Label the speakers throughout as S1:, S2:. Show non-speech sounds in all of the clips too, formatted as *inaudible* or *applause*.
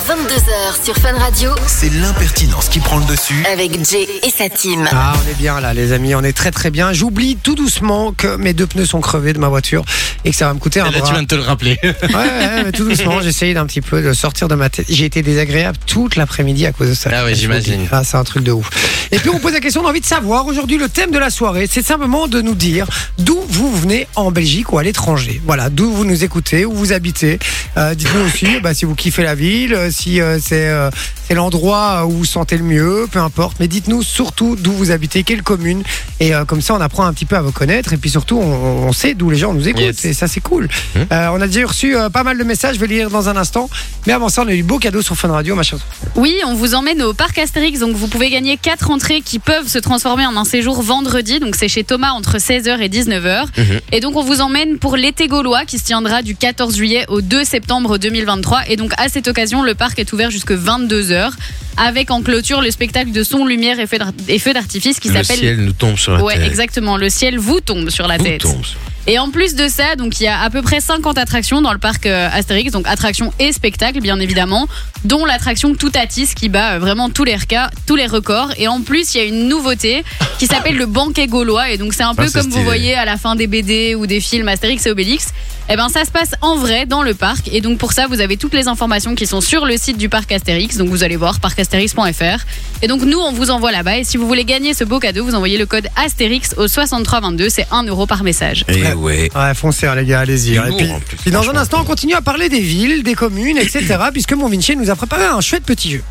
S1: 22h sur Fun Radio
S2: C'est l'impertinence qui prend le dessus.
S1: avec Jay et sa team.
S3: Ah, on est bien là, les amis, on est très très bien. J'oublie tout doucement que mes deux pneus sont crevés de ma voiture et que ça va me coûter un
S4: Et là,
S3: bras.
S4: Eh ben, tu viens de te le rappeler.
S3: Ouais, ouais, mais tout
S4: *laughs*
S3: doucement, j'essayais d'un petit peu de sortir de ma tête. J'ai été désagréable toute l'après-midi à cause de ça.
S4: Ah ouais, j'imagine.
S3: Ah, c'est un truc de ouf. Et puis on pose la question, on a envie de savoir aujourd'hui le thème de la soirée, c'est simplement de nous dire d'où vous venez en Belgique ou à l'étranger. Voilà, d'où vous nous écoutez, où vous habitez. Euh, Dites-nous aussi bah, si vous kiffez la ville, euh, si euh, c'est euh, c'est l'endroit où vous vous sentez le mieux, peu importe. Mais dites-nous surtout d'où vous habitez, quelle commune. Et euh, comme ça, on apprend un petit peu à vous connaître. Et puis surtout, on, on sait d'où les gens nous écoutent.
S4: Yes.
S3: Et ça, c'est cool. Euh, on a déjà reçu euh, pas mal de messages, je vais les lire dans un instant. Mais avant ça, on a eu beau cadeau sur Fun Radio, machin.
S5: Oui, on vous emmène au parc Astérix, donc vous pouvez gagner quatre entrées qui peuvent se transformer en un séjour vendredi, donc c'est chez Thomas entre 16h et 19h.
S4: Mhm.
S5: Et donc on vous emmène pour l'été gaulois qui se tiendra du 14 juillet au 2 septembre 2023. Et donc à cette occasion, le parc est ouvert jusque 22h, avec en clôture le spectacle de son, lumière et feu d'ar- et feu d'artifice qui
S4: Le
S5: s'appelle...
S4: ciel nous tombe sur la
S5: Ouais,
S4: tête.
S5: exactement, le ciel vous tombe sur la
S4: Nous
S5: tête.
S4: tombe sur-
S5: Et en plus de ça, donc il y a à peu près 50 attractions dans le parc euh, Astérix, donc attractions et spectacles bien évidemment, dont l'attraction Toutatis qui bat euh, vraiment tous les, reca- tous les records. Et en plus, il y a une nouveauté qui s'appelle le banquet gaulois. Et donc c'est un peu
S4: c'est
S5: comme
S4: stylé.
S5: vous voyez à la fin des BD ou des films Astérix et Obélix. Et ben ça se passe en vrai dans le parc. Et donc pour ça, vous avez toutes les informations qui sont sur le site du parc Astérix. Donc vous allez voir parcastérix.fr. Et donc nous, on vous envoie là-bas. Et si vous voulez gagner ce beau cadeau, vous envoyez le code Astérix au 6322. C'est 1 euro par message.
S4: Eh ouais.
S3: Ouais, foncez, hein, les gars, allez-y.
S4: Humour,
S3: Et puis,
S4: en plus,
S3: puis dans un
S4: franchement.
S3: instant, on continue à parler des villes, des communes, etc.
S4: *coughs*
S3: puisque mon Vinci nous a préparé un chouette petit jeu.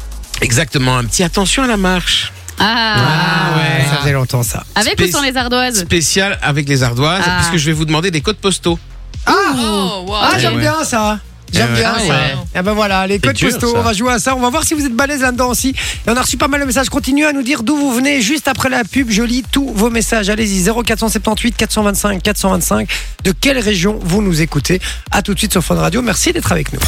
S4: Exactement, un petit attention à la marche.
S5: Ah,
S4: ouais.
S3: Ça faisait longtemps, ça.
S5: Avec
S4: Spéc-
S5: ou sans les ardoises
S4: Spécial avec les ardoises,
S5: Ah.
S4: puisque je vais vous demander des codes postaux.
S5: Oh, wow.
S3: Ah,
S4: Eh
S3: j'aime
S4: ouais.
S3: bien ça. J'aime
S4: Eh ouais.
S3: bien
S4: Ah
S3: ça.
S4: ouais.
S3: Et ben voilà, les codes
S4: dur,
S3: postaux,
S4: ça.
S3: on va jouer à ça. On va voir si vous êtes balèze là-dedans aussi. Et on a reçu pas mal de messages. Continuez à nous dire d'où vous venez. Juste après la pub, je lis tous vos messages. Allez-y, 0478 425 425. De quelle région vous nous écoutez À tout de suite sur Fun Radio. Merci d'être avec nous.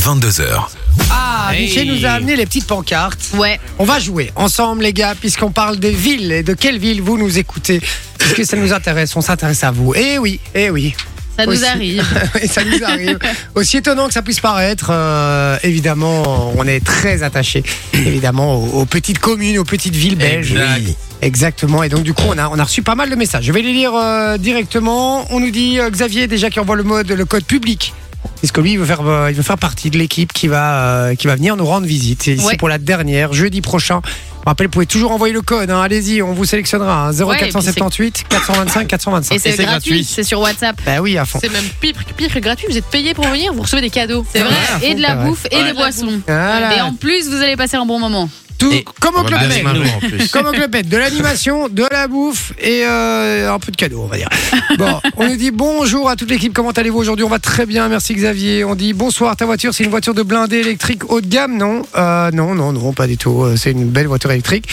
S2: 22h,
S3: Ah,
S4: Hey.
S3: Michel nous a amené les petites pancartes.
S5: Ouais.
S3: On va jouer ensemble, les gars, puisqu'on parle des villes et de quelles villes vous nous écoutez. Parce que ça nous intéresse, on s'intéresse à vous. Eh oui, eh oui.
S5: Ça nous
S3: Aussi.
S5: arrive.
S3: *laughs* Et ça nous arrive. Aussi étonnant que ça puisse paraître, euh, évidemment, on est très attaché, évidemment, aux, aux petites communes, aux petites villes belges.
S4: Exact.
S3: Oui. Exactement. Et donc, du coup, on a, on a reçu pas mal de messages. Je vais les lire euh, directement. On nous dit euh, Xavier, déjà, qui envoie le mode, le code public. Parce que lui, il veut faire, euh, il veut faire partie de l'équipe qui va, euh, qui va venir nous rendre visite. Et
S5: Ouais.
S3: C'est pour la dernière, jeudi prochain. Je rappelle, vous pouvez toujours envoyer le code. hein. Allez-y, on vous sélectionnera. hein.
S5: Ouais, et puis c'est-
S3: 0478 425 425.
S5: Et c'est gratuit, c'est sur WhatsApp.
S3: Bah oui, à fond.
S6: C'est même pire, pire que gratuit, vous êtes payé pour venir, vous recevez des cadeaux.
S5: C'est vrai.
S3: à Ah, fond,
S5: Et de la
S3: c'est vrai.
S5: bouffe et
S6: Ouais.
S5: des
S6: De la
S5: boissons.
S3: Voilà.
S5: Et en plus, vous allez passer un bon moment.
S3: Tout
S4: Et-
S3: comme au
S4: Ouais,
S3: club
S4: bah,
S3: Med.
S4: avec nous, en plus.
S3: Comme au club Med, de l'animation, de la bouffe et euh, un peu de cadeaux, on va dire. Bon, on nous dit bonjour à toute l'équipe, comment allez-vous aujourd'hui On va très bien, merci Xavier. On dit bonsoir, ta voiture, c'est une voiture de blindé électrique haut de gamme Non, Euh, non, non, non, pas du tout. Euh, C'est une belle voiture électrique.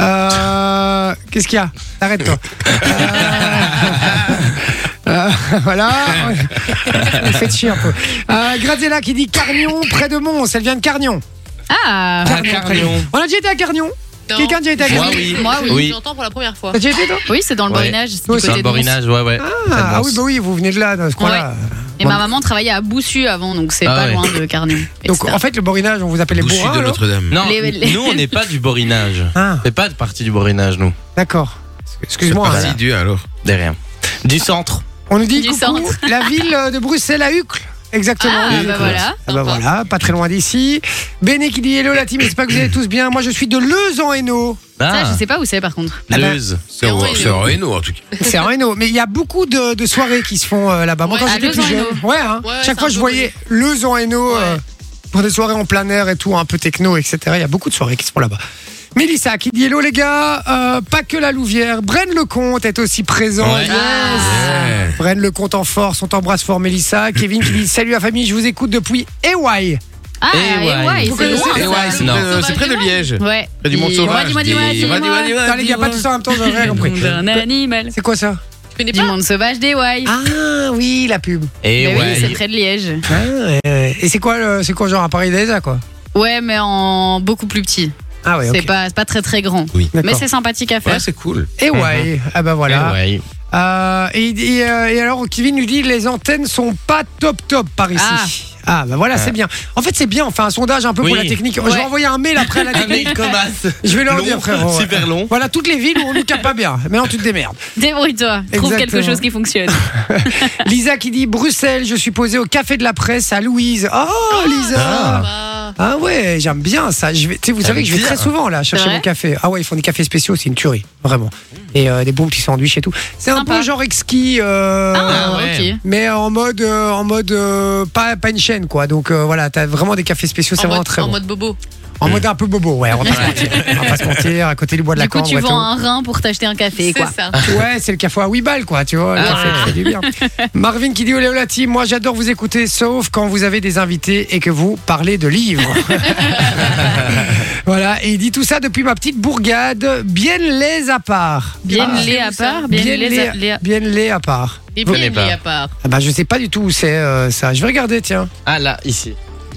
S3: Euh, Qu'est-ce qu'il y a Arrête-toi. *laughs* Euh, voilà. Faites chier un peu. Euh, Grazella qui dit Carnion, près de Mons. Elle vient de Carnion.
S5: Ah
S4: À Carillon.
S3: On a déjà été à Carnion
S6: Non.
S3: Quelqu'un a déjà été à Carnion
S4: Moi, oui.
S5: Moi, oui.
S4: Oui.
S6: J'entends pour la
S3: *laughs*
S6: première fois.
S3: T'as déjà été toi
S5: Oui, c'est dans le
S4: Ouais.
S5: Borinage. C'est
S3: Oui,
S5: du
S3: c'est
S5: côté
S4: C'est un
S5: de Mons.
S4: borinage, ouais, ouais.
S3: Ah, ah oui, bah oui, vous venez de là, dans ce coin-là.
S5: Et ma maman travaillait à Boussu avant, donc c'est
S4: Ah
S5: pas
S4: ouais.
S5: loin de Carnion.
S3: Donc en fait, le borinage, on vous appelle *laughs* les
S4: Boussu
S3: bourrins.
S4: de
S3: alors
S4: Notre-Dame. Non,
S5: Les- les-
S4: nous, on n'est pas du borinage.
S3: *laughs* Ah,
S4: On fait pas de partie du borinage, nous.
S3: d'accord. Excuse-moi. hein.
S4: Dieu alors. Derrière. Du centre.
S3: On nous dit
S5: Du
S3: coucou,
S5: centre.
S3: la ville euh, de Bruxelles à Uccle. Exactement.
S5: Ah,
S3: Oui,
S5: bah voilà.
S3: Ah bah
S6: Sympa.
S3: voilà, pas très loin d'ici. Béné qui dit hello la team, j'espère que vous allez tous bien. Moi je suis de Leuze-en-Hainaut.
S5: Ça,
S4: Ah,
S5: je sais pas où c'est par contre.
S3: Ah bah-
S4: Leuze.
S6: C'est en- c'est en
S4: Hainaut, en tout cas.
S3: C'est en Hainaut, mais il y a beaucoup de, de soirées qui se font euh, là-bas. Moi
S6: Ouais,
S3: quand
S6: à
S3: j'étais plus jeune,
S5: Leuze-en-Hainaut.
S3: ouais, hein,
S6: Ouais, ouais,
S3: chaque
S6: c'est
S3: fois
S6: un
S3: je
S6: peu
S3: voyais Leuze-en-Hainaut euh,
S6: Ouais.
S3: pour des soirées en plein air et tout, un peu techno, etc. Il y a beaucoup de soirées qui se font là-bas. Mélissa qui dit hello les gars, euh, pas que la Louvière, Brenne le Comte est aussi
S5: bah,
S3: présent. Euh,
S4: Ouais.
S5: Ah.
S3: Brenne le Comte en force, on t'embrasse fort Mélissa. Kevin qui dit salut la famille, je vous écoute depuis EY.
S5: Ah,
S4: Eh
S5: et
S4: ouais.
S5: ouais,
S3: Vous
S5: c'est
S3: connaissez-
S5: loin.
S4: Eh ouais,
S5: ça.
S4: c'est
S6: non.
S4: euh, c'est près de Liège.
S5: Ouais.
S4: Près du Mont
S5: Dis-
S4: Sauvage.
S5: Dis-moi, dis-moi,
S4: Dis-
S5: dis-moi,
S4: dis-moi, dis-moi.
S3: Attends les gars, pas tous en même temps,
S5: *laughs*
S3: j'aurais rien compris.
S5: Un animal.
S3: C'est quoi ça
S6: Tu connais
S5: Du
S6: pas
S5: monde sauvage des ouais.
S3: Ah oui, la pub.
S4: Et
S5: Bah oui,
S4: ouais.
S5: c'est près de Liège.
S3: Ah, ouais, ouais. Et c'est quoi, le- c'est quoi genre à Paris déjà quoi
S5: Ouais, mais en beaucoup plus petit.
S3: Ah ouais,
S5: C'est
S3: ok.
S5: pas, c'est pas très très grand.
S3: D'accord.
S5: Mais c'est sympathique à faire.
S4: Ouais, c'est cool.
S3: Et ouais, ah bah voilà.
S5: *laughs*
S4: Eh Mhm. ouais.
S3: Euh, et, et, euh, et alors, Kevin nous dit les antennes sont pas top top par ici.
S5: Ah.
S3: Ah, bah voilà,
S4: Ah.
S3: c'est bien. En fait, c'est bien, on fait un sondage un peu pour
S4: Oui.
S3: la technique. Je
S5: Ouais.
S3: vais envoyer un mail après à la
S4: Un
S3: technique.
S4: mail comme as.
S3: Je vais leur
S4: Long,
S3: dire, frérot. ouais.
S4: *laughs* Super long.
S3: Voilà toutes les villes où on ne capte pas bien. Maintenant, tu te
S4: *laughs*
S3: démerdes.
S5: Débrouille-toi, trouve
S3: Exactement.
S5: quelque chose qui fonctionne.
S3: Lisa qui dit Bruxelles, je suis posée au café de la presse à Louise. Oh, Lisa ah.
S6: Bah,
S3: ouais, j'aime bien ça. Je vais, tu sais, vous savez que je vais
S4: bien.
S3: très souvent là chercher
S5: vrai
S3: mon café. Ah ouais, ils font des cafés spéciaux, c'est une tuerie, vraiment. Et euh, des bons petits sandwichs et tout. C'est un
S5: Sympa.
S3: peu genre exquis. euh,
S5: Ah,
S4: ouais.
S5: ok.
S3: Mais en mode, euh, en mode euh, pas, pas une chaîne quoi. Donc euh, voilà, t'as vraiment des cafés spéciaux, c'est
S6: en,
S3: vraiment
S6: mode,
S3: très
S6: en
S3: bon.
S6: mode bobo.
S3: En mode un peu bobo, ouais. On va pas se mentir, on va pas se
S5: *laughs*
S3: mentir, à côté du bois de la
S5: Du coup,
S3: Cambre
S5: tu
S3: et tout.
S5: vends un rein pour t'acheter un café,
S6: C'est
S5: quoi.
S6: ça.
S3: Ouais, c'est le café à 8 balles, quoi, tu vois. le
S5: Ah.
S3: café qui fait
S5: *laughs*
S3: du bien. Marvin qui dit Olé olé, team, moi j'adore vous écouter, sauf quand vous avez des invités et que vous parlez de
S5: *laughs*
S3: livres. voilà, et il dit tout ça depuis ma petite bourgade, bien les à part.
S5: Bien
S6: Ah.
S5: les à part, bien les à- les à-
S3: bien les à part.
S6: Et
S4: Vous
S6: bien,
S4: connaissez
S6: il
S4: pas.
S6: à part.
S3: Ah bah, je sais pas du tout où c'est euh, ça. Je vais regarder, tiens.
S4: Ah là, ici.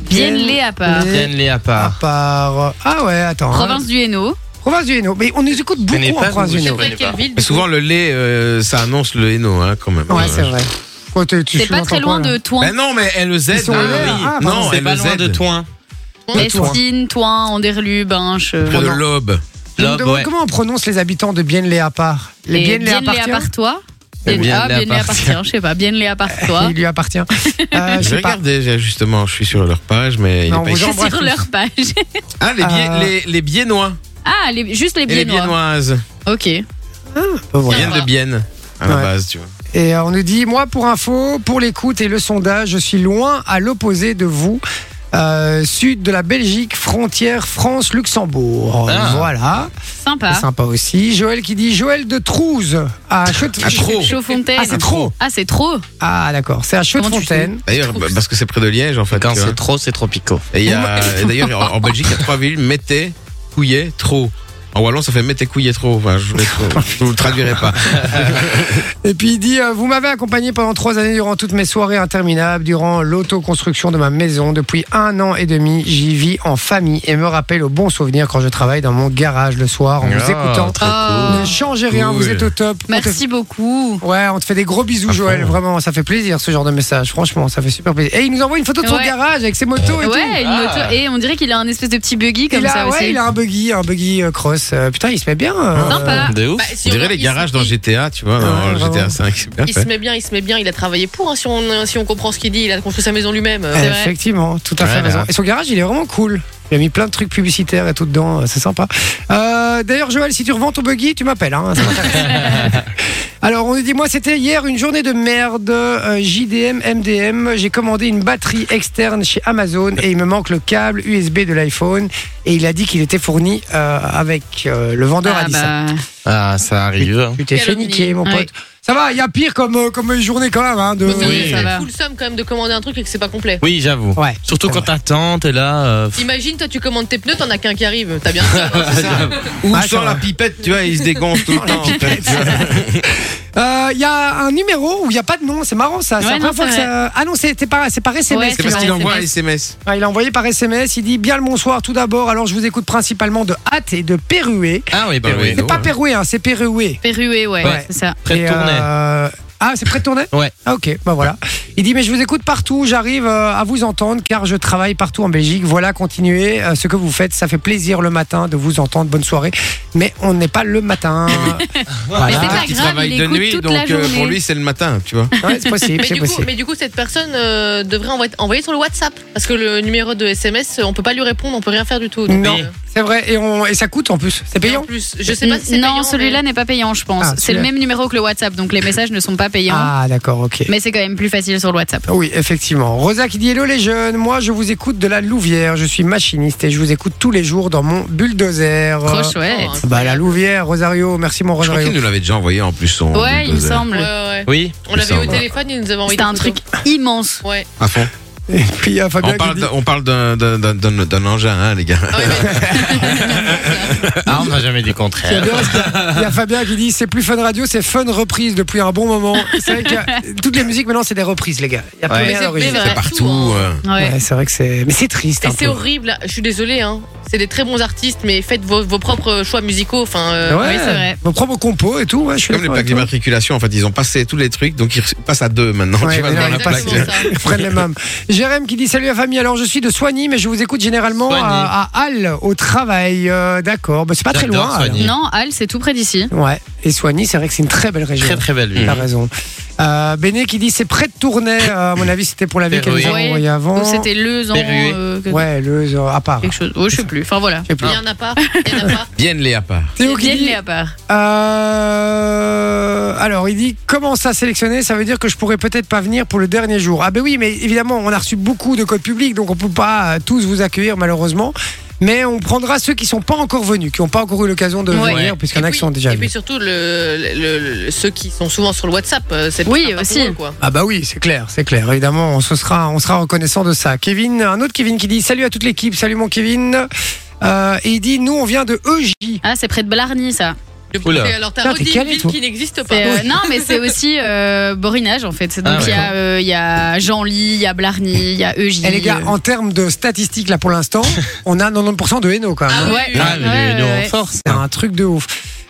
S5: bien les à part.
S3: les
S4: Yann Léa
S3: À
S4: part.
S3: part. Ah ouais, attends. hein.
S5: Province du Hainaut.
S3: Province du Hainaut. Mais on nous écoute
S4: n'ai
S3: beaucoup en
S4: pas
S3: province du
S4: vous-
S6: C'est
S3: Hainaut.
S4: connais
S6: vrai, quelle
S4: pas.
S6: ville
S7: Mais souvent, le lait, euh, ça annonce le Hainaut, hein, quand même.
S3: Ouais, c'est vrai. Ouais, t'es- tu
S5: C'est pas
S3: sous-entends
S5: très loin
S3: là.
S5: de Toin.
S7: Ben non, mais LEZ.
S3: Ils sont
S7: ah,
S3: là.
S7: oui.
S3: Ah, pardon,
S7: non,
S4: C'est pas loin
S7: LEZ.
S4: de hein. Toin.
S3: de Toin.
S5: Messine, Toin, Anderlu, Binche.
S7: Près de l'Aube.
S3: Je me
S4: Lobe,
S3: demande
S4: ouais.
S3: Comment on prononce les habitants de Bienne-les à part Les
S5: Et
S3: Bienne-les
S5: Bien les à
S3: appartient
S5: part toi.
S4: Et bien
S5: Ah, bien
S4: les
S5: les
S4: appartient.
S5: appartient, je sais pas. Bien les à part toi.
S3: Il lui appartient. Euh, je
S7: J'ai
S3: sais pas.
S7: regardé, j'ai- justement, je suis sur leur page, mais il
S3: Non,
S7: est pas
S3: vous
S7: ici.
S3: en-
S5: C'est
S3: J'embrasse
S5: sur
S3: tous.
S5: leur page. *laughs*
S7: Ah, les, biais-
S3: Euh,
S7: les, les Biennois.
S5: Ah, les- juste les
S7: Et les
S5: biennois.
S7: Biennoises.
S5: Ok.
S3: Bah, voilà.
S7: Viennent de Bienne, à
S3: Ouais.
S7: la base, tu vois.
S3: Et euh, on nous dit moi, pour info, pour l'écoute et le sondage, je suis loin à l'opposé de vous. Euh, sud de la Belgique, frontière France-Luxembourg.
S4: Ah.
S3: Voilà,
S5: Sympa.
S3: c'est sympa aussi. Joël qui dit Joël de Trouze à Chaude-
S7: À Trou.
S5: Chaudfontaine.
S3: Ah, c'est trop.
S5: Ah, c'est trop.
S3: Ah d'accord, c'est à Chaudefontaine.
S7: D'ailleurs, bah, parce que c'est près de Liège, en fait.
S4: Quand
S7: tu
S3: hein.
S7: vois.
S4: c'est trop, c'est tropicaux.
S7: Et il
S3: *laughs*
S7: y a- et d'ailleurs, en, en Belgique, il y a trois villes Mété, Couillet, Trot. En wallon, ça fait Mété, Couillet, Trot. Enfin, je
S3: *laughs*
S7: je vous le traduirai
S5: *laughs*
S7: pas.
S3: Et puis il dit euh, Vous m'avez accompagné pendant trois années durant toutes mes soirées interminables, durant l'autoconstruction de ma maison. Depuis un an et demi, j'y vis en famille et me rappelle aux bons souvenirs quand je travaille dans mon garage le soir en vous
S4: Ah,
S3: écoutant.
S4: trop
S5: Ah.
S3: Ne changez rien,
S7: Cool.
S3: vous êtes au top. On te-
S5: Merci beaucoup.
S3: Ouais, on te fait des gros bisous,
S7: Ah
S3: Joël.
S7: bon.
S3: Vraiment, ça fait plaisir ce genre de message. Franchement, ça fait super plaisir. Et il nous envoie une photo de son
S5: Ouais.
S3: garage avec ses motos Oh, et tout.
S5: Ouais, une
S4: Ah.
S5: moto. Et on dirait qu'il a un espèce de petit buggy comme
S3: il, a,
S5: ça
S3: ouais,
S5: aussi.
S3: il a un buggy, un buggy euh, cross. Euh, putain, il se met bien. euh,
S5: Sympa.
S4: De ouf.
S6: Bah, si
S7: On
S6: on-
S7: dirait les
S6: il-
S7: garages dans
S6: il-
S7: GTA, tu vois,
S3: Ouais,
S7: dans le
S3: vraiment.
S7: GTA 5. C'est bien
S6: Il se
S7: fait.
S6: met bien, il se met bien, il a travaillé pour. hein, si, on, euh, si on comprend ce qu'il dit, il a construit sa maison lui-même. euh, c'est vrai.
S3: Effectivement, tout à
S7: Ouais,
S3: fait raison.
S7: ouais.
S3: Et son garage, il est vraiment cool. Il a mis plein de trucs publicitaires et tout dedans, euh, c'est sympa. Euh, D'ailleurs, Joël, si tu revends ton buggy, tu m'appelles. hein, ça m'intéresse. Alors, on nous dit, moi, c'était hier une journée de merde. euh, JDM, MDM. J'ai commandé une batterie externe chez Amazon et il me manque le câble USB de l'iPhone. Et il a dit qu'il était fourni euh, avec euh, le vendeur
S5: Ah,
S3: à 10.
S5: bah,
S4: Ah, ça arrive.
S3: Tu t'es fait
S6: Calomnie.
S3: niquer, mon pote.
S5: Ouais.
S3: Ça va, il y a pire comme, euh, comme journée quand même. hein, de...
S6: Parce que
S4: Oui.
S6: ça
S5: ça va.
S6: fout le somme quand même de commander un truc et que c'est pas complet.
S4: Oui, j'avoue.
S3: Ouais,
S4: Surtout
S3: c'est
S4: quand
S3: vrai.
S4: t'attends, t'es là. euh, pff,
S6: Imagine, toi, tu commandes tes pneus, t'en as qu'un qui arrive. T'as
S3: *laughs*
S6: bien ça.
S7: Ou
S3: Ah,
S7: sans
S3: ça
S7: la
S3: va.
S7: pipette, tu vois, il se dégonfle tout le temps. *laughs*
S3: Il Euh, y a un numéro où il n'y a pas de nom, c'est marrant ça. c'est
S5: Ouais,
S3: la
S5: non,
S3: première fois que
S5: c'est
S3: ça. Ah non, c'était par, c'est par SMS.
S5: Ouais,
S7: C'est
S3: qu'il
S7: parce
S3: a-
S7: qu'il
S5: par
S7: envoie un
S5: SMS.
S7: SMS.
S3: Ah, il a envoyé par SMS. Il dit bien le bonsoir tout d'abord. Alors je vous écoute principalement de Hâte et de Pérué.
S4: Ah oui, bah
S7: Et
S4: oui.
S7: oui.
S3: C'est
S7: non,
S3: pas
S7: ouais.
S3: Pérué, hein, c'est Pérué.
S5: Perrué, ouais,
S4: Ouais.
S5: c'est ça.
S4: Près de
S3: Et,
S4: tourner.
S3: euh, Ah, c'est prêt de tourner
S4: Ouais.
S3: Ah, ok, bah voilà. Il dit, mais je vous écoute partout, j'arrive euh, à vous entendre car je travaille partout en Belgique. Voilà, continuez euh, ce que vous faites. Ça fait plaisir le matin de vous entendre. Bonne soirée. Mais on n'est pas le
S4: *laughs*
S3: matin. Voilà.
S5: Mais c'est pas
S7: Il
S5: grave,
S7: travaille
S5: il
S7: de
S5: écoute
S7: nuit,
S5: toute
S7: donc
S5: la
S7: euh, pour
S5: journée.
S7: lui, c'est le matin, tu vois.
S3: Ouais, c'est possible,
S6: Mais
S3: c'est
S6: du, coup,
S3: possible.
S6: mais du coup, cette personne euh, devrait envoyer, envoyer sur le WhatsApp. Parce que le numéro de SMS, euh, on peut pas lui répondre, on peut rien faire du tout. donc,
S3: Non,
S6: euh,
S3: c'est vrai. Et, on, et ça coûte en plus. C'est
S6: et en
S3: payant
S6: plus, je sais pas si c'est
S5: non,
S6: payant,
S5: celui-là n'est pas payant, je pense.
S3: Ah,
S5: c'est
S3: celui-là.
S5: le même numéro que le WhatsApp,
S3: *laughs*
S5: donc les messages ne sont pas payants.
S3: Ah, d'accord, ok.
S5: Mais c'est quand même plus facile sur le WhatsApp.
S3: Oui, effectivement. Rosa qui dit Hello les jeunes, moi je vous écoute de la Louvière, je suis machiniste et je vous écoute tous les jours dans mon bulldozer.
S5: Trop
S3: Euh,
S5: chouette.
S6: Oh,
S3: Bah, la Louvière, Rosario, merci mon
S7: Je crois
S3: Rosario.
S7: qu'il nous l'avait déjà envoyé en plus son.
S5: Ouais, il me semble.
S6: mais- Ouais, ouais, ouais.
S4: Oui.
S6: On l'avait eu au
S7: semble.
S6: téléphone, il nous avait envoyé
S5: C'était un
S6: des
S5: truc
S6: photos.
S5: immense.
S6: Ouais.
S7: À fond.
S3: Et puis il y a Fabien
S7: On
S3: qui
S7: parle,
S3: Ah, dit-
S7: d'un- on parle d'un- d'un d'un- d'un- d'un engin, hein, les gars.
S6: Ah
S3: *laughs*
S6: ouais, mais-
S4: Ah, on n'a jamais dit contraire.
S3: il y a bien-
S7: *laughs*
S3: il y a Fabien qui dit c'est plus fun radio, c'est fun reprise depuis un bon moment. C'est vrai que
S5: *laughs*
S3: euh, toutes les musiques maintenant c'est des reprises les gars. Il y a plus
S4: Ouais.
S3: rien
S6: Mais c'est
S3: d'original.
S6: vrai.
S7: C'est partout.
S6: Souvent.
S7: euh.
S5: Ouais.
S3: Ouais, c'est vrai que c'est mais c'est triste
S6: Et
S3: un
S6: c'est
S3: peu.
S6: horrible, je suis désolée, hein. c'est des très bons artistes, mais faites vos, vos propres choix musicaux. Enfin, euh,
S3: Ouais,
S5: oui, c'est vrai.
S3: Vos propres compos et tout, ouais, je suis
S7: Comme les
S3: d'accord
S7: plaques
S3: avec toi.
S7: d'immatriculation, en fait, ils ont passé tous les trucs, donc ils passent à deux maintenant.
S3: Ouais,
S7: Tu vas
S3: mais
S7: dans
S3: non,
S7: la
S3: ils
S7: plaque.
S3: passent-
S6: Exactement ça.
S3: Ils prennent les mêmes. Jérém qui dit Salut la famille, alors je suis de Soigny, mais je vous écoute généralement
S4: Soigny.
S3: à, à Halle, au travail. Euh, D'accord, bah, c'est pas très
S4: J'adore
S3: loin. Halle.
S4: Soigny.
S5: Non, Halle, c'est tout près d'ici.
S3: Ouais, et Soigny, c'est vrai que c'est une très belle région.
S4: Très très belle
S3: T'as
S4: ville.
S3: raison. Euh, Béné qui dit c'est près de Tournai. Euh, à mon avis, c'était pour la vie qu'elle nous
S4: Oui.
S3: a
S5: Ouais.
S3: envoyée avant.
S5: Ou c'était Lezan,
S4: Perruet.
S5: euh, que-
S3: Ouais, le euh, à part.
S5: quelque chose. Oh, je sais plus. Enfin voilà.
S3: Je sais plus.
S6: Il y en a pas. Il y en a pas.
S7: Bien euh, les à part.
S3: Théo qui
S5: Vienne
S3: dit,
S5: les à part.
S3: euh, alors il dit comment ça sélectionner Ça veut dire que je pourrais peut-être pas venir pour le dernier jour. Ah ben oui, mais évidemment on a reçu beaucoup de codes publics, donc on peut pas euh, tous vous accueillir malheureusement. Mais on prendra ceux qui sont pas encore venus, qui n'ont pas encore eu l'occasion de
S5: Ouais.
S3: venir, puisqu'il y en
S6: Et
S3: a
S6: puis-
S3: qui sont déjà
S6: Et puis
S3: venus.
S6: surtout, le, le- le- ceux qui sont souvent sur le WhatsApp, euh, c'est
S5: Oui,
S6: pas pour
S5: aussi.
S6: eux, quoi.
S3: Ah bah oui, c'est clair, c'est clair. Évidemment, on se sera, on sera reconnaissant de ça. Kevin, un autre Kevin qui dit salut à toute l'équipe, salut mon Kevin. Euh, et il dit nous on vient de E EJ.
S5: Ah, c'est près de Blarny, ça.
S3: Ah
S4: Oula.
S6: Et alors, t'as
S3: Putain, t'es
S6: redit une
S3: calé,
S6: ville
S3: toi.
S6: qui n'existe pas.
S5: C'est, euh, non, mais c'est aussi euh, Borinage, en fait. Donc,
S4: Ah,
S5: il y a, euh, il y a Genly, il y a Blarny, il y a Eugy.
S3: Et les gars,
S5: euh,
S3: en termes de statistiques là pour
S6: *laughs*
S3: l'instant, on a 90% de Héno quand même.
S6: Ah
S3: hein.
S6: ouais.
S4: Ah, mais
S5: Ouais,
S4: nous,
S5: ouais,
S4: on
S5: ouais.
S4: force.
S3: C'est un truc de ouf.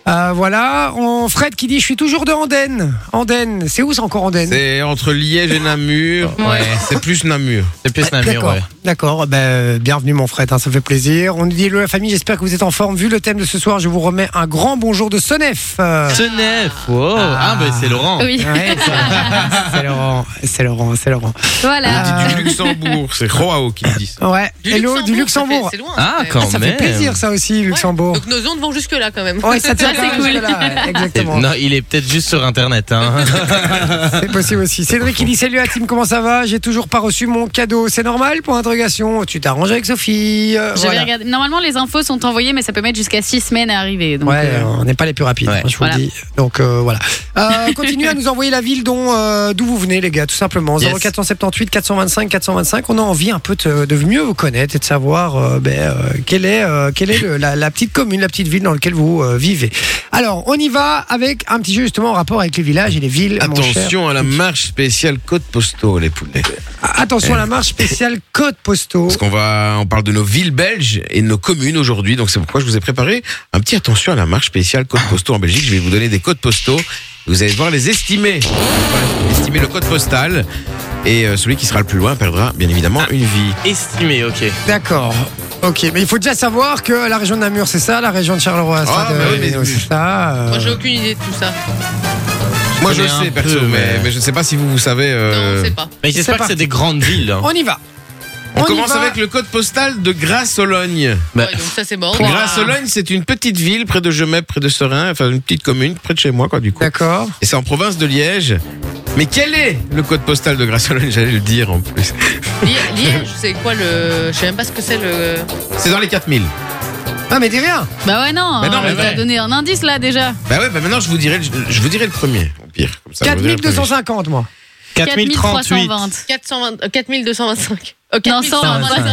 S3: Euh, voilà, on Fred qui dit je suis toujours de Andenne. Andenne, c'est où c'est encore Andenne
S7: C'est entre Liège et Namur.
S4: Ouais.
S7: C'est plus Namur.
S4: C'est plus Namur,
S3: D'accord,
S4: ouais.
S3: d'accord. Ben, euh, bienvenue mon Fred, hein, ça fait plaisir. On nous dit hello la famille, j'espère que vous êtes en forme. Vu le thème de ce soir, je vous remets un grand bonjour de Sonef. Euh,
S4: Senef, wow. Ah, bah c'est Laurent.
S5: Oui,
S3: ouais, c'est- c'est Laurent, c'est Laurent, c'est Laurent. Ah,
S5: voilà.
S7: On dit du Luxembourg, c'est Roao qui le dit ça.
S3: Ouais, hello du Luxembourg.
S6: ça fait- C'est loin.
S4: Ah,
S6: ouais.
S4: quand
S3: Ça fait
S4: même.
S3: plaisir ça aussi,
S6: Ouais.
S3: Luxembourg.
S6: Donc, nos ondes vont jusque-là, quand même.
S3: Ouais, ça
S6: *laughs*
S3: tient
S5: Ça, c'est
S3: quand même jusque-là, ouais, exactement.
S4: Non, il est peut-être juste sur internet. Hein.
S3: C'est possible aussi. Cédric, il dit Salut à Tim, comment ça va J'ai toujours pas reçu mon cadeau. C'est normal Point d'interrogation. Tu t'arranges avec Sophie Euh,
S5: Je vais
S3: voilà.
S5: regarder. Normalement, les infos sont envoyées, mais ça peut mettre jusqu'à 6 semaines à arriver. Donc,
S3: Ouais,
S5: euh,
S3: on n'est pas les plus rapides,
S4: Ouais.
S3: hein, je vous
S5: Voilà.
S3: le dis. Donc euh, voilà.
S5: *laughs*
S3: Euh, continuez à nous envoyer la ville dont euh, d'où vous venez, les gars, tout simplement.
S4: Yes.
S3: 0478 425 425. On a envie un peu de, de mieux vous connaître et de savoir euh, ben, euh, quelle est, euh, quelle est le- la, la petite commune, la petite ville dans laquelle vous euh, vivez. Alors, on y va avec un petit jeu justement en rapport avec les villages et les villes. mon cher.
S7: Attention à la marche spéciale Côte Postaux, les poulets.
S3: Attention à la marche spéciale code postaux.
S7: Parce qu'on va, on parle de nos villes belges et de nos communes aujourd'hui. Donc c'est pourquoi je vous ai préparé un petit attention à la marche spéciale
S4: Ah.
S7: code postaux en Belgique. Je vais vous donner des codes postaux. Vous allez devoir les estimer. Voilà, Estimer le code postal. Et euh, celui qui sera le plus loin perdra bien évidemment
S4: Ah.
S7: une vie.
S4: Estimé, ok.
S3: D'accord. Ok, mais il faut déjà savoir que la région de Namur, c'est ça, la région de Charleroi, c'est
S7: Ah,
S3: de-
S7: bah oui, mais-
S3: c'est ça. euh,
S6: Moi, j'ai aucune idée de tout ça.
S7: Moi je
S4: connais un
S7: sais
S4: peu,
S7: perso, mais,
S4: mais-
S7: mais je ne sais pas si vous vous savez. euh,
S6: Non, c'est pas.
S4: Mais
S3: C'est
S4: j'espère que
S3: parti.
S4: c'est des grandes villes. hein.
S3: On y va.
S7: On,
S3: On y
S7: commence
S3: va.
S7: avec le code postal de Grasse-Sologne.
S4: Bah,
S6: Ouais, donc, ça, c'est Bah, bon.
S7: Grasse-Sologne, c'est une petite ville près de Gemay, près de Serein, enfin une petite commune près de chez moi, quoi, du coup.
S3: D'accord.
S7: Et c'est en province de Liège. Mais quel est le code postal de Grasse-Sologne *laughs* J'allais le dire en plus.
S6: Liège,
S3: *laughs*
S6: Liège, c'est quoi le. Je sais même pas ce que c'est le.
S7: C'est dans les 4000.
S3: Ah, mais dis rien.
S5: Bah ouais, non.
S7: Mais non,
S5: hein,
S7: mais
S5: t'as
S7: ouais.
S5: donné un indice là déjà.
S7: Bah ouais, bah maintenant je vous dirai, le- je vous dirai le premier. Au pire, comme ça. je vous dirai le premier.
S3: 4250, moi.
S4: 4038.
S5: 4320.
S6: 420 euh, 4225. Euh,
S5: Non,
S6: 4125.
S4: Moi,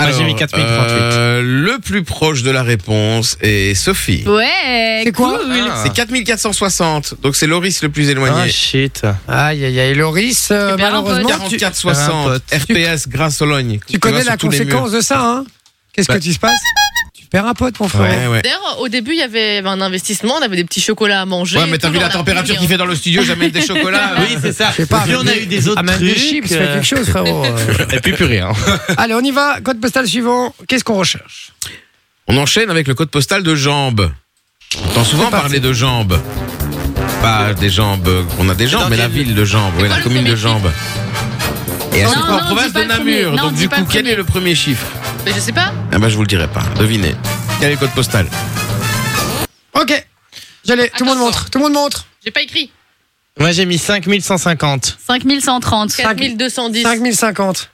S4: Ah, j'ai
S7: Alors,
S4: mis 4038.
S7: euh, le plus proche de la réponse est Sophie.
S5: Ouais.
S3: C'est quoi
S5: cool.
S4: Ah.
S7: euh, C'est 4460. Donc c'est Loris le plus éloigné.
S4: Ah, shit.
S3: Aïe, aïe, aïe. Loris, euh,
S5: Eh bien,
S3: malheureusement, tu,
S7: 4460.
S4: Tu-
S7: RPS Grasse-Sologne.
S3: tu connais la
S7: conséquence
S3: conséquence de ça, hein Qu'est-ce
S7: Bah.
S3: que tu se passe Tu perds un pote, mon frère.
S7: Ouais, ouais.
S6: D'ailleurs, au début, il y avait il y avait un investissement, on avait des petits chocolats à manger.
S7: Ouais, mais t'as vu la température qu'il fait
S6: hein.
S7: dans le studio, j'amène des chocolats. euh.
S4: Oui, c'est ça.
S3: Je sais pas.
S4: Puis
S3: mais
S4: on a
S3: des-
S4: eu des autres
S3: ah, même des
S4: trucs,
S3: chips,
S4: euh,
S3: fais quelque chose, frérot. Euh,
S4: Et puis plus rien.
S3: Allez, on y va. Code postal suivant. Qu'est-ce qu'on recherche
S7: On enchaîne avec le code postal de jambes. On entend souvent
S3: C'est parti.
S7: parler de jambes. Pas des jambes, on a des jambes,
S4: dans
S7: mais la
S4: quelle
S7: ville de jambes, ouais,
S6: quoi
S7: la
S6: le
S7: commune de
S6: premier
S7: jambes. Et elle
S5: Non,
S7: se trouve en
S5: non,
S7: province
S5: dis pas
S7: de
S5: le premier.
S7: Namur.
S5: Non,
S7: Donc
S5: dis
S7: du
S5: pas
S7: coup,
S5: le
S7: quel
S5: premier.
S7: est le premier chiffre
S6: Mais je sais pas.
S7: Ah bah je vous le dirai pas, devinez. Quel est le code postal
S3: Ok. J'allais. Tout le monde
S6: Attention.
S3: montre. Tout le monde montre.
S6: J'ai pas écrit.
S4: Moi, j'ai mis 5150.
S5: 5130.
S6: 4210.
S3: 5050.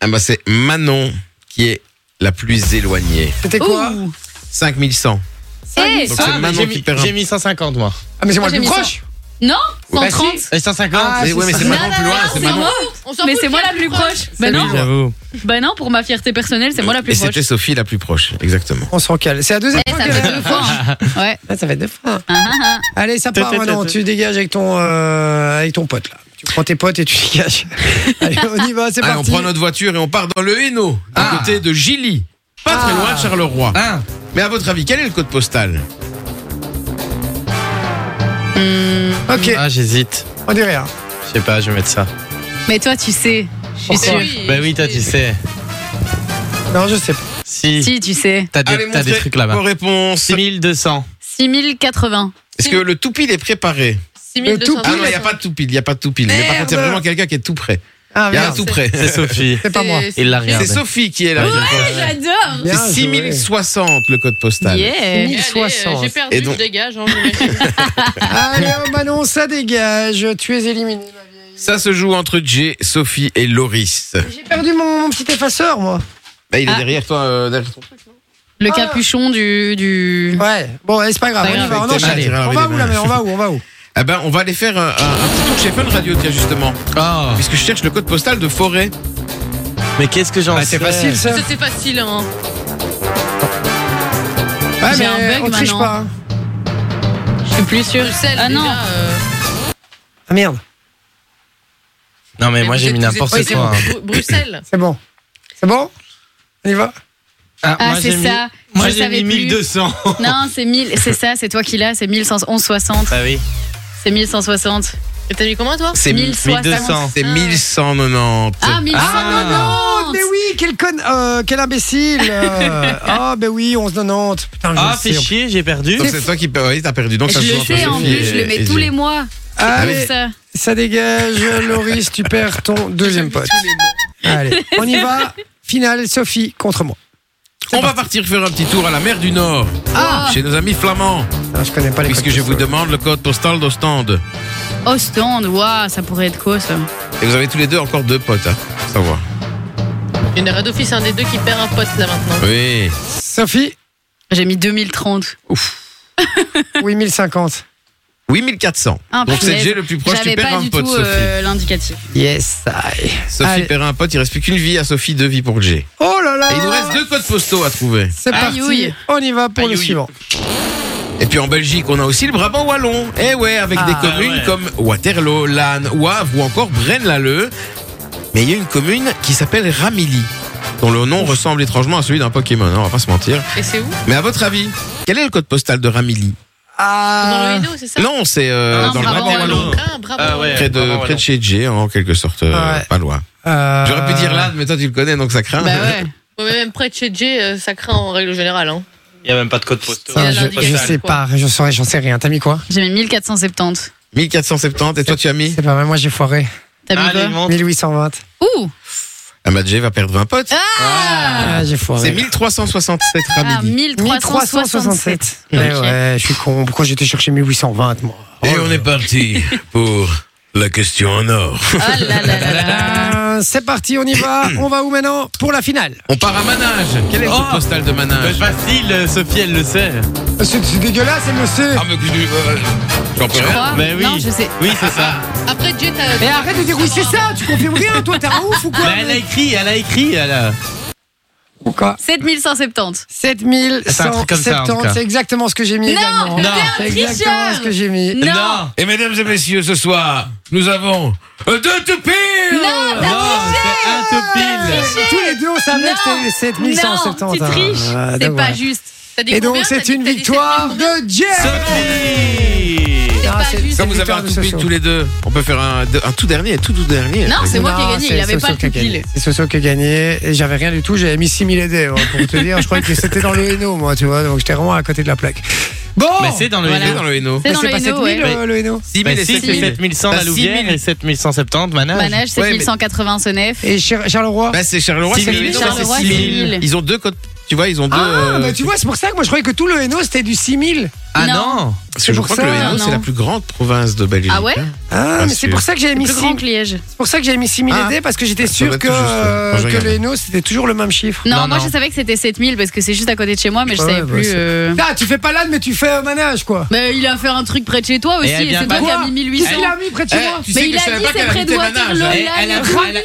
S7: Ah bah c'est Manon qui est la plus éloignée.
S3: C'était quoi
S5: Ouh.
S7: 5100.
S5: Eh,
S7: Donc c'est
S4: Ah, mais
S7: Manon
S4: j'ai
S7: qui
S4: mis,
S7: perd un
S4: j'ai mis 150, moi.
S3: Ah, mais c'est moi
S6: Moi,
S3: le plus
S6: j'ai mis
S3: proche.
S5: Non
S7: Bah
S5: 130
S4: Et 150
S3: Ah,
S7: Mais
S3: c'est
S7: ouais, mais
S3: ça.
S7: c'est Manon plus loin, c'est
S5: C'est
S7: Manon.
S5: moi
S6: Ah, On s'en
S5: Mais
S6: fout
S5: c'est
S6: de
S5: moi
S6: qui
S5: la
S6: est
S5: plus proche. Bah
S4: Oui,
S5: non,
S4: j'avoue.
S5: bah non, pour ma fierté personnelle, c'est moi la
S7: Et
S5: plus proche.
S7: c'était Sophie la plus proche, exactement.
S3: On s'en cale. C'est la deuxième
S5: Eh,
S3: fois
S5: ça
S3: que-
S5: fait deux fois. hein. *laughs* Ouais.
S3: Ah, ça fait deux fois.
S5: Ah, ah,
S3: Allez, ça
S4: Tut,
S3: part
S4: tut,
S3: maintenant.
S4: tut,
S3: Tu dégages avec ton, euh, avec ton pote là. Tu prends tes potes et tu *laughs* dégages. Allez, on y va, c'est
S7: Allez, on
S3: parti.
S5: Ah.
S7: prend notre voiture et on part dans le Hainaut, à côté de Gilly. Pas très loin de Charleroi.
S4: Ah,
S7: Mais à votre avis, quel est le code postal
S3: Ok,
S4: ah j'hésite.
S3: on dit rien.
S4: Je sais pas, je vais mettre ça.
S5: Mais toi, tu sais. Je suis
S3: Pourquoi
S5: sûre.
S4: Bah oui, toi tu sais.
S3: Non, je sais pas.
S4: Si,
S5: Si, tu sais.
S4: t'as des,
S7: Allez,
S4: t'as des
S7: montrez
S5: Ah
S4: trucs
S5: bah.
S7: Vos
S4: là-bas.
S7: réponses.
S4: 6200.
S5: 6080.
S7: Est-ce que le toupil est préparé Ah non, il n'y a
S6: 6200.
S7: pas de toupil, il n'y a pas de toupil. Mais par
S3: Merde.
S7: contre, il y a vraiment quelqu'un qui est tout prêt.
S3: Ah,
S7: Il y a un
S3: merde.
S7: tout prêt.
S4: C'est Sophie.
S3: C'est pas moi.
S4: Il l'a regardé.
S7: C'est Sophie qui est là. je crois.
S5: J'adore.
S3: Bien
S7: C'est
S3: joué.
S7: 6060 le code postal.
S5: Yeah.
S3: 1060.
S6: euh, J'ai
S7: Et
S6: perdu,
S7: donc-
S6: je dégage. hein,
S4: *laughs*
S6: j'imagine.
S3: Allez, oh, Manon, ça dégage. Tu es éliminé. ma vieille.
S7: Ça se joue entre Jay, Sophie et Loris.
S3: J'ai perdu mon, mon petit effaceur, moi.
S7: Bah, il est
S5: Ah.
S7: derrière toi. euh, derrière ton truc.
S5: Le
S3: Ah.
S5: capuchon du. du...
S3: Ouais, bon, allez, c'est pas grave.
S5: Pas
S3: on y
S5: grave.
S3: va, on enchaîne.
S7: Allez.
S3: On va où, là, mais on va où, on va où
S7: Eh ben, on va aller faire un, un- un petit tour chez Fun Radio, tiens, justement.
S5: Ah.
S4: Oh,
S7: Puisque je cherche le code postal de Forêt.
S4: mais qu'est-ce que j'en
S3: Ah,
S4: sais
S3: C'est facile, ça.
S6: Ça, c'est facile. hein.
S3: Ouais,
S5: J'ai un
S3: mais
S5: bug
S3: on triche
S5: maintenant.
S3: pas. hein.
S5: Je suis plus sûre.
S6: Bruxelles,
S5: Ah non.
S6: déjà, euh,
S3: Ah, merde,
S4: Non, mais moi
S6: vous
S4: j'ai
S6: êtes-
S4: mis
S6: vous êtes-
S4: n'importe
S6: vous êtes-
S4: quoi. hein.
S6: Bru- Bruxelles.
S3: c'est bon. C'est bon On y va
S5: Ah,
S4: moi, j'ai
S5: c'est
S4: mis-
S5: ça.
S4: Moi
S5: Je
S4: j'ai
S5: savais
S4: mis
S5: plus.
S4: 1200.
S5: Non, c'est 1000. C'est ça, c'est toi qui l'as. C'est 1160.
S4: Ah oui.
S5: C'est 1160.
S6: Et t'as mis comment toi
S7: C'est
S4: 1200.
S7: c'est 1190.
S5: Ah, 1160.
S3: Oh, mais oui, quel con. euh, quel
S7: *laughs*
S3: imbécile euh. Ah, ben oui, 1190. Putain, je
S4: Ah,
S3: le
S4: fait
S3: sais.
S4: chier, j'ai perdu.
S7: Donc c'est toi qui oui, t'as perdu. Donc ça se
S5: Je
S7: joue
S5: le
S7: entre
S5: sais en
S7: Sophie
S5: plus, je
S7: et-
S5: le mets
S7: et
S5: tous
S7: Jay.
S5: les mois.
S3: Allez,
S5: Comme ça.
S3: ça dégage. Loris, tu perds
S7: *laughs*
S3: ton deuxième pote. Allez, on y va. Finale, Sophie contre moi.
S7: On va partir faire un petit tour à la mer du Nord.
S5: Ah.
S7: Chez nos amis flamands.
S3: Ah, je connais pas les
S7: Puisque
S3: codes
S7: je vous
S3: postaux.
S7: demande le code postal d'Ostende.
S5: Oh, stand, waouh, ça pourrait être quoi ça
S7: Et vous avez tous les deux encore deux potes, hein, pour savoir.
S6: Il y en aura d'office un des deux qui perd un pote là maintenant.
S7: Oui.
S3: Sophie,
S5: J'ai mis 2030.
S3: oui,
S7: *laughs*
S3: 1050.
S7: 8400.
S5: Ah,
S7: Donc c'est
S5: punaise.
S7: Jay le plus proche, tu
S5: J'avais
S7: perds
S5: pas
S7: un
S5: du
S7: pote,
S5: tout
S7: Sophie.
S5: euh, l'indicatif.
S3: Yes, I.
S7: Sophie
S3: Allez.
S7: perd un pote, il reste plus qu'une vie à Sophie, deux vies pour Jay.
S3: Oh là là
S7: Et il nous reste deux codes postaux à trouver.
S3: C'est parti,
S5: Aïe, ouïe.
S3: on y va pour le
S4: Aïe, ouïe.
S3: suivant.
S7: Et puis en Belgique, on a aussi le Brabant Wallon. Eh ouais, avec des
S3: Ah,
S7: communes
S4: ouais.
S7: comme Waterloo, Lannes, Wavre ou encore Braine-l'Alleud. Mais il y a une commune qui s'appelle Ramilly, dont le nom ressemble étrangement à celui d'un Pokémon, hein, on va pas se mentir.
S6: Et c'est où
S7: Mais à votre avis, quel est le code postal de Ramilly
S6: Dans le
S3: Ah,
S6: Hainaut, c'est ça
S7: Non, c'est euh,
S4: Non,
S7: dans le
S5: Brabant
S7: Brabant Wallon.
S4: Wallon.
S6: Ah, bravo.
S4: Ah ouais.
S7: Près de,
S4: Brabant
S7: près de
S4: Wallon.
S7: chez Jay, hein, en quelque sorte, euh,
S3: Ouais.
S7: pas loin.
S3: euh,
S7: J'aurais pu dire Lannes, mais toi tu le connais, donc ça craint.
S5: Bah
S7: *laughs*
S5: ouais.
S6: Ouais, mais même près de chez Jay, euh, ça craint en règle générale. Hein.
S4: Il n'y a même pas de code postal.
S3: ça,
S6: Il y a
S3: je, je
S6: l'indicatif,
S3: sais
S6: quoi.
S3: pas, je saurais, j'en sais rien. T'as mis quoi
S5: J'ai mis 1470.
S7: 1470, et toi tu as mis
S3: C'est pas mal, moi j'ai foiré.
S5: T'as mis
S4: Ah, Allez,
S5: quoi
S4: montre.
S3: 1820.
S5: Ouh
S7: Ah bah Jay va perdre 20 potes.
S3: Ah, j'ai foiré.
S7: C'est 1367
S5: Ah,
S7: Ramilly.
S5: 1367.
S3: Eh
S5: Ok.
S3: ouais, je suis con. Pourquoi j'étais chercher 1820, moi
S7: Et on est
S5: *laughs*
S7: parti pour la question en or.
S5: Ah là là là là.
S7: *laughs*
S3: Euh, C'est parti, on y
S5: *coughs*
S3: va. on va où maintenant Pour la finale.
S7: On part à Manage. Quel est le
S4: Oh.
S7: code postal de
S5: Bah,
S7: Manage
S4: facile, euh, Sophie, elle le sait.
S3: Euh, C'est c'est dégueulasse,
S4: Ah.
S3: monsieur.
S7: mais que euh, j'en peux
S5: Je
S7: rien.
S5: crois.
S4: Mais Ben oui.
S5: Ah, Non, je sais. Ah,
S4: Oui, c'est ça.
S6: Après Jay, t'as.
S3: Mais arrête de dire oui, c'est ça. Tu confirmes rien, toi, t'es un ouf ou quoi
S4: Mais Ben, elle a écrit, elle a écrit, elle a.
S3: Ou quoi
S5: 7170.
S4: C'est un truc comme ça, en tout
S3: 7170,
S4: cas.
S3: c'est exactement ce que j'ai mis
S5: Non,
S3: également.
S5: t'es un
S3: c'est exactement
S5: tricheur.
S3: ce que j'ai mis.
S5: Non
S7: Et mesdames et messieurs, ce soir, nous avons euh, deux toupirs.
S5: Non,
S4: Non,
S5: t'as
S4: Oh, c'est un topil.
S3: Tous les deux, on savait
S5: Non.
S3: que c'était 7170.
S5: Non, tu
S3: hein.
S5: triches.
S3: Ah,
S5: C'est
S3: donc
S5: pas
S3: voilà.
S5: juste.
S6: t'as dit
S3: Et donc,
S6: combien
S3: c'est
S6: T'as dit-
S3: une
S6: t'as dit-
S3: victoire de Jay.
S4: Sophie
S5: C'est
S3: Ah,
S5: pas
S3: c'est-
S5: juste.
S7: Comme vous avez
S3: victoire
S7: un
S3: de
S7: toupil
S3: Soso.
S7: tous les deux, on peut faire un, un tout dernier, tout tout dernier.
S5: Non, c'est moi qui ai
S3: Non,
S5: gagné.
S3: c'est
S5: Il avait
S3: Soso
S5: pas le
S3: qui a
S5: pupille.
S3: gagné. C'est Soso qui a gagné. Et j'avais rien du tout. J'avais mis 6000 aidés, hein, pour te dire. Je croyais que c'était dans le Hainaut, moi, tu vois. Donc, j'étais vraiment à côté de la plaque. Bon.
S4: Mais Ben, c'est dans le
S5: Voilà.
S7: C'est dans le Hainaut.
S5: C'est dans
S3: Mais
S5: le
S3: pas
S5: Hainaut,
S3: 7000,
S5: ouais.
S3: euh, le Hainaut.
S7: 6 000
S4: Bah,
S7: et
S4: si,
S7: 7
S4: c'est
S7: 000.
S4: 7100
S7: Bah,
S4: la
S7: 6 000.
S4: Louvière et 7170 Manage.
S5: Manage,
S7: Ouais, mais-
S5: 7180 Senef.
S3: Et Char- Charleroi.
S7: Bah, c'est Charleroi,
S4: Six
S7: c'est le
S4: mille,
S7: Hainaut,
S4: Charleroi,
S7: mais c'est
S4: six
S7: 6 000.
S5: mille.
S7: Ils ont deux codes, tu vois, ils ont deux.
S3: ah,
S7: euh,
S3: bah, tu vois, c'est pour ça que moi, je croyais que tout le Hainaut, c'était du 6000.
S4: Ah
S5: Non.
S4: non
S7: Parce que je
S3: pour
S7: crois
S3: ça,
S7: que le Hainaut,
S5: non.
S7: c'est la plus grande province de Belgique.
S5: Ah ouais
S7: hein.
S3: Ah,
S7: Pas
S3: mais c'est
S7: sûr.
S3: pour ça que j'avais mis
S5: Plus
S3: 6000.
S5: grand que Liège.
S3: C'est pour ça que j'avais mis 6000
S7: Ah.
S3: aidés parce que j'étais
S7: Ça
S3: sûr
S7: doit être
S3: que,
S7: tout juste, ouais.
S3: euh,
S7: Moi, je
S3: que
S7: regarde.
S3: le Hainaut c'était toujours le même chiffre.
S5: Non,
S4: Non,
S5: moi
S4: non.
S5: je savais que c'était 7000 parce que c'est juste à côté de chez moi, mais je
S3: Ouais,
S5: savais
S3: bah,
S5: plus.
S3: c'est-
S5: euh,
S3: Ah, tu fais pas l'âne, mais tu fais un manège quoi.
S5: Mais il a fait un truc près de chez toi aussi,
S4: elle
S5: et,
S4: vient
S5: c'est
S4: pas.
S5: toi qui as
S3: Quoi
S5: mis
S3: Qui
S5: 1800.
S3: c'est l'a mis près de chez
S7: Eh,
S3: moi
S7: tu sais
S5: Mais
S7: que
S5: il
S7: je
S5: a
S7: savais
S5: dit
S7: pas
S5: c'est
S7: qu'elle
S5: près de
S7: habitait Manage.
S5: Waterloo.
S4: Elle- elle a-
S5: là,
S4: elle a-
S3: Ramilly,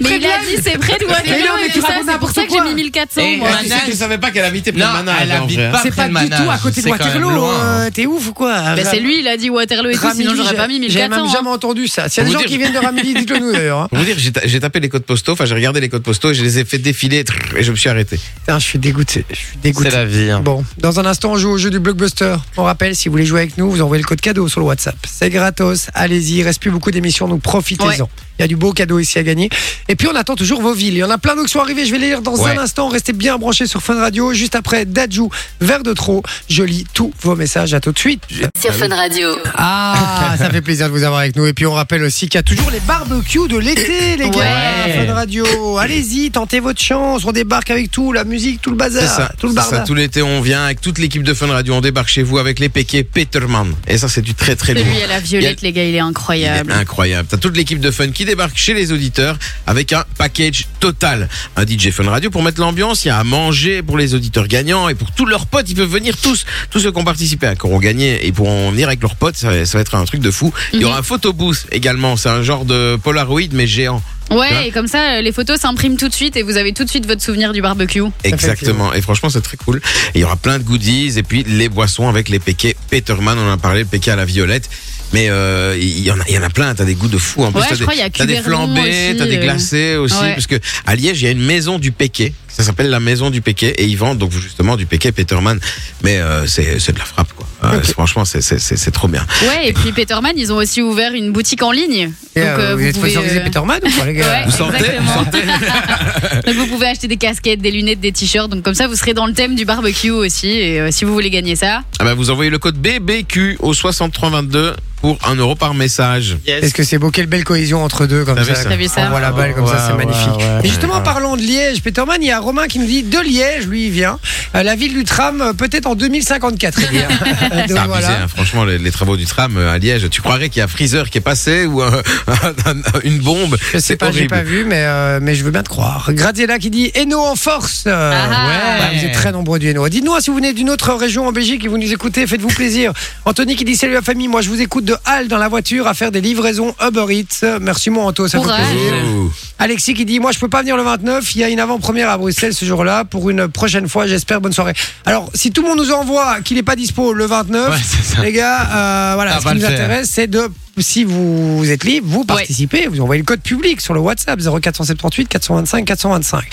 S3: près
S5: Mais
S3: de
S5: il a
S3: l'âne.
S5: dit c'est près de
S3: Mais non,
S5: Waterloo.
S3: mais
S5: et
S3: tu
S5: ça,
S3: racontes
S5: C'est pour
S3: n'importe
S5: ça que
S3: quoi.
S5: j'ai mis 400,
S4: Et
S5: moi.
S4: un
S7: Tu sais, tu savais pas qu'elle habitait près de
S4: Non,
S7: Manas,
S4: elle
S7: en vrai,
S4: habite
S7: hein.
S4: pas
S3: C'est
S4: près
S3: pas
S4: de
S3: du tout à
S4: Manas,
S3: côté de
S4: c'est quand même
S3: Waterloo.
S4: loin.
S3: hein. T'es ouf ou quoi
S5: Bah, c'est lui, il a dit Waterloo et tout, sinon
S3: Ramilly,
S5: j'aurais
S3: j'ai-
S5: pas mis
S3: J'ai même
S5: 1400.
S3: jamais entendu ça. S'il y a des
S7: Pour
S3: gens
S7: vous
S3: qui
S7: dire-
S3: viennent de
S4: *laughs*
S3: Ramilly, dites-le nous d'ailleurs. hein.
S7: Pour vous dire, j'ai ta- j'ai tapé les codes postaux, enfin j'ai regardé les codes postaux et je les ai fait défiler trrr, et je me suis arrêté.
S3: Putain, je suis dégoûté. Je suis
S4: C'est
S3: dégoûté.
S4: la vie. hein.
S3: Bon, dans un instant, on joue au jeu du blockbuster. On rappelle, si vous voulez jouer avec nous, vous envoyez le code cadeau sur le WhatsApp. C'est gratos, allez-y, il reste plus beaucoup d'émissions, donc profitez-en.
S6: Ouais.
S3: Il y a du beau cadeau ici à gagner. Et puis, on attend toujours vos villes. Il y en a plein d'autres qui sont arrivés, je vais les lire dans
S4: Ouais.
S3: un instant. Restez bien branchés sur Fun Radio. Juste après, Dadju, Vert de Trop. Je lis tous vos messages. À tout de suite.
S1: Sur Fun Radio.
S3: *laughs* Ah, ça fait plaisir de vous avoir avec nous. Et puis on rappelle aussi qu'il y a toujours les barbecues de *laughs* l'été, les gars.
S4: Ouais.
S3: Fun Radio, allez-y, tentez votre chance. On débarque avec tout, la musique, tout le bazar,
S7: C'est ça,
S3: tout le
S7: c'est ça.
S3: bazar.
S7: Tout l'été, on vient avec toute l'équipe de Fun Radio, on débarque chez vous avec les PK Peterman. Et ça, c'est du très très lourd.
S5: Celui à la violette, les gars, il est
S7: Il est
S5: incroyable.
S7: incroyable. T'as toute l'équipe de Fun qui débarque chez les auditeurs avec un package total. Un DJ Fun Radio pour mettre l'ambiance, il y a à manger pour les auditeurs gagnants et pour tous leurs potes, ils peuvent venir tous, tous ceux qui ont participé, hein, qui auront gagné et pourront venir avec leurs potes, ça, va- ça va être un truc de fou. Il y aura un photobooth également, c'est un genre de Polaroid mais géant.
S5: Ouais, et comme ça, euh, les photos s'impriment tout de suite et vous avez tout de suite votre souvenir du barbecue.
S7: Exactement. Et franchement, c'est très cool. Et il y aura plein de goodies et puis les boissons avec les PK Peterman. On en a parlé, le PK à la violette. Mais euh, il y, en a, il y en a plein. T'as des goûts de fou. En plus,
S5: Ouais,
S7: t'as
S5: je
S7: des,
S5: crois, il y a
S7: t'as des
S5: Cubernon
S7: flambés,
S5: aussi,
S7: t'as des
S5: euh.
S7: glacés aussi.
S5: Ouais.
S7: Parce que à Liège, il y a une maison du PK. Ça s'appelle la maison du PK et ils vendent donc justement du PK Peterman. Mais euh, c'est c'est de la frappe quoi. Euh,
S3: Ok.
S7: Franchement, c'est- c'est c'est- c'est trop bien.
S5: Ouais, et puis Peterman, ils ont aussi ouvert une boutique en ligne.
S3: Et, euh,
S5: Donc, euh,
S3: vous, êtes
S5: vous pouvez.
S3: sponsorisé
S5: euh,
S3: Peterman ou pas, les gars
S5: Ouais,
S7: Vous sentez
S5: exactement. *laughs* donc vous pouvez acheter des casquettes, des lunettes, des t-shirts. Donc comme ça, vous serez dans le thème du barbecue aussi. Et euh, si vous voulez gagner ça,
S7: Ah bah, vous envoyez le code BBQ au 6322 pour un euro par message.
S4: Yes.
S3: Est-ce que c'est beau Quelle belle cohésion entre deux comme
S7: T'as
S3: ça.
S7: vu ça
S5: T'as vu ça
S3: On voit la balle comme ça, c'est
S4: Ouais,
S3: magnifique.
S4: ouais, ouais.
S3: Et justement, parlant de Liège, Peterman, il y a Romain qui nous dit de Liège, lui, il vient. Euh, la ville du tram, euh, peut-être en 2054. il *laughs* vient. eh Euh, Donc,
S7: C'est abusé,
S3: voilà.
S7: hein. franchement, les, les travaux du tram euh, à Liège. Tu croirais qu'il y a un freezer qui est passé ou un- *laughs* un- un- une bombe
S3: Je sais
S7: C'est
S3: pas, j'ai
S7: horrible.
S3: pas vu, mais, euh, mais je veux bien te croire. Graziella qui dit Eno en force. Euh,
S5: Ah ah.
S3: bah, vous êtes très nombreux du Eno. Dites-nous hein, si vous venez d'une autre région en Belgique et vous nous écoutez, faites-vous plaisir. *laughs* Anthony qui dit Salut la famille, moi je vous écoute de Halle dans la voiture à faire des livraisons Uber Eats. Merci mon Anto, ça fait
S5: Courage.
S3: plaisir.
S7: Ouh.
S3: Alexis qui dit Moi, je peux pas venir le 29. Il y a une avant-première à Bruxelles ce jour-là. Pour une prochaine fois, j'espère. Bonne soirée. Alors, si tout le monde nous envoie qu'il n'est pas dispo le 29,
S4: Ouais, c'est ça.
S3: les gars, euh, voilà,
S4: Ah,
S3: ce
S4: va
S3: qui
S4: le
S3: nous
S4: faire.
S3: intéresse, c'est de. Si vous vous êtes libre, vous participez. Vous envoyez le code public sur le WhatsApp 0478 425 425.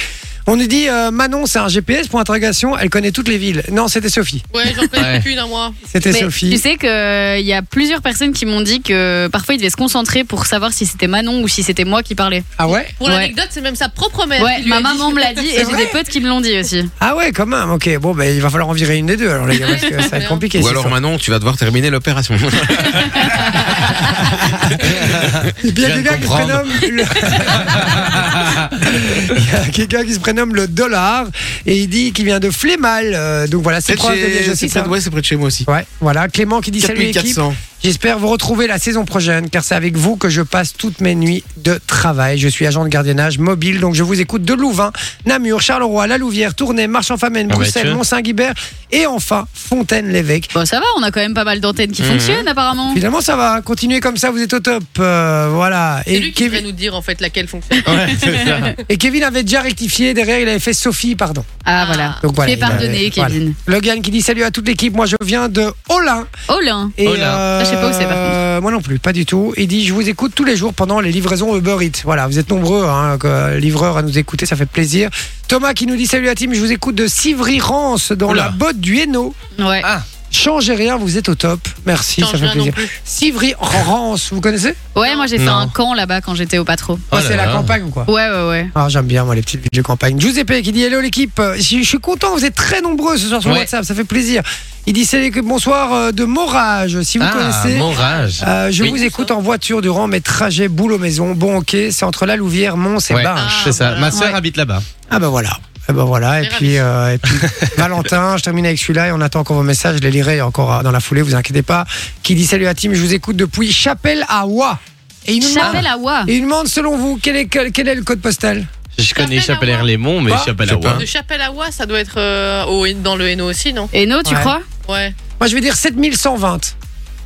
S3: On nous dit euh, Manon, c'est un GPS pour interrogation. Elle connaît toutes les villes. Non, c'était Sophie.
S6: Ouais, j'en
S4: Ouais.
S6: connais qu'une à moi.
S3: C'était
S5: Mais
S3: Sophie.
S5: tu sais qu'il y a plusieurs personnes qui m'ont dit que parfois ils devaient se concentrer pour savoir si c'était Manon ou si c'était moi qui parlais.
S3: Ah ouais
S6: Pour
S5: Ouais.
S6: l'anecdote, c'est même sa propre mère.
S5: Ouais,
S6: qui lui a
S5: ma
S6: dit.
S5: maman
S6: *laughs*
S5: me l'a dit et j'ai des potes qui me l'ont dit aussi.
S3: Ah ouais, quand même. Ok, bon, ben, il va falloir en virer une des deux. Alors, les gars, parce que ça va
S4: *laughs*
S3: être compliqué.
S7: Ou
S3: cette
S7: alors
S3: histoire.
S7: Manon, tu vas devoir terminer l'opération.
S3: Il y a
S4: Je viens de
S3: quelqu'un qui se
S4: comprendre.
S3: prénomme le... *laughs* Il y a quelqu'un qui se prénomme le dollar et il dit qu'il vient de Flémal. euh, donc voilà, c'est
S7: C'est
S3: proche de Liège
S7: chez-
S3: aussi,
S7: c'est
S3: ça.
S7: près de- ouais, c'est près de chez moi aussi.
S3: Ouais, voilà. Clément qui dit salut équipe.
S7: 4400.
S3: J'espère vous retrouver la saison prochaine car c'est avec vous que je passe toutes mes nuits de travail. Je suis agent de gardiennage mobile donc je vous écoute de Louvain, Namur, Charleroi, La Louvière, Tournai, Marche-en-Famenne,
S4: Ah bah, tu
S3: Bruxelles,
S4: vois.
S3: Mont-Saint-Guibert et enfin Fontaine-l'Évêque.
S5: Bon, ça va, on a quand même pas mal d'antennes qui
S7: Mhm.
S5: fonctionnent apparemment.
S3: Finalement ça va, continuez comme ça, vous êtes au top. Euh, voilà.
S6: C'est lui qui
S3: Kevin-
S6: va nous dire en fait laquelle fonctionne.
S4: *laughs* Ouais, c'est ça.
S3: Et Kevin avait déjà rectifié, derrière il avait fait Sophie, pardon.
S5: Ah voilà.
S3: Donc voilà,
S5: Tu es
S3: il avait-
S5: pardonné,
S3: voilà.
S5: Kevin.
S3: Logan qui dit salut à toute l'équipe, moi je viens de Olin.
S5: Oh là.
S3: Et
S4: Olin.
S5: Ah, je sais pas où c'est, par
S3: euh, Moi non plus, pas du tout. Il dit je vous écoute tous les jours pendant les livraisons Uber Eats. Voilà, vous êtes nombreux, hein, que- livreurs à nous écouter, ça fait plaisir. Thomas qui nous dit salut à Tim, je vous écoute de Civry-Rance dans
S4: Oula.
S3: la botte du Hainaut.
S5: Ouais.
S4: Ah.
S3: Changez rien, vous êtes au top. Merci,
S6: Change
S3: ça fait
S6: rien non
S3: plaisir.
S6: plus.
S3: Civry-Rance, vous connaissez
S5: Ouais, moi j'ai fait
S4: Non.
S5: un camp là-bas quand j'étais au patro.
S4: Oh
S3: Ah,
S4: là
S3: C'est la
S4: là.
S3: campagne ou quoi
S5: Ouais, ouais, ouais.
S3: Ah, j'aime bien, moi, les petites villes de campagne. Giuseppe qui dit Hello, l'équipe. Euh, Je je suis content, vous êtes très nombreux ce soir sur le
S4: Ouais.
S3: WhatsApp, ça fait plaisir. Il dit c'est que bonsoir euh, de Morage. Si vous
S4: Ah,
S3: connaissez,
S4: mon rage.
S3: euh, je
S4: Oui.
S3: vous écoute en voiture durant mes trajets boulot-maison. Bon, ok, c'est entre la Louvière, Mons et
S4: Ouais,
S3: Bain.
S4: c'est ça.
S6: voilà.
S4: Ma sœur
S3: Ouais.
S4: habite là-bas.
S3: Ah, ben voilà. Eh ben voilà, et
S6: Très
S3: puis, euh, et
S4: *laughs*
S3: puis Valentin, je termine avec celui-là et on attend encore vos messages, je les lirai encore euh, dans la foulée, vous inquiétez pas. Qui dit salut à Tim, je vous écoute depuis Chapelle à Oua. Et il nous demande-
S5: Chapelle à Wa.
S3: et il nous demande selon vous quel est, quel est le code postal
S4: Je connais
S6: Chapelle à Rouen.
S4: Chapelle-Erlémont, mais
S3: Ah,
S4: Chapelle
S7: je
S4: à
S7: sais pas.
S4: Rouen.
S6: De Chapelle à Oie, ça doit être euh, au- dans le Hainaut aussi, non
S5: Et non, tu
S3: Ouais.
S5: crois
S6: Ouais.
S3: Moi je vais dire 7120.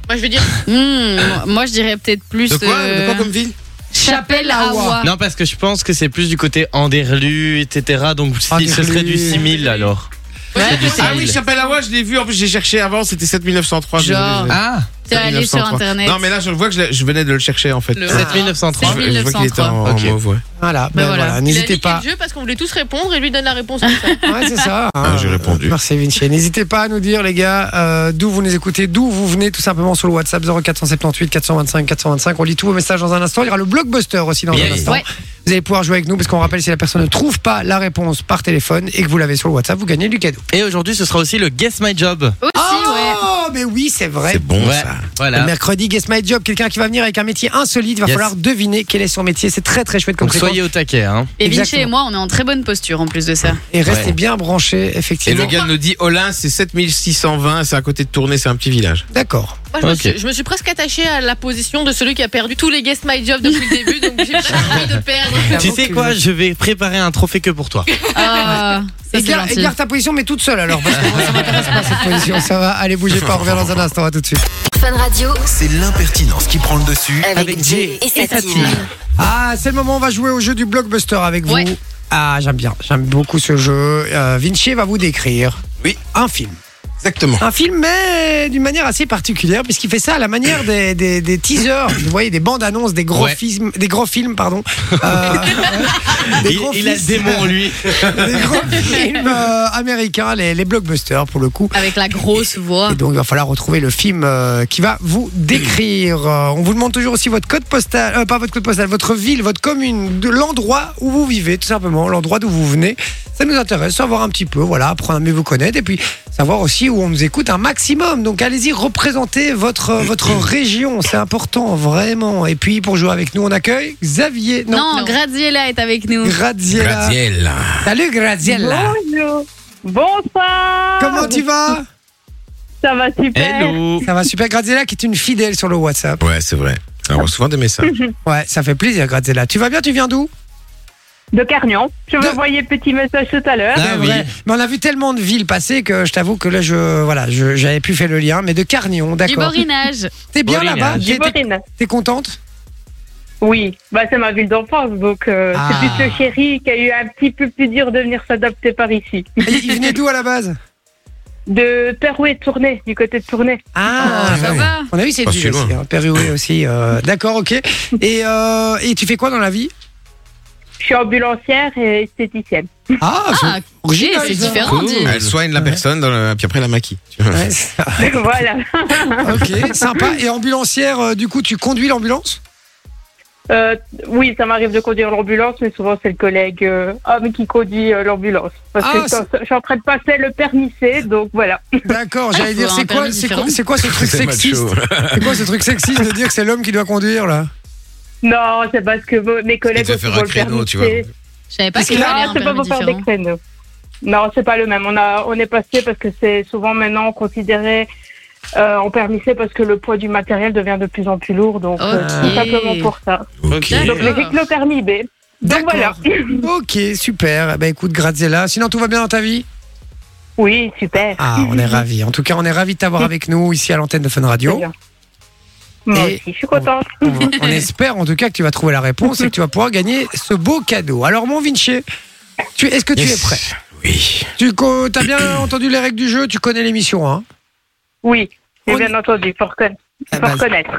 S6: Moi je vais dire
S5: *laughs* Hmm, Moi je dirais peut-être plus.
S7: De quoi
S5: euh,
S7: De quoi comme ville
S5: Chapelle Hawa.
S4: Non, parce que je pense que c'est plus du côté Anderlu, etc. Donc si-
S3: Anderlu.
S4: ce serait du 6000 alors.
S6: Ouais,
S4: du
S6: je
S4: sale.
S6: sais.
S7: Ah *laughs* oui, Chapelle à Oie, je l'ai vu. En plus, j'ai cherché avant, c'était 7903. je suis
S6: Genre.
S7: désolé.
S4: Ah
S5: T'es allé sur
S7: 7903.
S5: internet.
S7: Non, mais là, je vois que je, l'ai- je venais de le chercher en fait.
S6: Le-
S7: Je-
S4: 7903.
S7: je vois qu'il était en, en
S4: Ok.
S7: mauve, ouais.
S3: Voilà, ben
S5: Ben
S3: voilà,
S5: voilà. Il a
S6: Il a
S3: n'hésitez
S6: niqué
S3: pas.
S6: le jeu parce qu'on voulait tous répondre et lui donne la réponse comme ça.
S3: Ouais, c'est
S7: *laughs*
S3: ça. hein.
S7: j'ai répondu.
S3: Merci Vinci. N'hésitez pas à nous dire, les gars, euh, d'où vous nous écoutez, d'où vous venez, tout simplement sur le WhatsApp 0478 425 425. On lit tous vos messages dans un instant. Il y aura le blockbuster aussi dans
S4: Bien.
S3: un instant.
S5: Ouais.
S3: Vous allez pouvoir jouer avec nous parce qu'on rappelle si la personne ne trouve pas la réponse par téléphone et que vous l'avez sur le WhatsApp, vous gagnez du cadeau.
S4: Et aujourd'hui, ce sera aussi le Guess My Job.
S5: Aussi, Ah, ouais.
S3: Oh, mais oui, c'est vrai.
S7: C'est bon
S4: Ouais,
S7: ça.
S4: Voilà.
S3: Mercredi, Guess My Job, quelqu'un qui va venir avec un métier insolite, va
S4: Yes.
S3: falloir deviner quel est son métier. C'est très très chouette comme
S4: Donc
S3: séquence.
S4: soyez au taquet. Hein.
S5: Et Vinci
S3: Exactement.
S5: et moi, on est en très bonne posture en plus de ça.
S3: Et restez
S4: Ouais.
S3: bien branchés,
S7: Et
S3: effectivement.
S7: le gars nous dit Olin, c'est 7620, c'est à côté de Tournai, c'est un petit village.
S3: D'accord.
S6: Moi, je, me
S4: Ok.
S6: suis, je me suis presque attachée à la position de celui qui a perdu tous les Guest My Job depuis le début, donc j'ai pas
S3: *laughs*
S6: envie de perdre.
S4: Tu
S3: J'avoue
S4: sais
S3: que-
S4: quoi Je vais préparer *laughs* un trophée que pour toi.
S5: Ah, *laughs* ça, c'est
S3: Égare,
S5: gentil.
S3: égare ta position, mais toute seule alors, parce que moi, ça m'intéresse pas cette position. Ça va, allez, bougez pas, on revient dans un instant, à tout de suite.
S1: Fun Radio
S2: C'est l'impertinence qui prend le dessus.
S1: avec,
S4: Avec
S1: Jay et sa team.
S3: Ah, c'est le moment, on va jouer au jeu du blockbuster avec vous.
S5: Ouais.
S3: Ah, j'aime bien, j'aime beaucoup ce jeu. Euh, Vinci va vous décrire.
S7: Oui.
S3: Un film.
S7: Exactement.
S3: Un film, mais d'une manière assez particulière, puisqu'il fait ça à la manière des, des, des teasers, vous voyez, des bandes annonces, des gros
S4: Ouais.
S3: films, des gros films,
S4: *laughs*
S3: pardon. Euh, des
S4: Il,
S3: gros
S4: il a le
S3: fils-
S4: démon, lui.
S3: des
S4: *laughs*
S3: gros films euh, américains, les, les blockbusters pour le coup.
S5: Avec la grosse voix.
S3: Et donc, il va falloir retrouver le film euh, qui va vous décrire. Euh, on vous demande toujours aussi votre code postal, euh, pas votre code postal, votre ville, votre commune, de l'endroit où vous vivez, tout simplement, l'endroit d'où vous venez. Ça nous intéresse, savoir un petit peu, voilà, apprendre à mieux vous connaître et puis savoir aussi où on nous écoute un maximum. Donc, allez-y, représentez votre, euh, votre région, c'est important, vraiment. Et puis, pour jouer avec nous, on accueille Xavier. Non,
S5: Non,
S6: Non.
S5: Graziella est avec nous.
S3: Graziella.
S7: Gradiel.
S3: Salut Graziella.
S8: Bonjour. Bonsoir.
S3: Comment tu vas
S8: Ça va super.
S4: Hello.
S3: Ça va super. Graziella qui est une fidèle sur le WhatsApp.
S7: Ouais, c'est vrai. On reçoit souvent des messages.
S3: Ouais, ça fait plaisir, Graziella. Tu vas bien Tu viens d'où
S8: De Carnion. Je
S3: De-
S8: vous voyais petit message tout à l'heure.
S4: Ah
S3: C'est
S4: oui.
S3: Ben, vrai. Mais on a vu tellement de villes passer que je t'avoue que là, je voilà, je- j'avais plus fait le lien. Mais de Carnion,
S5: Du
S3: d'accord.
S5: borinage.
S3: T'es bien
S4: Borinage.
S7: hein.
S3: là-bas T'es-
S8: Du
S3: T'es
S8: Borin.
S3: t'es
S5: *laughs*
S3: contente
S8: Oui, bah, c'est ma ville d'enfance, donc euh,
S3: Ah.
S8: c'est plus le chéri qui a eu un petit peu plus dur de venir s'adapter par ici.
S3: Et Il venait d'où à la base
S8: De Perouet Tournai, du côté de Tournai.
S3: Ah,
S5: Ça
S3: ouais.
S5: va
S3: On a vu c'est
S7: Pas
S3: du
S7: si
S3: aussi,
S7: loin.
S3: hein,
S7: *laughs*
S3: Péroué aussi. euh, d'accord, ok. Et, euh, et tu fais quoi dans la vie
S8: Je suis ambulancière et esthéticienne.
S3: Ah, c'est
S5: Ah, ok,
S3: original,
S5: c'est
S3: ça.
S5: différent,
S4: Cool.
S5: dit.
S7: Elle soigne la personne, dans le- puis après elle la maquille.
S3: Ouais, ça-
S8: *laughs* voilà.
S5: Ah.
S3: ok, sympa. Et ambulancière, euh, du coup, tu conduis l'ambulance
S8: Euh, oui, ça m'arrive de conduire l'ambulance, mais souvent c'est le collègue euh, homme qui conduit euh, l'ambulance. Parce
S3: Ah,
S8: que je suis en- je suis en train de passer le permis C, donc voilà.
S3: D'accord, j'allais
S5: Ah, faut
S3: dire,
S5: un
S3: c'est quoi,
S5: permis
S3: c'est quoi,
S5: différent.
S3: c'est quoi
S7: *laughs*
S3: ce truc
S7: C'est
S3: sexiste
S7: macho.
S3: C'est quoi ce truc sexiste de dire que c'est l'homme qui doit conduire là
S8: Non, c'est parce que vos- mes collègues
S7: doit faire
S8: aussi
S7: un
S8: vont le
S7: créneau,
S8: permis,
S7: tu vois.
S8: c'est-
S5: Je savais pas
S8: Non,
S5: qu'il fallait un
S8: c'est pas
S5: permis
S8: pour faire
S5: différent.
S8: des créneaux. Non, c'est pas le même. On a, on est passé parce que c'est souvent maintenant considéré euh, en permis C parce que le poids du matériel devient de plus en plus lourd, donc euh,
S5: Ok.
S8: tout simplement pour ça. Donc
S7: Ok.
S5: D'accord.
S8: mais j'ai que le permis B. Donc voilà.
S3: D'accord. Ok, super. Eh ben, écoute, Graziella, sinon tout va bien dans ta vie
S8: *laughs* Oui, super.
S3: Ah, on est ravis. En tout cas, on est ravis de t'avoir avec nous ici à l'antenne de Fun Radio.
S8: Bien. Moi
S3: Et-
S8: aussi, je suis contente.
S3: On, va- on espère en tout cas que tu vas trouver la réponse et que tu vas pouvoir gagner ce beau cadeau. Alors, mon Vinci, tu, est-ce que tu
S7: Yes.
S3: es prêt
S7: *laughs* Oui.
S3: Tu co- t'as bien entendu les règles du jeu, tu connais l'émission. Hein
S8: Oui, j'ai
S3: On-
S8: bien entendu, pour, reconna-
S3: Ah,
S8: pour
S3: bah,
S8: reconnaître.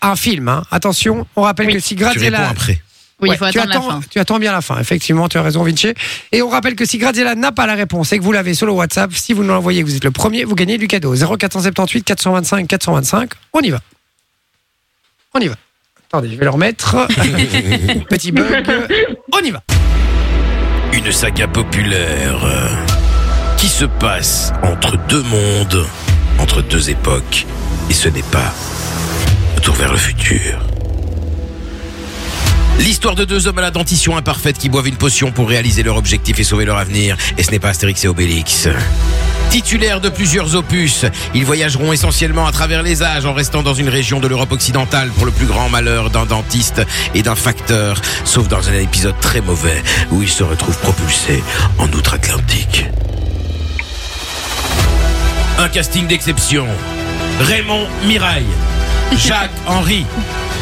S3: Un film, hein. attention, on rappelle que si
S7: Tu réponds
S3: Graziella...
S7: après.
S5: Oui,
S3: Ouais,
S5: il faut
S3: tu,
S5: attendre la
S3: attends,
S5: fin.
S3: tu attends bien la fin, effectivement, tu as raison Vinci. Et on rappelle que si Graziella n'a pas la réponse et que vous l'avez sur le WhatsApp, si vous nous l'envoyez et que vous êtes le premier, vous gagnez du cadeau. 0478 425 425, on y va. On y va. Attendez, je vais le
S4: *laughs*
S3: remettre. Petit bug. On y va.
S7: Une saga populaire euh, qui se passe entre deux mondes, entre deux époques, et ce n'est pas Retour vers le futur. L'histoire de deux hommes à la dentition imparfaite qui boivent une potion pour réaliser leur objectif et sauver leur avenir, et ce n'est pas Astérix et Obélix. Titulaires de plusieurs opus, ils voyageront essentiellement à travers les âges en restant dans une région de l'Europe occidentale pour le plus grand malheur d'un dentiste et d'un facteur, sauf dans un épisode très mauvais où ils se retrouvent propulsés en outre-Atlantique. Un casting d'exception. Raymond Mirail, Jacques Henry,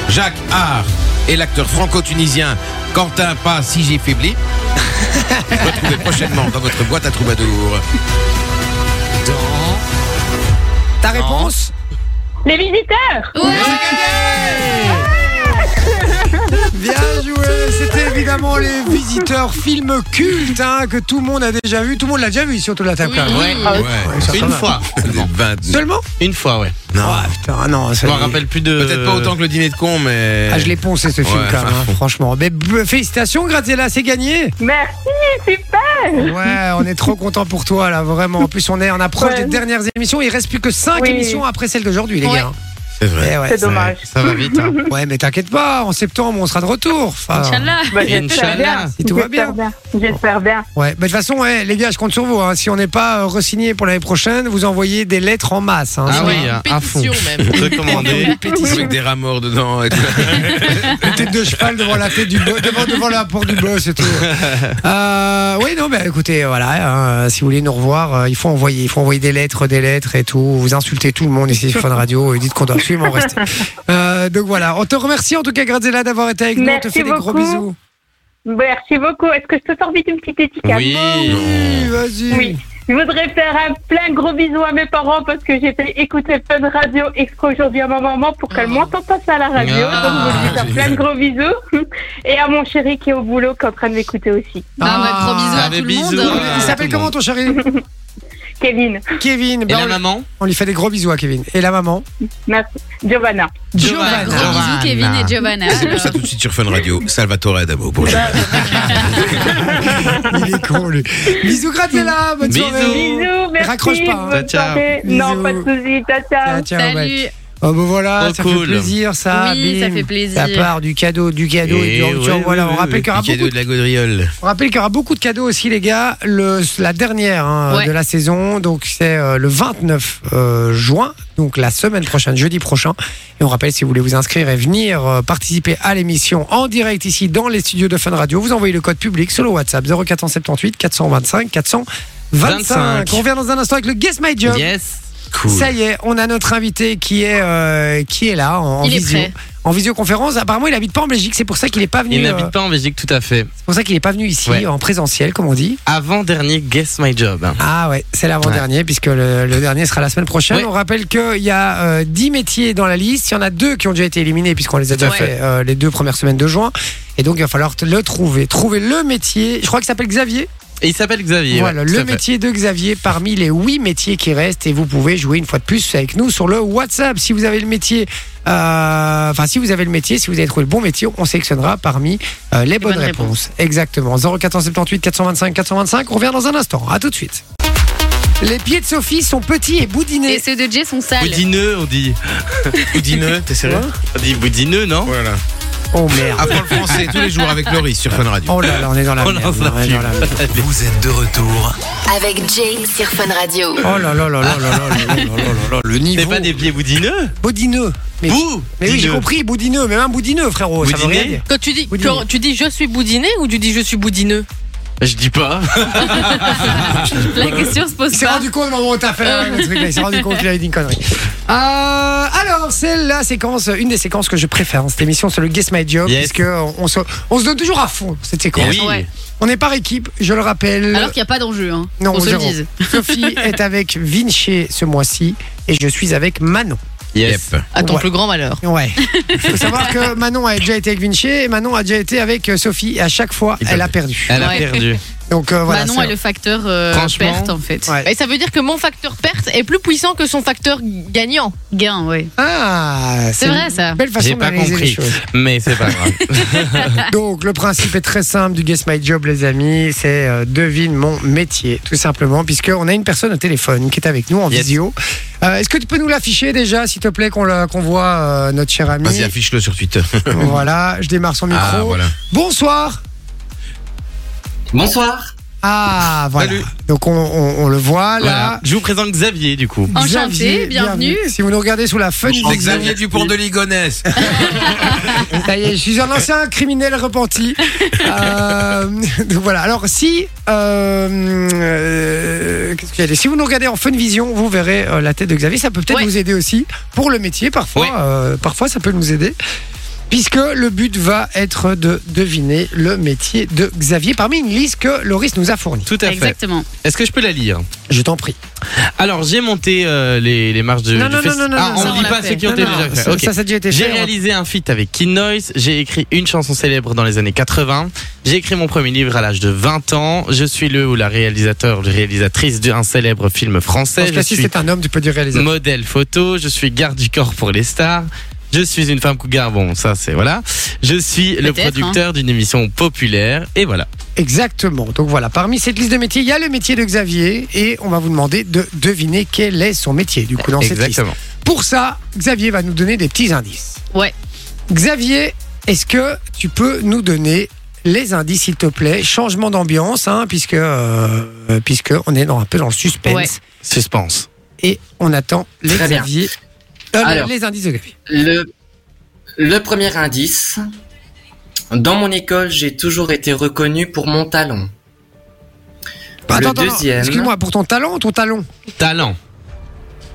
S7: Jacques Hart et l'acteur franco-tunisien Quentin Pas Si j'ai faibli. Retrouvez prochainement dans votre boîte à troubadour.
S3: Ta réponse
S8: Les visiteurs
S3: *laughs* Bien joué C'était évidemment les visiteurs, film culte hein, que tout le monde a déjà vu. Tout le monde l'a déjà vu ici autour de la table. quand même.
S4: Ouais,
S7: Ah Ouais,
S3: ça
S4: une
S3: va.
S4: fois.
S7: Des
S4: seulement.
S7: 22.
S3: Seulement
S4: Une fois, ouais.
S7: Non,
S3: Ah, putain, non, ça
S4: Je me
S3: y est.
S4: rappelle plus de.
S7: peut-être pas autant que le dîner de con, mais.
S3: Ah, je l'ai poncé ce film
S7: Eh. Ouais,
S3: quand même,
S7: enfin,
S3: hein, franchement. Mais b- félicitations, Graziella, c'est gagné.
S8: Merci, super
S3: Ouais, on est trop content pour toi là, vraiment. En plus, on est en approche
S8: Ouais.
S3: des dernières émissions. Il reste plus que 5
S8: Oui.
S3: émissions après celle d'aujourd'hui, les
S6: Ouais.
S3: gars.
S7: C'est *laughs* vrai.
S3: Eh ouais,
S8: C'est
S3: ça-
S8: dommage.
S4: Ça va vite. hein.
S3: Ouais, mais t'inquiète pas, en septembre, on sera de retour. Enfin,
S5: Inch'Allah.
S8: Bah,
S4: Inch'Allah.
S8: J'espère bien.
S3: Si tout va
S8: J'espère bien. J'espère bien.
S3: Ouais, mais de toute façon, ouais, les gars, je compte sur vous. hein. Si on n'est pas euh, re-signé pour l'année prochaine, vous envoyez des lettres en masse. hein.
S4: Ah
S3: Sur-
S4: oui, à- à fond.
S6: pétition *laughs* même.
S4: Recommandé.
S7: Avec des rats morts dedans. *laughs* et tout.
S3: Une tête de cheval devant la tête du bo- devant, devant la porte du boss
S4: *laughs*
S3: et tout. Euh, oui, non, mais écoutez, voilà, hein, si vous voulez nous revoir, euh, il faut envoyer, il faut envoyer des lettres, des lettres et tout. Vous insultez tout le monde ici sur Fun Radio et dites qu'on doit absolument rester.
S4: *laughs*
S3: Euh, donc voilà, on te remercie en tout cas, Grazella, d'avoir été avec nous. On te
S8: Merci
S3: fait des gros
S8: beaucoup.
S3: bisous.
S8: Merci beaucoup. Est-ce que je peux faire vite une petite étiquette
S4: Oui.
S3: Oui, vas-y.
S8: Oui. Je voudrais faire un plein gros bisou à mes parents parce que j'ai fait écouter Fun Radio extra aujourd'hui à ma maman pour
S3: Oh.
S8: qu'elle m'entende pas ça à la radio.
S3: Ah.
S8: Donc je vous fais un plein de gros bisous. Et à mon chéri qui est au boulot qui est en train de m'écouter aussi.
S5: Ah, bah, gros bisous à
S4: Allez,
S5: tout le
S4: bisous.
S5: monde.
S4: Ah,
S3: Il
S4: tout
S3: s'appelle
S4: le
S3: comment
S4: monde.
S8: *laughs*
S3: ton chéri
S8: Kevin,
S3: Kevin.
S4: Et
S3: Ben,
S4: la
S3: on-
S4: maman
S3: on lui fait des gros bisous à Kevin. Et la maman
S8: merci. Giovanna.
S5: Un gros bisou,
S4: Giovanna.
S5: Kevin et Giovanna.
S7: C'est pour ça tout de suite sur Fun Radio. Salvatore Adamo. Bonjour.
S3: Il est con, lui. Bisous, Graziella. Bonne
S4: Bisous.
S3: soirée.
S8: Bisous, merci.
S3: Raccroche pas, hein.
S8: bonne
S4: Ciao, ciao.
S8: soirée. Non,
S3: Bisous.
S8: pas de soucis. Ciao, ciao.
S3: Tiens, Ah, tiens, ouais.
S5: Salut.
S3: Oh bah voilà,
S4: Oh,
S3: ça fait
S4: cool.
S3: plaisir ça.
S5: Oui, ça
S3: bim.
S5: fait plaisir.
S3: Ça part du cadeau, du cadeau et, du
S7: Et
S3: retour.
S7: Eh ouais,
S3: voilà,
S7: ouais,
S3: on rappelle
S7: ouais,
S3: qu'il y aura
S7: du cadeau
S3: beaucoup.
S7: de la gaudriole.
S3: On rappelle qu'il y aura beaucoup de cadeaux aussi les gars. Le, la dernière hein,
S5: Ouais.
S3: de la saison, donc c'est euh, le 29 euh, juin, donc la semaine prochaine, jeudi prochain. Et on rappelle si vous voulez vous inscrire et venir euh, participer à l'émission en direct ici dans les studios de Fun Radio, vous envoyez le code public sur le WhatsApp 0478 425 425.
S4: 25.
S3: On revient dans un instant avec le Guess My Job.
S4: Yes.
S7: Cool.
S3: Ça y est, on a notre invité qui est euh, qui est là en, en
S5: Il est
S3: visio,
S5: prêt.
S3: en visioconférence. Apparemment, il habite pas en Belgique, c'est pour ça qu'il est pas
S4: Il
S3: venu. euh,
S4: n'habite pas en Belgique, tout à fait.
S3: c'est pour ça qu'il est pas venu ici
S4: Ouais.
S3: en présentiel, comme on dit.
S4: Avant dernier Guess My Job.
S3: Ah ouais, c'est l'avant-dernier puisque le, le dernier sera la semaine prochaine.
S4: Ouais.
S3: On rappelle qu'il y a euh, 10 métiers dans la liste. Il y en a deux qui ont déjà été éliminés puisqu'on les a déjà
S5: Ouais.
S3: fait euh, les deux premières semaines de juin. Et donc il va falloir te- le trouver, trouver le métier. Je crois qu'il s'appelle Xavier.
S4: Et il s'appelle Xavier.
S3: Voilà,
S4: ouais, tout à
S3: le
S4: fait.
S3: métier de Xavier parmi les huit métiers qui restent et vous pouvez jouer une fois de plus avec nous sur le WhatsApp. Si vous avez le métier, euh, enfin si vous avez le métier, si vous avez trouvé le bon métier, on sélectionnera parmi euh, les, bonnes,
S6: bonnes
S3: réponses. Exactement. 0478 425 425. On revient dans un instant. À tout de suite. Les pieds de Sophie sont petits et boudinés.
S5: Et ceux de Jay sont sales.
S4: Boudineux, on dit.
S7: Boudineux, t'es sérieux
S4: On dit boudineux, non
S7: Voilà.
S3: Oh merde.
S7: Apprends le français tous les jours avec Laurie sur Fun Radio.
S3: Oh là là, on est dans la
S4: Oh
S3: merde.
S4: là, ça
S3: on est dans la merde.
S2: Vous êtes de retour
S1: Avec Jay sur Fun Radio.
S3: Oh là là là là là là là là là là, Le
S4: C'est
S3: niveau.
S4: pas des pieds boudineux
S3: Boudineux. Mais,
S4: Bou
S3: mais oui, j'ai
S4: dineux.
S3: compris. Boudineux. Même un boudineux, frérot. Ça veut
S4: Boudiné
S3: rien dire.
S6: Quand tu dis,
S3: Boudineux.
S6: quand tu dis je suis boudiné ou tu dis je suis boudineux
S4: Je dis pas.
S5: La question se
S3: Il
S5: pose
S3: s'est
S5: pas.
S3: rendu compte au moment où t'as fait euh, le truc, là, il s'est rendu compte qu'il avait dit une connerie. Euh, alors, c'est la séquence, une des séquences que je préfère dans cette émission, c'est le Guess My Job,
S4: Yes.
S3: parce que on se, on se donne toujours à fond cette séquence.
S4: Oui.
S5: Ouais.
S3: On est par équipe, je le rappelle.
S5: Alors qu'il n'y a pas d'enjeu, hein.
S3: Non,
S5: on se le
S3: zéro.
S5: dise.
S3: *laughs* Sophie est avec Vinci ce mois-ci et je suis avec Manon.
S4: Yes.
S7: Yep.
S6: À ton
S3: Ouais.
S6: plus grand malheur.
S3: Ouais. Il faut savoir que Manon a déjà été avec Vinci et Manon a déjà été avec euh, Sophie et à chaque fois,
S4: Il
S3: elle
S4: peut-
S3: a perdu.
S4: Elle a
S3: *laughs*
S5: Ouais.
S4: perdu.
S3: Donc euh, voilà.
S5: Manon
S3: c'est-
S5: est le facteur euh,
S4: Franchement.
S5: perte, en fait.
S3: Ouais.
S6: Et ça veut dire que mon facteur perte est plus puissant que son facteur gagnant.
S5: Gain, ouais.
S3: Ah,
S5: C'est vrai, ça.
S3: une Belle
S4: J'ai
S3: façon
S4: pas
S3: d'analyser les
S4: compris.
S3: choses.
S4: Mais c'est pas
S3: *laughs*
S4: grave.
S3: Donc le principe est très simple du Guess My Job les amis, c'est euh, devine mon métier tout simplement puisqu'on a une personne au téléphone qui est avec nous en
S4: Yes.
S3: visio. Euh, Est-ce que tu peux nous l'afficher déjà s'il te plaît qu'on la- qu'on voit euh, notre cher ami
S7: Vas-y, affiche-le sur Twitter.
S3: Voilà, je démarre son micro.
S7: Ah, voilà.
S3: Bonsoir
S9: Bonsoir.
S3: Ah voilà.
S7: Salut.
S3: Donc on, on- on le voit là.
S4: Voilà. Je vous présente Xavier, du coup.
S5: Enchanté,
S3: Xavier,
S5: bienvenue.
S3: Si vous nous regardez sous la fun,
S7: C'est Xavier Dupont de Ligonnès.
S3: Ça y est, je suis un ancien criminel repenti. Euh, donc voilà. Alors si euh, euh, qu'est-ce que j'allais dire si vous nous regardez en Fun Vision, vous verrez euh, la tête de Xavier. Ça peut peut-être
S5: Ouais.
S3: vous aider aussi pour le métier. Parfois,
S4: Ouais.
S3: euh, parfois ça peut nous aider. puisque le but va être de deviner le métier de Xavier parmi une liste que Loris nous a fournie.
S4: Tout à fait.
S5: Exactement.
S4: Est-ce que je peux la lire
S3: Je t'en prie.
S4: Alors, j'ai monté euh, les, les marches de.
S3: Non,
S4: du
S3: non,
S4: fest-
S3: non, non,
S4: Ah,
S3: non,
S4: on
S5: ça,
S4: dit
S5: on l'a
S4: pas
S5: fait.
S4: ceux qui ont
S3: Non,
S4: déjà
S3: non,
S4: fait.
S3: ça,
S4: Ok.
S3: ça, ça a déjà été
S4: J'ai
S3: fait.
S4: réalisé un feat avec Kid Noise, j'ai écrit une chanson célèbre dans les années 80, j'ai écrit mon premier livre à l'âge de 20 ans, je suis le ou la réalisateur, réalisatrice d'un célèbre film
S3: En
S4: français,
S3: tout
S4: je
S3: cas, si
S4: suis
S3: c'est un homme, tu peux dire réalisateur.
S4: modèle photo, je suis garde du corps pour les stars. Je suis une femme cougar, bon ça c'est voilà. Je suis le
S5: Peut-être,
S4: producteur d'une émission populaire et voilà.
S3: Exactement. Donc voilà, parmi cette liste de métiers, il y a le métier de Xavier et on va vous demander de deviner quel est son métier du coup dans cette liste.
S4: Exactement.
S3: Pour ça, Xavier va nous donner des petits indices.
S5: Ouais.
S3: Xavier, est-ce que tu peux nous donner les indices, s'il te plaît Changement d'ambiance, hein, puisque, euh, puisque on est dans, un peu dans le suspense
S5: Ouais.
S4: Suspense.
S3: et on attend les
S9: Très bien.
S3: Xavier. euh,
S9: Alors.
S3: les indices de Xavier.
S9: Le, le premier indice. Dans mon école, j'ai toujours été reconnu pour mon talent.
S3: Attends, attends,
S9: deuxième.
S3: Excuse-moi, pour ton talent ou ton talon
S4: Talent.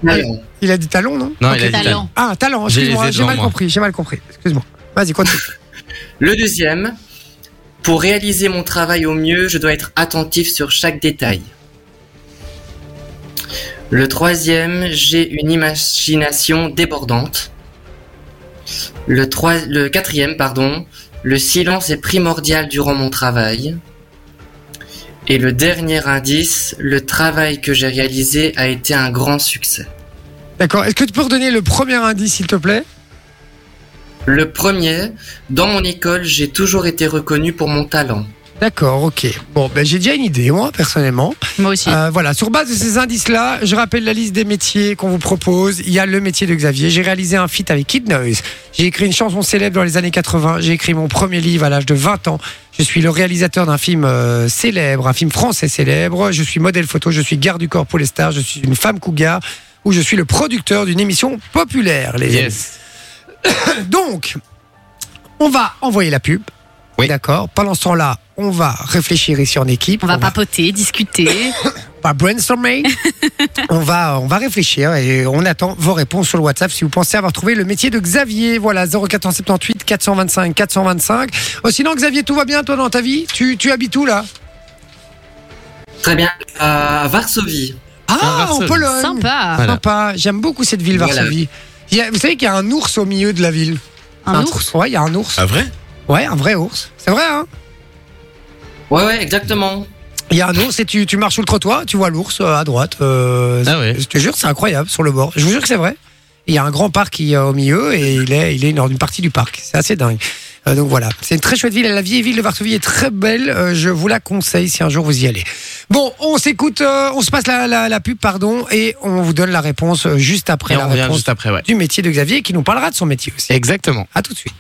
S9: Talent.
S3: Il a dit talon, non
S4: Non,
S3: Ok.
S4: il a dit talent.
S5: Talent.
S3: Ah, talent,
S4: J'ai
S3: excuse-moi,
S4: les ai
S3: j'ai
S4: devant
S3: mal
S4: moi.
S3: compris, j'ai mal compris. Excuse-moi. Vas-y, continue.
S9: Le deuxième. Pour réaliser mon travail au mieux, je dois être attentif sur chaque détail. Le troisième, j'ai une imagination débordante. Le, trois- le quatrième, pardon, le silence est primordial durant mon travail. Et le dernier indice, le travail que j'ai réalisé a été un grand succès.
S3: D'accord, est-ce que tu peux redonner le premier indice, s'il te plaît
S9: Le premier, dans mon école, j'ai toujours été reconnu pour mon talent.
S3: D'accord, ok. Bon, ben, j'ai déjà une idée, moi, personnellement.
S5: Moi aussi.
S3: Euh, voilà, sur base de ces indices-là, je rappelle la liste des métiers qu'on vous propose. Il y a le métier de Xavier. J'ai réalisé un feat avec Kid Noise. J'ai écrit une chanson célèbre dans les années 80. J'ai écrit mon premier livre à l'âge de 20 ans. Je suis le réalisateur d'un film euh, célèbre, un film français célèbre. Je suis modèle photo. Je suis garde du corps pour les stars. Je suis une femme cougar. Ou je suis le producteur d'une émission populaire, les amis.
S4: Yes.
S3: Donc, on va envoyer la pub.
S4: Oui.
S3: D'accord. Pendant ce temps-là, on va réfléchir ici en équipe.
S5: On va papoter, discuter.
S3: on va
S5: *laughs*
S3: brainstormer. on, va, on va réfléchir et on attend vos réponses sur le WhatsApp si vous pensez avoir trouvé le métier de Xavier. Voilà, 0478 425 425. Oh, sinon, Xavier, tout va bien, toi, dans ta vie tu, tu habites où, là
S9: Très bien. À Varsovie.
S3: Ah, en
S4: Varsovie.
S3: Pologne.
S5: Sympa.
S4: Voilà.
S3: Sympa. J'aime beaucoup cette ville,
S9: Voilà.
S3: Varsovie. Il y a- vous savez qu'il y a un ours au milieu de la ville.
S5: Un ours.
S3: Ouais, il y a un ours.
S7: Ah vrai
S3: Ouais, un vrai ours. C'est vrai, hein
S9: Ouais, ouais, exactement.
S3: Il y a un ours et tu, tu marches sur le trottoir, tu vois l'ours euh, à droite. euh,
S4: Ah ouais.
S3: Je te jure, c'est incroyable sur le bord. Je vous jure que c'est vrai. Il y a un grand parc qui est au milieu et il est, il est dans une partie du parc. C'est assez dingue. Euh, donc voilà, c'est une très chouette ville. La vieille ville de Varsovie est très belle. Euh, je vous la conseille si un jour vous y allez. Bon, on s'écoute, euh, on se passe la, la, la pub, pardon, et on vous donne la réponse euh, juste après
S4: Et
S3: la
S4: on revient
S3: réponse
S4: juste après, ouais.
S3: du métier de Xavier qui nous parlera de son métier aussi.
S4: Exactement.
S3: À tout de suite.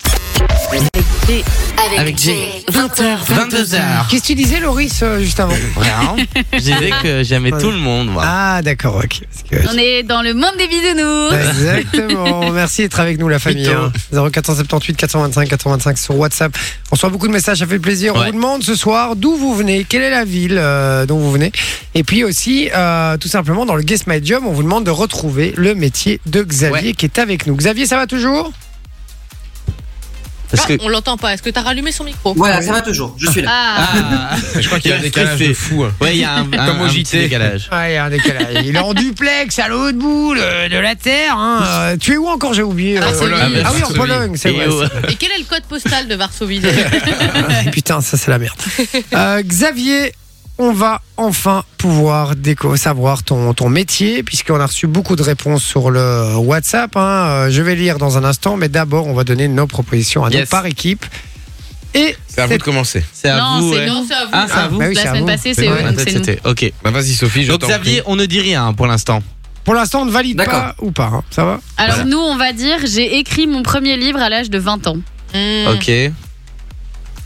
S1: Avec,
S4: Avec
S1: Jay.
S4: Jay.
S1: 20h,
S4: 22h.
S3: Qu'est-ce que tu disais, Loris, euh, juste avant
S4: Rien. Je disais que j'aimais
S3: Ouais.
S4: tout le monde. moi.
S3: Ah, d'accord, ok. Parce que-
S5: On est dans le monde des bisounours.
S3: *laughs* Exactement. Merci d'être avec nous, la famille. hein. 0478 425 425 sur WhatsApp. On reçoit beaucoup de messages, ça fait plaisir. On
S4: Ouais.
S3: vous demande ce soir d'où vous venez, quelle est la ville euh, dont vous venez. Et puis aussi, euh, tout simplement, dans le Guess My Job, on vous demande de retrouver le métier de Xavier qui est avec nous. Xavier, ça va toujours
S4: Parce que.
S6: Ah, On l'entend pas. Est-ce que t'as rallumé son micro
S9: Voilà, ça va toujours. Je suis là.
S5: Ah,
S4: Ah.
S7: Je crois qu'il y a un
S4: Il a
S7: décalage
S4: stressé.
S7: de fou. hein.
S4: Ouais, il y a un, un,
S7: Comme au
S4: un
S7: JT. *laughs*
S4: petit décalage.
S3: Ouais, il y a un décalage. Il est en duplex à l'autre bout le- de la terre. hein. Euh, tu es où encore J'ai oublié. euh,
S6: Varsovie.
S3: Pologne. Ah oui, en
S7: Varsovie.
S3: Pologne, c'est
S4: Et oh,
S3: vrai.
S4: au-
S6: Et quel est le code postal
S3: *laughs*
S6: de Varsovie
S3: Et putain, ça c'est la
S6: *laughs*
S3: merde. Euh, Xavier, on va enfin pouvoir déco savoir ton, ton métier, puisqu'on a reçu beaucoup de réponses sur le WhatsApp. hein. Euh, je vais lire dans un instant, mais d'abord, on va donner nos propositions à nous
S4: Yes.
S3: par équipe. Et
S7: C'est à vous de commencer.
S4: C'est à
S5: non,
S4: vous.
S5: c'est
S4: ouais.
S5: nous.
S6: Non, c'est à vous.
S4: Ah, c'est
S3: Ah,
S4: à vous.
S3: bah oui,
S5: La
S3: c'est à
S5: semaine
S3: vous.
S5: passée,
S3: C'est
S5: c'est
S3: vrai.
S5: eux,
S4: Ma
S5: donc
S4: tête,
S5: c'est nous.
S4: c'était- Ok.
S7: Bah vas-y Sophie, je
S4: Donc
S7: t'en
S4: Xavier,
S7: prie.
S4: on ne dit rien hein, pour l'instant.
S3: pour l'instant, on ne valide
S9: D'accord.
S3: pas ou pas. hein. Ça va
S5: Alors nous, on va dire, j'ai écrit mon premier livre à l'âge de 20 ans.
S6: Hmm.
S4: Ok.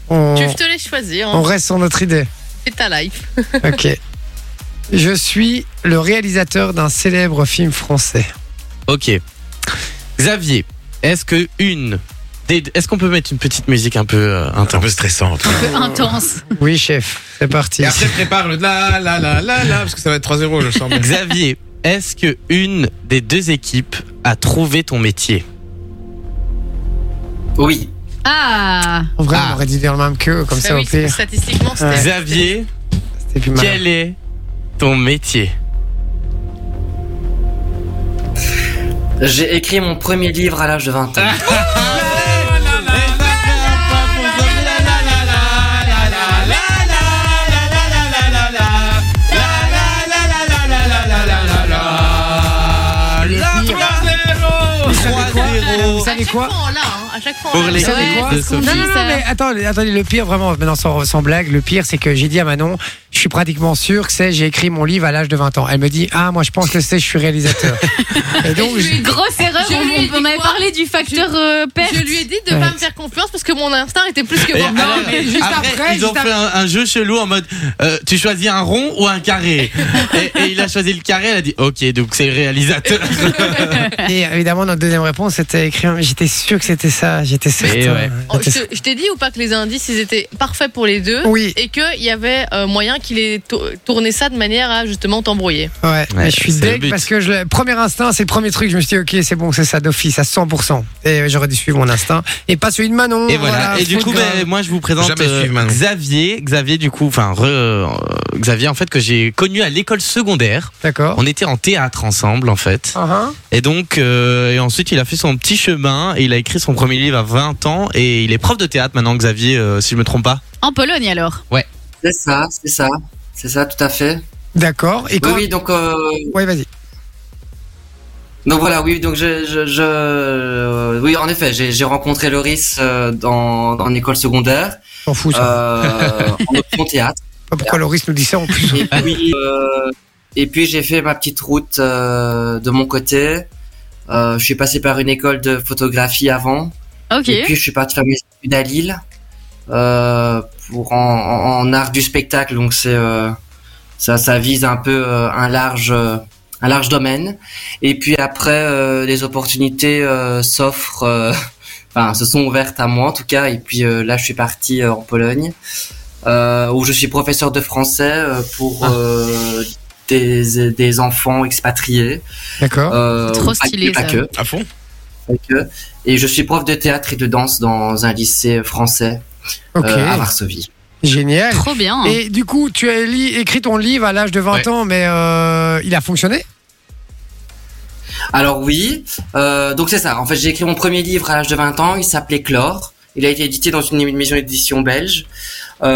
S3: on,
S6: Tu te laisses choisir.
S3: on
S6: hein.
S3: reste sur notre
S6: *laughs*
S3: idée.
S6: C'est ta life.
S3: Ok. Je suis le réalisateur d'un célèbre film français.
S4: Ok. Xavier, est-ce que une. des- Est-ce qu'on peut mettre une petite musique un peu euh,
S7: C'est un
S4: intense
S7: peu stressant.
S5: Un peu intense.
S3: Oui, chef, c'est parti.
S7: Et après prépare le la la la la la parce que ça va être 3-0 je le sens. bien.
S4: Xavier, est-ce que une des deux équipes a trouvé ton métier
S9: Oui.
S5: *laughs* Ah
S3: En vrai,
S4: Ah.
S3: on aurait dit dire le même que comme ça
S6: Bah
S3: au
S6: oui,
S3: pire.
S6: statistiquement, c'était.
S3: Ouais.
S4: Xavier,
S3: C'est plus mal.
S4: quel est ton métier
S9: J'ai écrit mon premier livre à l'âge de 20 ans.
S4: *laughs*
S3: Vous savez
S6: chaque
S3: quoi
S6: fois, on l'a, hein, à chaque fois. on
S4: Pour
S6: l'a.
S4: les-
S3: Vous savez
S5: Ouais,
S3: quoi
S4: de
S5: ce qu'on
S4: Sophie.
S5: dit,
S3: Non, non, non,
S5: ça.
S3: mais attendez, attendez, le pire, vraiment, maintenant sans, sans blague, le pire, c'est que j'ai dit à Manon, je suis pratiquement sûr que c'est, j'ai écrit mon livre à l'âge de 20 ans. Elle me dit, ah, moi je pense que c'est, je suis
S4: *laughs*
S3: réalisateur. Et donc,
S6: Je lui ai
S3: je-
S6: dit-
S5: Grosse erreur,
S6: Je lui ai dit
S5: on, on avait
S6: quoi
S5: parlé du facteur euh, perte.
S6: Je lui ai dit de
S3: Ouais.
S6: pas me faire confiance parce que mon instinct était plus que
S4: Et
S6: bon.
S4: alors, Ah,
S3: juste après,
S4: ils ont
S3: juste
S4: fait un, un jeu chelou en mode euh, tu choisis un rond ou
S3: *laughs*
S4: un carré. et, et il a choisi le carré, elle a dit ok, donc c'est réalisateur.
S3: et évidemment, notre deuxième réponse, c'était écrit, j'étais sûr que c'était ça, j'étais certain.
S4: ouais.
S6: Oh, je
S3: J'étais
S6: te- je t'ai dit ou pas que les indices ils étaient parfaits pour les deux
S3: sûr. Oui,
S6: et qu'il y avait euh, moyen qu'il ait to- tourné ça de manière à justement t'embrouiller.
S3: ouais, mais je suis
S4: c'est le
S3: deg
S4: but.
S3: parce que le premier instinct, c'est le premier truc, je me suis dit, ok, c'est bon, c'est ça d'office, à 100%. Et j'aurais dû suivre mon instinct. Et pas celui de Manon.
S4: Et voilà. Et du
S3: faute
S4: coup,
S3: de-
S4: ben, moi, je vous présente
S7: Jamais
S4: euh,
S7: suivre, Manon.
S4: Xavier. Xavier, du coup, enfin, re- euh, Xavier, en fait, que j'ai connu à l'école secondaire.
S3: D'accord.
S4: On était en théâtre ensemble, en fait.
S3: Ah,
S4: Et donc, euh, et ensuite, il a fait son petit chemin et il a écrit son premier livre à 20 ans. Et il est prof de théâtre maintenant, Xavier, euh, si je me trompe pas.
S5: En Pologne alors.
S9: C'est ça, c'est ça. C'est ça, tout à fait.
S3: D'accord. Et
S9: Oui,
S3: quand...
S9: oui, donc, euh,
S3: Ouais, vas-y.
S9: donc voilà, oui, donc je, je, je- euh, oui, en effet, j'ai j'ai rencontré Loris euh, dans, dans une école secondaire,
S3: T'en fous, ça.
S9: euh, en option théâtre.
S3: *laughs* Pas pourquoi Loris nous dit ça en plus.
S9: Et puis, euh, et puis j'ai fait ma petite route euh, de mon côté. Euh, je suis passé par une école de photographie avant.
S5: Ok.
S9: Et puis je suis parti faire mes études à Lille euh, pour en, en- en art du spectacle, donc c'est euh, ça, ça vise un peu euh, un large euh, un large domaine. Et puis après, euh, les opportunités euh, s'offrent, euh, *laughs* enfin se sont ouvertes à moi en tout cas. Et puis euh, là, je suis parti euh, en Pologne euh, où je suis professeur de français euh, pour
S5: Ah.
S9: euh, des, des enfants expatriés.
S3: D'accord.
S9: Euh,
S5: Trop
S9: pas que-
S5: stylé,
S9: pas
S5: ça.
S9: que.
S7: À fond
S9: Avec eux. euh, Et je suis prof de théâtre et de danse dans un lycée français
S3: Ok.
S9: euh, à Varsovie.
S3: Génial.
S5: Trop bien.
S3: Et du coup, tu as li- écrit ton livre à l'âge de 20
S4: Ouais.
S3: ans, mais euh, il a fonctionné
S9: Alors oui, euh, donc c'est ça. En fait, j'ai écrit mon premier livre à l'âge de 20 ans. Il s'appelait Chlore. Il a été édité dans une maison d'édition belge,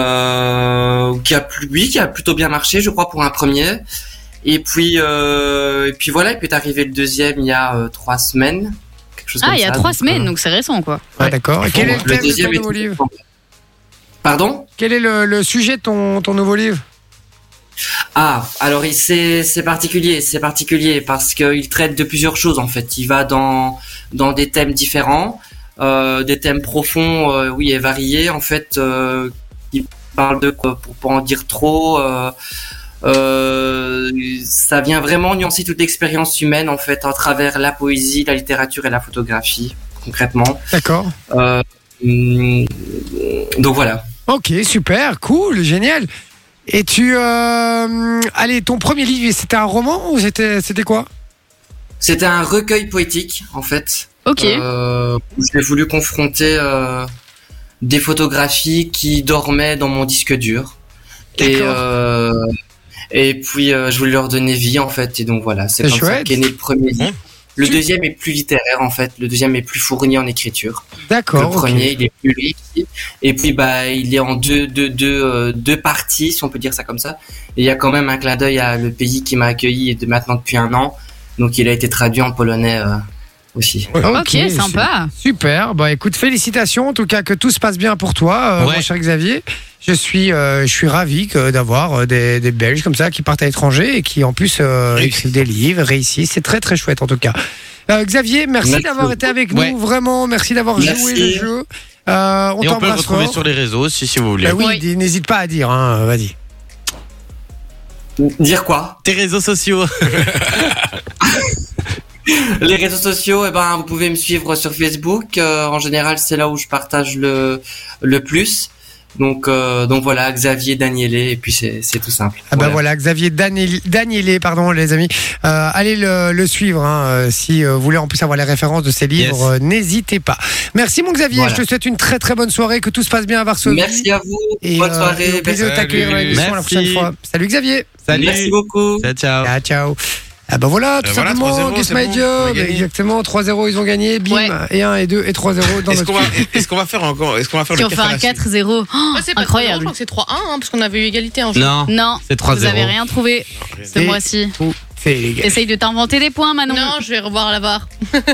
S9: euh, qui a plu- oui, qui a plutôt bien marché, je crois, pour un premier. Et puis, euh, et puis voilà. Et puis est arrivé le deuxième il y a euh, trois semaines. quelque chose
S5: Ah,
S9: comme
S5: il y a
S9: ça.
S5: trois
S9: Donc,
S5: semaines,
S9: euh,
S5: donc c'est récent quoi.
S3: Ah, D'accord. Et quel est le
S9: le
S3: thème de
S9: deuxième
S3: ton
S9: est-
S3: nouveau livre
S9: Pardon
S3: Quel est le, le sujet de ton, ton nouveau livre
S9: Ah, alors il- c'est c'est particulier, c'est particulier parce qu'il traite de plusieurs choses en fait. Il va dans dans des thèmes différents, euh, des thèmes profonds, euh, oui et variés en fait. Euh, il parle de quoi pour pas en dire trop. euh, euh, ça vient vraiment nuancer toute l'expérience humaine en fait à travers la poésie, la littérature et la photographie concrètement.
S3: D'accord.
S9: Euh, hum, donc voilà.
S3: Ok, super, cool, génial. Et tu. euh, allez, ton premier livre, c'était un roman ou c'était c'était quoi
S9: C'était un recueil poétique en fait.
S5: Ok.
S9: Euh, J'ai voulu confronter euh, des photographies qui dormaient dans mon disque dur. Et,
S3: D'accord.
S9: euh, et puis euh, je voulais leur donner vie en fait. Et donc voilà, c'est
S3: C'est
S9: comme ça
S3: chouette.
S9: qu'est né le premier. livre.
S7: Mmh.
S9: Le
S3: Tu-
S9: deuxième est plus littéraire en fait. Le deuxième est plus fourni en écriture. le
S3: D'accord. Oh, ok.
S9: premier, il est plus riche. Et puis bah il est en deux deux deux euh, deux parties si on peut dire ça comme ça. Et il y a quand même un clin d'œil à le pays qui m'a accueilli et de maintenant depuis un an. Donc il a été traduit en polonais euh, aussi.
S5: ok, sympa.
S3: Super, bah écoute, félicitations en tout cas que tout se passe bien pour toi, euh,
S4: Ouais.
S3: mon cher Xavier. Je suis, euh, je suis ravi que d'avoir euh, des, des Belges comme ça qui partent à l'étranger et qui en plus euh,
S4: Oui.
S3: écrivent des livres, réussissent. C'est très très chouette en tout cas. Euh, Xavier, merci,
S9: Merci
S3: d'avoir été avec
S4: Ouais.
S3: nous, vraiment, merci d'avoir
S9: Merci.
S3: joué le jeu. Euh, on
S4: et on peut le
S3: t'embrasse
S4: retrouver
S3: fort.
S4: sur les réseaux si, si vous voulez.
S3: Bah oui,
S5: Oui.
S3: dis- n'hésite pas à dire, hein, vas-y.
S9: Dire quoi
S4: Tes réseaux sociaux.
S9: Les réseaux sociaux, eh ben, vous pouvez me suivre sur Facebook. Euh, en général, c'est là où je partage le, le plus. Donc, euh, donc voilà, Xavier Danielé, et puis c'est c'est tout simple.
S3: Ah ben voilà, Xavier Daniel, Danielé, pardon les amis. Euh, allez le, le suivre hein, euh, si euh, vous voulez en plus avoir les références de ses livres, euh, n'hésitez pas. Merci mon Xavier,
S9: Voilà.
S3: je te souhaite une très très bonne soirée, que tout se passe bien à Varsovie.
S9: Merci à vous,
S3: Et,
S9: bonne
S3: euh,
S9: soirée,
S3: au plaisir de
S4: Salut.
S3: t'accueillir dans l'émission la
S4: Merci.
S3: prochaine fois. Salut Xavier.
S4: Salut.
S9: merci beaucoup.
S4: Ciao, ciao.
S3: Ah, ciao. Ah ben voilà, tout
S7: Euh, voilà,
S3: simplement,
S7: 3-0,
S3: Guess
S7: c'est
S3: My
S7: bon, on a
S3: Job.
S7: gagné.
S3: Exactement, 3-0, ils ont gagné, bim,
S5: Ouais.
S3: et 1 et 2 et 3-0 dans
S7: Est-ce
S3: notre
S7: qu'on va, *laughs* est-ce qu'on va faire encore, est-ce qu'on va faire
S5: Qui
S7: le
S5: ont fait un 4-0. Oh,
S6: Ouais, Ah, c'est pas trop
S5: incroyable.
S6: drôle, Je crois que c'est 3-1, hein, parce qu'on avait eu égalité en fait.
S4: Non,
S5: Non,
S4: c'est
S5: vous avez
S4: 3-0.
S5: rien trouvé ce
S3: Et-
S5: mois-ci.
S3: C'est les gars.
S5: Essaye de t'inventer des points, Manon.
S6: Non, je vais revoir la barre.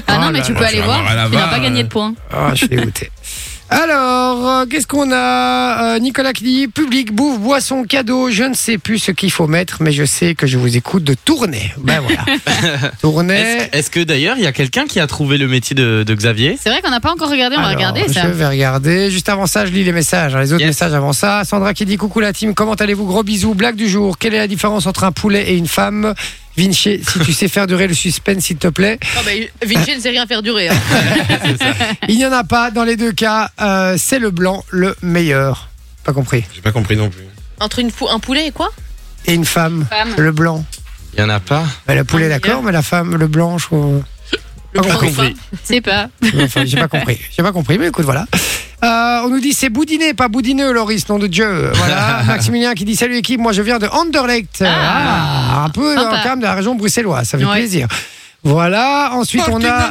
S5: Ah non,
S3: Oh
S5: mais
S3: là
S5: tu
S7: là,
S5: peux
S7: tu
S5: aller
S7: vas
S5: voir.
S7: voir la
S5: Il n'a
S7: barre,
S5: pas gagné de points.
S3: Ah, je suis dégoûté. *laughs* Alors, euh, qu'est-ce qu'on a Euh, Nicolas qui dit public, bouffe, boisson, cadeau. Je ne sais plus ce qu'il faut mettre, mais je sais que je vous écoute de tourner. Ben voilà.
S5: *laughs*
S4: Est-ce
S3: tourner.
S4: Eh, est-ce que d'ailleurs, il y a quelqu'un qui a trouvé le métier de, de Xavier
S5: C'est vrai qu'on n'a pas encore regardé, on va
S3: Alors,
S5: regarder
S3: je
S5: ça.
S3: vais regarder. Juste avant ça, je lis les messages. hein, Les autres
S4: Yes.
S3: messages avant ça. Sandra qui dit coucou la team, comment allez-vous Gros bisous. Blague du jour. Quelle est la différence entre un poulet et une femme Vinci, si tu sais faire durer le suspense, s'il te plaît.
S6: Ah bah, Vinci ne sait rien faire durer. hein.
S3: Il n'y en a pas. Dans les deux cas, euh, c'est le blanc le meilleur. Pas compris.
S7: J'ai pas compris non plus.
S6: Entre une pou- un poulet et quoi
S3: Et une femme,
S5: Femme.
S3: le blanc.
S4: Il y en a pas.
S3: Bah, la poule est
S6: Ah,
S3: d'accord, mais la femme, le blanche. euh,
S6: Le
S3: Pas
S6: poulet
S3: compris.
S6: ou pas
S5: C'est pas.
S3: *laughs* enfin, j'ai pas compris. J'ai pas compris, mais écoute, voilà. Euh, on nous dit c'est boudiné, pas boudineux, Loris, nom de Dieu. Voilà. Maximilien qui dit salut équipe, moi je viens de Anderlecht. Ah, un peu
S5: Sympa.
S3: hein, quand même de la région bruxelloise, ça fait
S5: Ouais.
S3: plaisir. Voilà. Ensuite, on a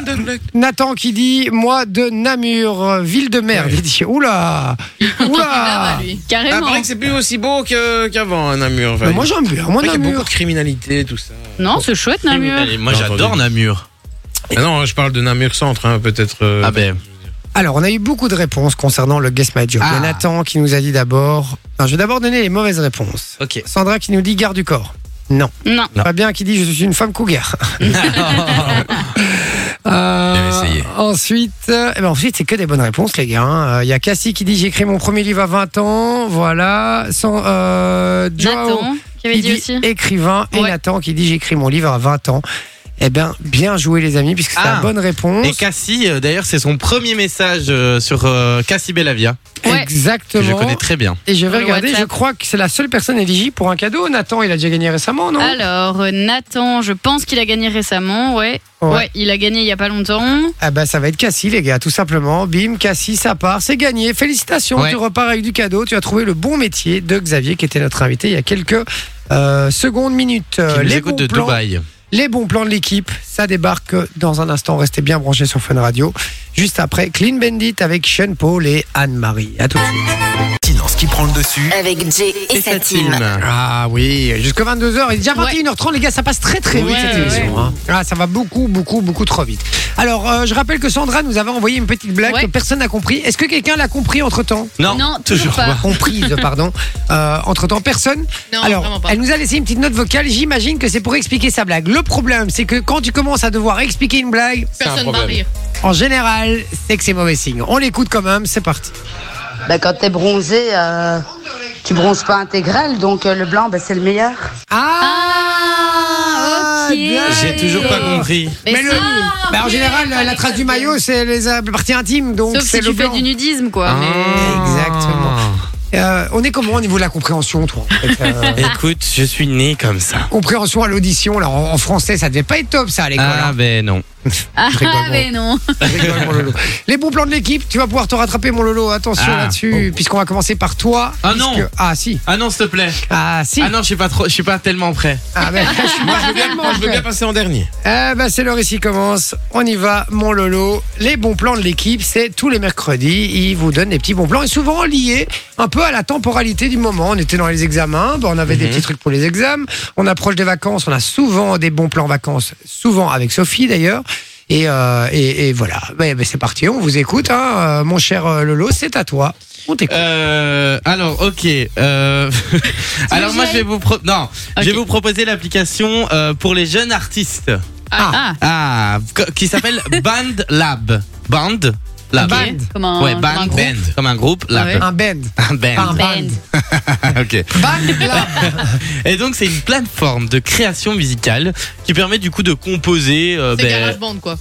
S3: Nathan qui dit moi de Namur, euh, ville de merde. Il dit oula,
S6: Ah
S3: oula.
S6: bah, lui.
S7: Ah,
S5: Carrément.
S7: paraît que c'est plus aussi beau que- qu'avant, un Namur.
S3: Mais moi j'aime bien, moi
S7: il y a beaucoup
S3: Namur.
S7: de criminalité, tout ça.
S5: Non, c'est chouette, Namur.
S4: Allez, moi,
S7: Non,
S4: j'adore
S7: attendez.
S4: Namur.
S7: Ah non, je parle de Namur centre, hein, peut-être. euh,
S4: Ah ben.
S3: Alors, on a eu beaucoup de réponses concernant le Guess My Job. Il y a
S4: Ah.
S3: Nathan qui nous a dit d'abord. Non, je vais d'abord donner les mauvaises réponses.
S4: Ok. *laughs*
S3: Sandra qui nous dit garde du corps. Non.
S5: Non.
S4: Non.
S3: Fabien qui dit je suis une femme
S4: *laughs*
S3: cougar.
S7: Bien
S3: Euh,
S7: essayé.
S3: ensuite, euh, eh ben ensuite c'est que des bonnes réponses les gars. hein. Euh, Il y a Cassie qui dit j'ai écrit mon premier livre à 20 ans. Voilà. Sans, euh, Joao
S5: Nathan, qui avait
S3: qui
S5: dit
S3: dit
S5: aussi.
S3: écrivain et
S5: Ouais.
S3: Nathan qui dit j'ai écrit mon livre à 20 ans. Eh bien, bien joué les amis puisque c'est
S4: Ah.
S3: la bonne réponse.
S4: Et Cassie, euh, d'ailleurs, c'est son premier message euh, sur euh, Cassie Bellavia,
S5: Ouais.
S4: que je
S3: Exactement.
S4: connais très bien.
S3: Et je vais
S5: Sur le
S3: regarder,
S5: WhatsApp.
S3: je crois que c'est la seule personne éligible pour un cadeau. Nathan, il a déjà gagné récemment, non
S5: Alors, euh, Nathan, je pense qu'il a gagné récemment, ouais.
S3: Ouais.
S5: ouais. il a gagné il y a pas longtemps.
S3: Ah bah ça va être Cassie, les gars, tout simplement. Bim, Cassie, ça part, c'est gagné. Félicitations,
S4: Ouais.
S3: tu repars avec du cadeau. Tu as trouvé le bon métier de Xavier, qui était notre invité il y a quelques euh, secondes, minutes. Euh,
S4: Qui nous
S3: les,
S4: écoute
S3: bons
S4: de
S3: plans,
S4: Dubaï.
S3: les bons plans de l'équipe, ça débarque dans un instant. Restez bien branchés sur Fun Radio. Juste après, Clean Bandit avec Sean Paul et Anne-Marie. À tout de suite.
S2: Pertinence qui prend le dessus.
S1: Avec Jay et sa team.
S3: Ah oui, jusqu'à 22h. Il est déjà
S5: Ouais.
S3: 21h30, les gars, ça passe très très vite
S5: Ouais,
S3: cette
S5: ouais,
S3: émission. hein. Ah, ça va beaucoup, beaucoup, beaucoup trop vite. Alors, euh, je rappelle que Sandra nous avait envoyé une petite blague
S5: Ouais.
S3: que personne n'a compris. Est-ce que quelqu'un l'a compris entre temps
S4: Non,
S5: Non, toujours
S4: toujours
S5: pas.
S4: pas.
S5: *laughs*
S3: Comprise, pardon. entre temps, personne.
S6: Non,
S3: Alors,
S6: vraiment pas.
S3: elle nous a laissé une petite note vocale. J'imagine que c'est pour expliquer sa blague. Le problème, c'est que quand tu commences à devoir expliquer une blague,
S6: Personne ne va rire.
S3: en général, c'est que c'est mauvais signe. On l'écoute quand même. C'est parti.
S10: Bah, quand t'es bronzé, euh, tu bronzes pas intégral, donc euh, le blanc, bah, c'est le meilleur.
S5: Ah, ok.
S3: d'accord.
S4: J'ai toujours pas compris.
S3: Mais, le-
S5: si.
S3: bah, en général, la, la trace du maillot, c'est les euh, parties intimes, donc
S5: Sauf
S3: c'est
S5: si
S3: le
S5: tu fais
S3: blanc.
S5: du nudisme, quoi.
S4: Ah.
S3: Exactement. Euh, on est comment au niveau de la compréhension, toi en fait, euh,
S4: Écoute, je suis né comme ça.
S3: Compréhension à l'audition, là, en, en français, ça devait pas être top, ça, à l'école.
S4: Ah
S3: hein.
S4: ben non.
S5: Ah,
S3: Je rigole, moi.
S5: mais non.
S3: Je rigole, mon Lolo. Les bons plans de l'équipe, tu vas pouvoir te rattraper, mon Lolo. Attention
S4: Ah.
S3: là-dessus, puisqu'on va commencer par toi.
S4: Ah non.
S3: puisque- Ah si.
S4: Ah non, s'il te plaît.
S3: Ah si.
S4: Ah non, je suis pas trop, je suis pas tellement prêt.
S3: Ah, ben, je suis
S7: Je veux bien,
S3: vraiment
S7: *laughs* moi, je veux bien passer en dernier.
S3: Eh ben, c'est le récit commence. On y va, mon Lolo. Les bons plans de l'équipe, c'est tous les mercredis. Ils vous donnent des petits bons plans et souvent liés un peu à la temporalité du moment. On était dans les examens, ben, on avait
S7: Mhm.
S3: des petits trucs pour les examens. On approche des vacances, on a souvent des bons plans vacances, souvent avec Sophie d'ailleurs. Et, euh, et, et voilà. Ben, ben, c'est parti, on vous écoute, hein, euh, mon cher euh, Lolo, c'est à toi. On t'écoute.
S4: Euh, alors, ok. Euh, alors moi, je vais vous pro- non, je vais vous proposer l'application euh, pour les jeunes artistes.
S5: Ah,
S4: Ah, co- qui s'appelle Band Lab. Band Lab.
S5: ok. Comme un,
S4: Ouais,
S5: comme
S4: band,
S5: un groupe.
S4: band. Comme un groupe, lab.
S7: Euh,
S5: Ah ouais.
S3: Un band.
S4: Un
S3: Pas
S4: *laughs* band. Ah,
S3: un band.
S5: Ben.
S4: ok.
S3: Band,
S7: *laughs*
S3: là.
S4: Et donc, c'est une plateforme de création musicale qui permet du coup de composer. euh,
S6: C'est
S4: ben,
S6: garage band quoi.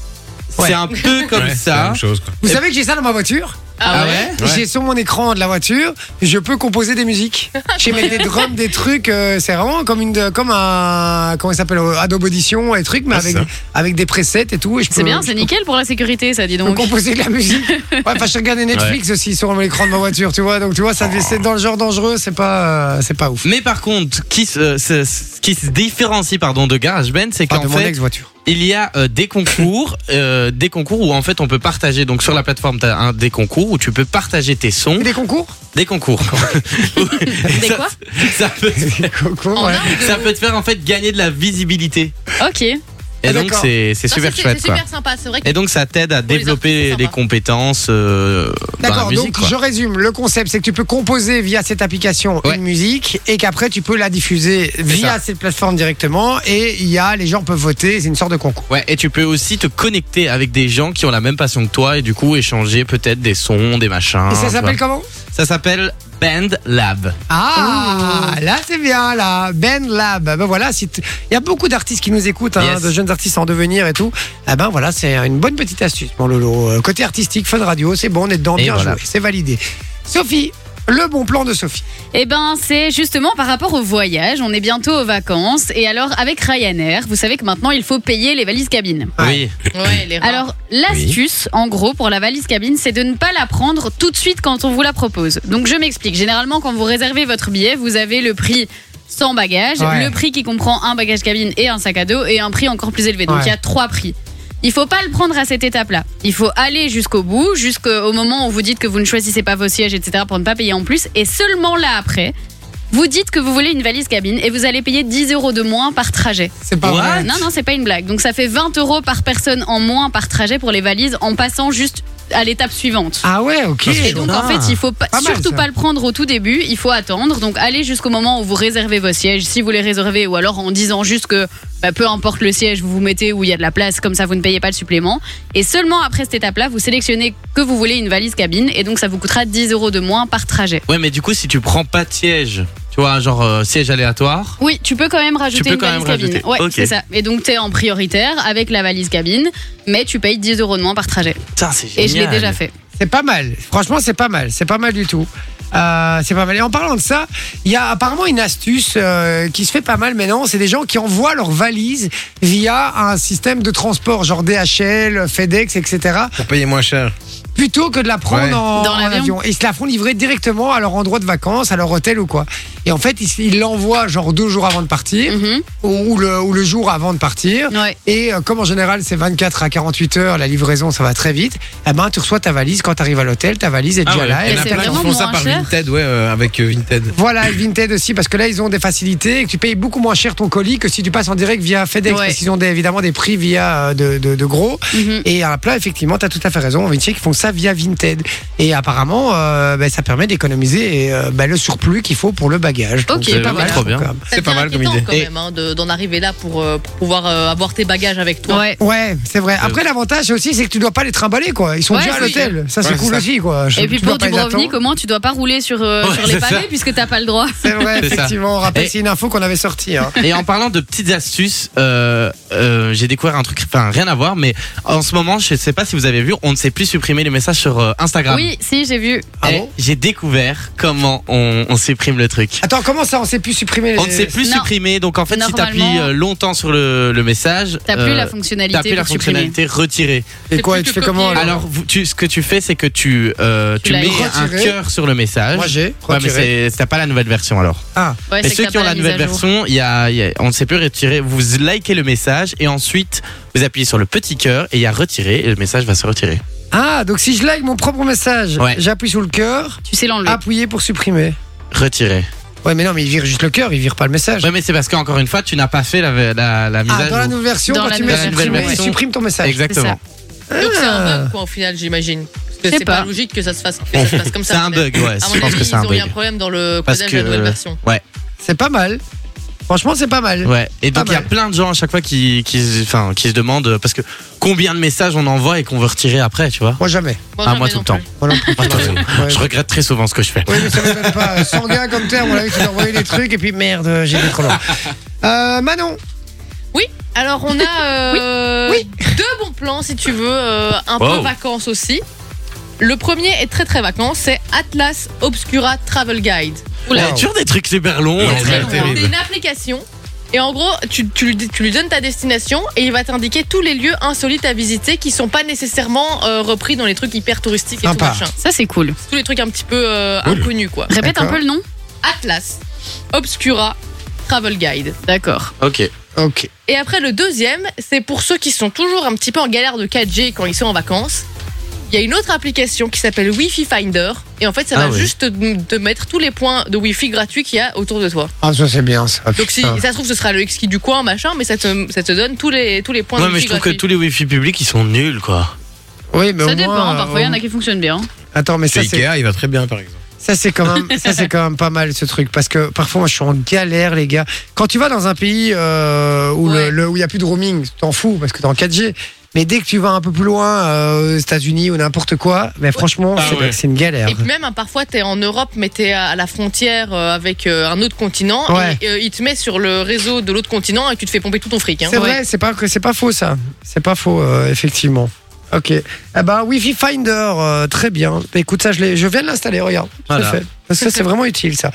S4: c'est un peu comme
S7: Ouais, c'est la
S4: ça.
S7: même chose, quoi.
S3: Vous savez que j'ai ça dans ma voiture
S4: Ah ouais
S3: J'ai sur mon écran de la voiture, je peux composer des musiques. J'ai mis des drums, des trucs. euh, c'est vraiment comme une, comme un, comment il s'appelle, euh, Adobe Audition et trucs, mais
S7: Ah, c'est
S3: avec,
S7: ça.
S3: avec des presets et tout. et je
S5: C'est
S3: peux-
S5: bien, c'est
S3: Euh, je
S5: nickel pour la sécurité, ça dit
S3: peux
S5: donc.
S3: composer de la musique. Ouais, enfin, je regardais Netflix aussi sur l'écran de ma voiture, tu vois. Donc, tu vois, ça, c'est dans le genre dangereux, c'est pas, euh, c'est pas ouf.
S4: Mais par contre, qui se, euh, se- se- qui se différencie pardon, de GarageBand, c'est
S3: Enfin,
S4: qu'en
S3: Ah, de mon
S4: fait,
S3: ex-voiture.
S4: il y a euh, des concours, euh, des concours où en fait on peut partager. Donc sur la plateforme, t'as un des concours où tu peux partager tes sons,
S3: Et Des concours *laughs*
S4: des concours.
S5: Des
S4: *laughs* ça,
S5: quoi
S4: ça peut,
S3: Des concours,
S6: En
S3: ouais.
S6: Inde,
S4: ça peut te faire en fait gagner de la visibilité.
S5: Ok. Eh
S4: Et
S3: Ah,
S4: donc
S3: d'accord.
S4: c'est c'est
S6: Non,
S4: super
S6: c'est-
S4: chouette
S6: C'est
S4: quoi.
S6: super sympa, c'est vrai que
S4: Et donc ça t'aide à
S6: Pour les
S4: développer
S6: artistes, c'est
S4: des
S6: sympa.
S4: compétences euh, dans la
S3: D'accord,
S4: musique.
S3: donc
S4: quoi.
S3: je résume. Le concept, c'est que tu peux composer via cette application
S4: Ouais.
S3: une musique et qu'après tu peux la diffuser via
S4: ça.
S3: cette plateforme directement. Et il y a les gens peuvent voter, c'est une sorte de concours.
S4: Ouais, et tu peux aussi te connecter avec des gens qui ont la même passion que toi et du coup échanger peut-être des sons, des machins.
S3: et ça
S4: tu
S3: s'appelle
S4: vois.
S3: comment
S4: Ah, Ça s'appelle Band Lab.
S3: Ah, là c'est bien là, Ben Lab. Ben voilà, si t- il y a beaucoup d'artistes qui nous écoutent, hein,
S4: Yes.
S3: de jeunes artistes en devenir et tout. Eh ben voilà, c'est une bonne petite astuce, mon Lolo. Euh, Côté artistique, fun radio, c'est bon, on est dedans,
S4: Et
S3: bien
S4: voilà.
S3: joué, c'est validé. Sophie, le bon plan de Sophie.
S5: Eh ben, c'est justement par rapport au voyage. On est bientôt aux vacances. Et alors, avec Ryanair, vous savez que maintenant, il faut payer les valises cabines.
S4: Oui.
S6: ouais, les rares.
S5: Alors, l'astuce, en gros, pour la valise cabine, c'est de ne pas la prendre tout de suite quand on vous la propose. Donc, je m'explique. Généralement, quand vous réservez votre billet, vous avez le prix sans bagage,
S3: Ouais.
S5: le prix qui comprend un bagage cabine et un sac à dos, et un prix encore plus élevé. Donc,
S3: Ouais.
S5: il y a trois prix. Il faut pas le prendre à cette étape-là. Il faut aller jusqu'au bout, jusqu'au moment où vous dites que vous ne choisissez pas vos sièges, etc., pour ne pas payer en plus. Et seulement là, après, vous dites que vous voulez une valise cabine et vous allez payer 10 euros de moins par trajet.
S3: C'est pas
S4: What
S3: vrai.
S5: Non, non, c'est pas une blague. Donc ça fait 20 euros par personne en moins par trajet pour les valises en passant juste à l'étape suivante.
S3: Ah ouais, ok.
S5: Et donc en fait, il faut pas-
S3: Pas mal,
S5: surtout
S3: ça.
S5: pas le prendre au tout début, il faut attendre. Donc allez jusqu'au moment où vous réservez vos sièges, si vous les réservez, ou alors en disant juste que bah, peu importe le siège, vous vous mettez où il y a de la place, comme ça vous ne payez pas le supplément. Et seulement après cette étape-là, vous sélectionnez que vous voulez une valise cabine, et donc ça vous coûtera 10 euros de moins par trajet.
S4: Ouais, mais du coup, si tu prends pas de siège, tu vois, genre euh, siège aléatoire.
S5: Oui, tu peux quand même rajouter
S4: peux
S5: une
S4: quand
S5: valise
S4: même
S5: cabine.
S4: rajouter.
S5: Ouais,
S4: Ok.
S5: c'est ça. Et donc tu es en prioritaire avec la valise cabine, mais tu payes 10 euros de moins par trajet.
S4: Putain, c'est génial.
S5: Et je l'ai déjà fait.
S3: C'est pas mal. Franchement, c'est pas mal. C'est pas mal du tout. Euh, c'est pas mal. Et en parlant de ça, il y a apparemment une astuce euh, qui se fait pas mal maintenant. C'est des gens qui envoient leurs valises via un système de transport, genre DHL, FedEx, etc.
S7: Pour payer moins cher.
S3: Plutôt que de la prendre
S7: Ouais.
S3: en,
S5: Dans
S3: en
S5: l'avion.
S3: avion. Et Ils se la font livrer directement à leur endroit de vacances, à leur hôtel ou quoi. Et en fait, ils- ils l'envoient genre deux jours avant de partir
S5: Mhm.
S3: ou, ou le, ou le jour avant de partir.
S5: Ouais.
S3: Et euh, comme en général, c'est 24 à 48 heures, la livraison, ça va très vite, eh ben, tu reçois ta valise quand tu arrives à l'hôtel, ta valise est
S4: Ah
S3: déjà
S4: ouais.
S3: là.
S5: Et
S3: elle
S7: Il y en a
S5: c'est
S3: est
S7: plein qui
S5: vraiment
S7: font ça
S5: moins
S7: par
S5: cher.
S7: Vinted, ouais, euh, avec euh, Vinted.
S3: voilà, et Vinted aussi, parce que là, ils ont des facilités et que tu payes beaucoup moins cher ton colis que si tu passes en direct via FedEx,
S5: Ouais.
S3: parce qu'ils ont des- évidemment des prix via euh, de, de- de gros.
S5: Mhm.
S3: Et à plat, effectivement, tu as tout à fait raison. Vinted, ils font ça via Vinted. Et apparemment, euh, ben, ça permet d'économiser et, euh, ben, le surplus qu'il faut pour le bagage. euh,
S5: Ok,
S3: c'est
S5: pas mal.
S4: Trop bien.
S3: comme-
S6: Ça
S7: c'est pas
S6: devient
S7: mal comme
S6: inquiétant
S7: idée.
S6: quand
S4: Et-
S6: même hein, de- d'en arriver là pour, euh, pour pouvoir euh, avoir tes bagages avec toi.
S5: Ouais.
S3: Ouais, c'est vrai. Après, l'avantage aussi, c'est que tu dois pas les trimballer, quoi. Ils sont
S5: Ouais,
S3: déjà à
S5: oui.
S3: l'hôtel. Ça, c'est
S7: Ouais,
S3: cool
S7: c'est ça.
S3: aussi, quoi. Je-
S5: Et puis
S3: tu dois
S5: pour
S3: pas les
S5: Dubrovnik,
S3: attendre.
S5: au moins, tu dois pas rouler sur, euh,
S4: Ouais,
S5: sur les
S4: c'est
S5: pavés
S4: ça.
S5: puisque t'as pas le droit.
S3: C'est vrai,
S4: C'est ça.
S3: effectivement. On rappelle,
S4: Et-
S3: c'est une info qu'on avait sortie. hein.
S4: Et en parlant de petites astuces, euh, euh, j'ai découvert un truc, enfin rien à voir, mais en ce moment, je sais pas si vous avez vu, on ne sait plus supprimer les messages sur euh, Instagram.
S5: Oui, si, j'ai vu.
S3: Ah
S4: Et
S3: bon
S4: J'ai découvert comment on, on supprime le truc.
S3: Attends, comment ça On s'est plus supprimer les.
S4: On ne sait plus
S5: Non.
S4: supprimer, donc en fait, si
S5: Normalement-
S4: t'appuies euh, longtemps sur le, le message,
S5: T'as plus
S4: euh,
S5: la fonctionnalité
S4: t'as plus la
S5: pour supprimer.
S4: fonctionnalité retirer.
S3: Et quoi
S6: plus
S3: et Tu
S6: que
S3: fais comment
S6: copier.
S3: alors
S4: Alors, vous- tu- ce que tu fais, c'est que tu, euh,
S5: Tu
S4: tu
S5: l'as
S4: mets un
S3: retiré.
S4: cœur sur le message.
S3: Moi, j'ai.
S4: Ouais, mais
S3: retiré.
S4: c'est- t'as pas la nouvelle version alors.
S5: Ouais,
S4: Mais
S5: c'est que
S4: ceux
S5: t'as
S4: qui ont
S5: pas
S4: la
S5: mise
S4: nouvelle
S5: à jour.
S4: version, il y a, il y a- on ne sait plus retirer. Vous likez le message et ensuite vous appuyez sur le petit cœur et il y a retirer et le message va se retirer.
S3: Ah, donc si je like mon propre message,
S4: Ouais.
S3: j'appuie sur le cœur,
S5: Tu sais l'enlever.
S4: Ah.
S3: appuyer pour supprimer.
S4: Retirer.
S6: Ah,
S3: Ouais, mais non, mais il vire juste le cœur, il vire pas le message.
S4: Ouais, mais c'est parce qu'encore une fois, tu n'as pas fait la, la, la mise
S3: ah,
S4: à
S3: dans la
S4: jour.
S3: nouvelle version,
S5: Dans
S3: quand
S5: la
S3: tu mets
S5: nouvelle
S3: supprimer, il
S4: version.
S3: supprime ton message.
S4: Exactement.
S6: Donc c'est
S4: Ah.
S6: un bug quoi, au final, j'imagine. Parce que
S5: C'est
S6: c'est pas.
S5: pas.
S6: logique que ça se fasse, que ça se fasse comme ça.
S4: C'est un
S6: au final.
S4: bug, ouais.
S6: À
S4: Je
S6: mon
S4: pense
S6: avis,
S4: que c'est
S6: ils
S4: un
S6: ont eu un
S4: bug.
S6: problème dans le
S4: Parce
S6: codage de la
S4: que- euh,
S6: nouvelle version.
S3: C'est pas mal. Franchement, c'est pas mal.
S4: Ouais. Et donc
S3: Pas
S4: il y a
S3: mal.
S4: plein de gens à chaque fois qui, qui, enfin, qui se demandent euh, parce que combien de messages on envoie et qu'on veut retirer après, tu vois.
S3: Moi, jamais.
S6: Moi,
S4: Ah,
S6: jamais
S4: moi, tout
S6: non
S4: le temps.
S6: plus.
S3: Moi
S4: *laughs*
S3: non plus.
S4: Moi, de toute façon,
S3: Ouais.
S4: Je regrette très souvent ce que je fais.
S3: Oui, mais ça m'étonne pas. Sanguin comme terme, on a vu qu'ils envoyaient des trucs et puis merde, euh, j'ai été trop loin. Euh, Manon,
S6: Oui, alors on a euh,
S3: Oui.
S6: deux bons plans si tu veux, euh, un
S4: Wow.
S6: peu vacances aussi. Le premier est très très vacant, c'est Atlas Obscura Travel Guide.
S4: Il y a toujours des trucs super longs.
S7: Ouais,
S4: en
S7: c'est
S4: fait.
S7: vrai. terrible.
S6: C'est une application. Et en gros, tu, tu lui, tu lui donnes ta destination et il va t'indiquer tous les lieux insolites à visiter qui sont pas nécessairement euh, repris dans les trucs hyper touristiques et
S3: Sympa.
S6: tout machin.
S5: Ça, c'est cool.
S6: Tous les trucs un petit peu euh,
S7: Cool.
S6: inconnus quoi.
S5: Répète un
S3: D'accord.
S5: peu le nom.
S6: Atlas Obscura Travel Guide.
S5: D'accord.
S7: Ah,
S4: Ok.
S3: Ok.
S6: Et après le deuxième, c'est pour ceux qui sont toujours un petit peu en galère de 4G quand ils sont en vacances. Il y a une autre application qui s'appelle Wi-Fi Finder et en fait ça
S4: Ah
S6: va
S4: oui.
S6: juste te te mettre tous les points de Wi-Fi gratuits qu'il y a autour de toi.
S3: Ah, ça, c'est bien, ça.
S6: Donc si
S4: Ah.
S3: putain.
S6: ça se trouve ce sera le exquis du coin machin, mais ça te, ça te donne tous les tous les points
S4: Ouais,
S6: de
S4: mais
S6: Wi-Fi
S4: je trouve que
S6: gratuits.
S4: tous les wifi publics ils sont nuls quoi.
S3: Oui, mais au
S5: ça dépend, hein.
S3: moins, euh,
S5: parfois il y en a qui fonctionnent bien.
S3: Attends, mais ça,
S7: Chez
S3: c'est.
S7: Ikea, il va très bien, par exemple.
S3: Ça c'est quand
S5: *laughs*
S3: même, ça c'est quand même pas mal ce truc parce que parfois moi je suis en galère les gars. Quand tu vas dans un pays euh, où le-
S6: Ouais.
S3: le- où il y a plus de roaming, t'en fous parce que t'es en 4G. Mais dès que tu vas un peu plus loin euh, aux États-Unis ou n'importe quoi, mais franchement
S4: Ah
S3: c'est
S4: ouais.
S3: c'est une galère.
S6: Et puis même hein, parfois t'es en Europe mais t'es à la frontière euh, avec euh, un autre continent
S3: Ouais.
S6: et euh, il te met sur le réseau de l'autre continent et tu te fais pomper tout ton fric. hein.
S3: C'est vrai, c'est pas que- c'est pas faux ça. C'est pas faux euh, effectivement. Ok. Eh ben Wi-Fi Finder, euh, très bien. Écoute ça, je, l'ai- je viens de l'installer. Regarde, Je
S4: Voilà.
S3: le fais. Parce que ça c'est vraiment utile ça.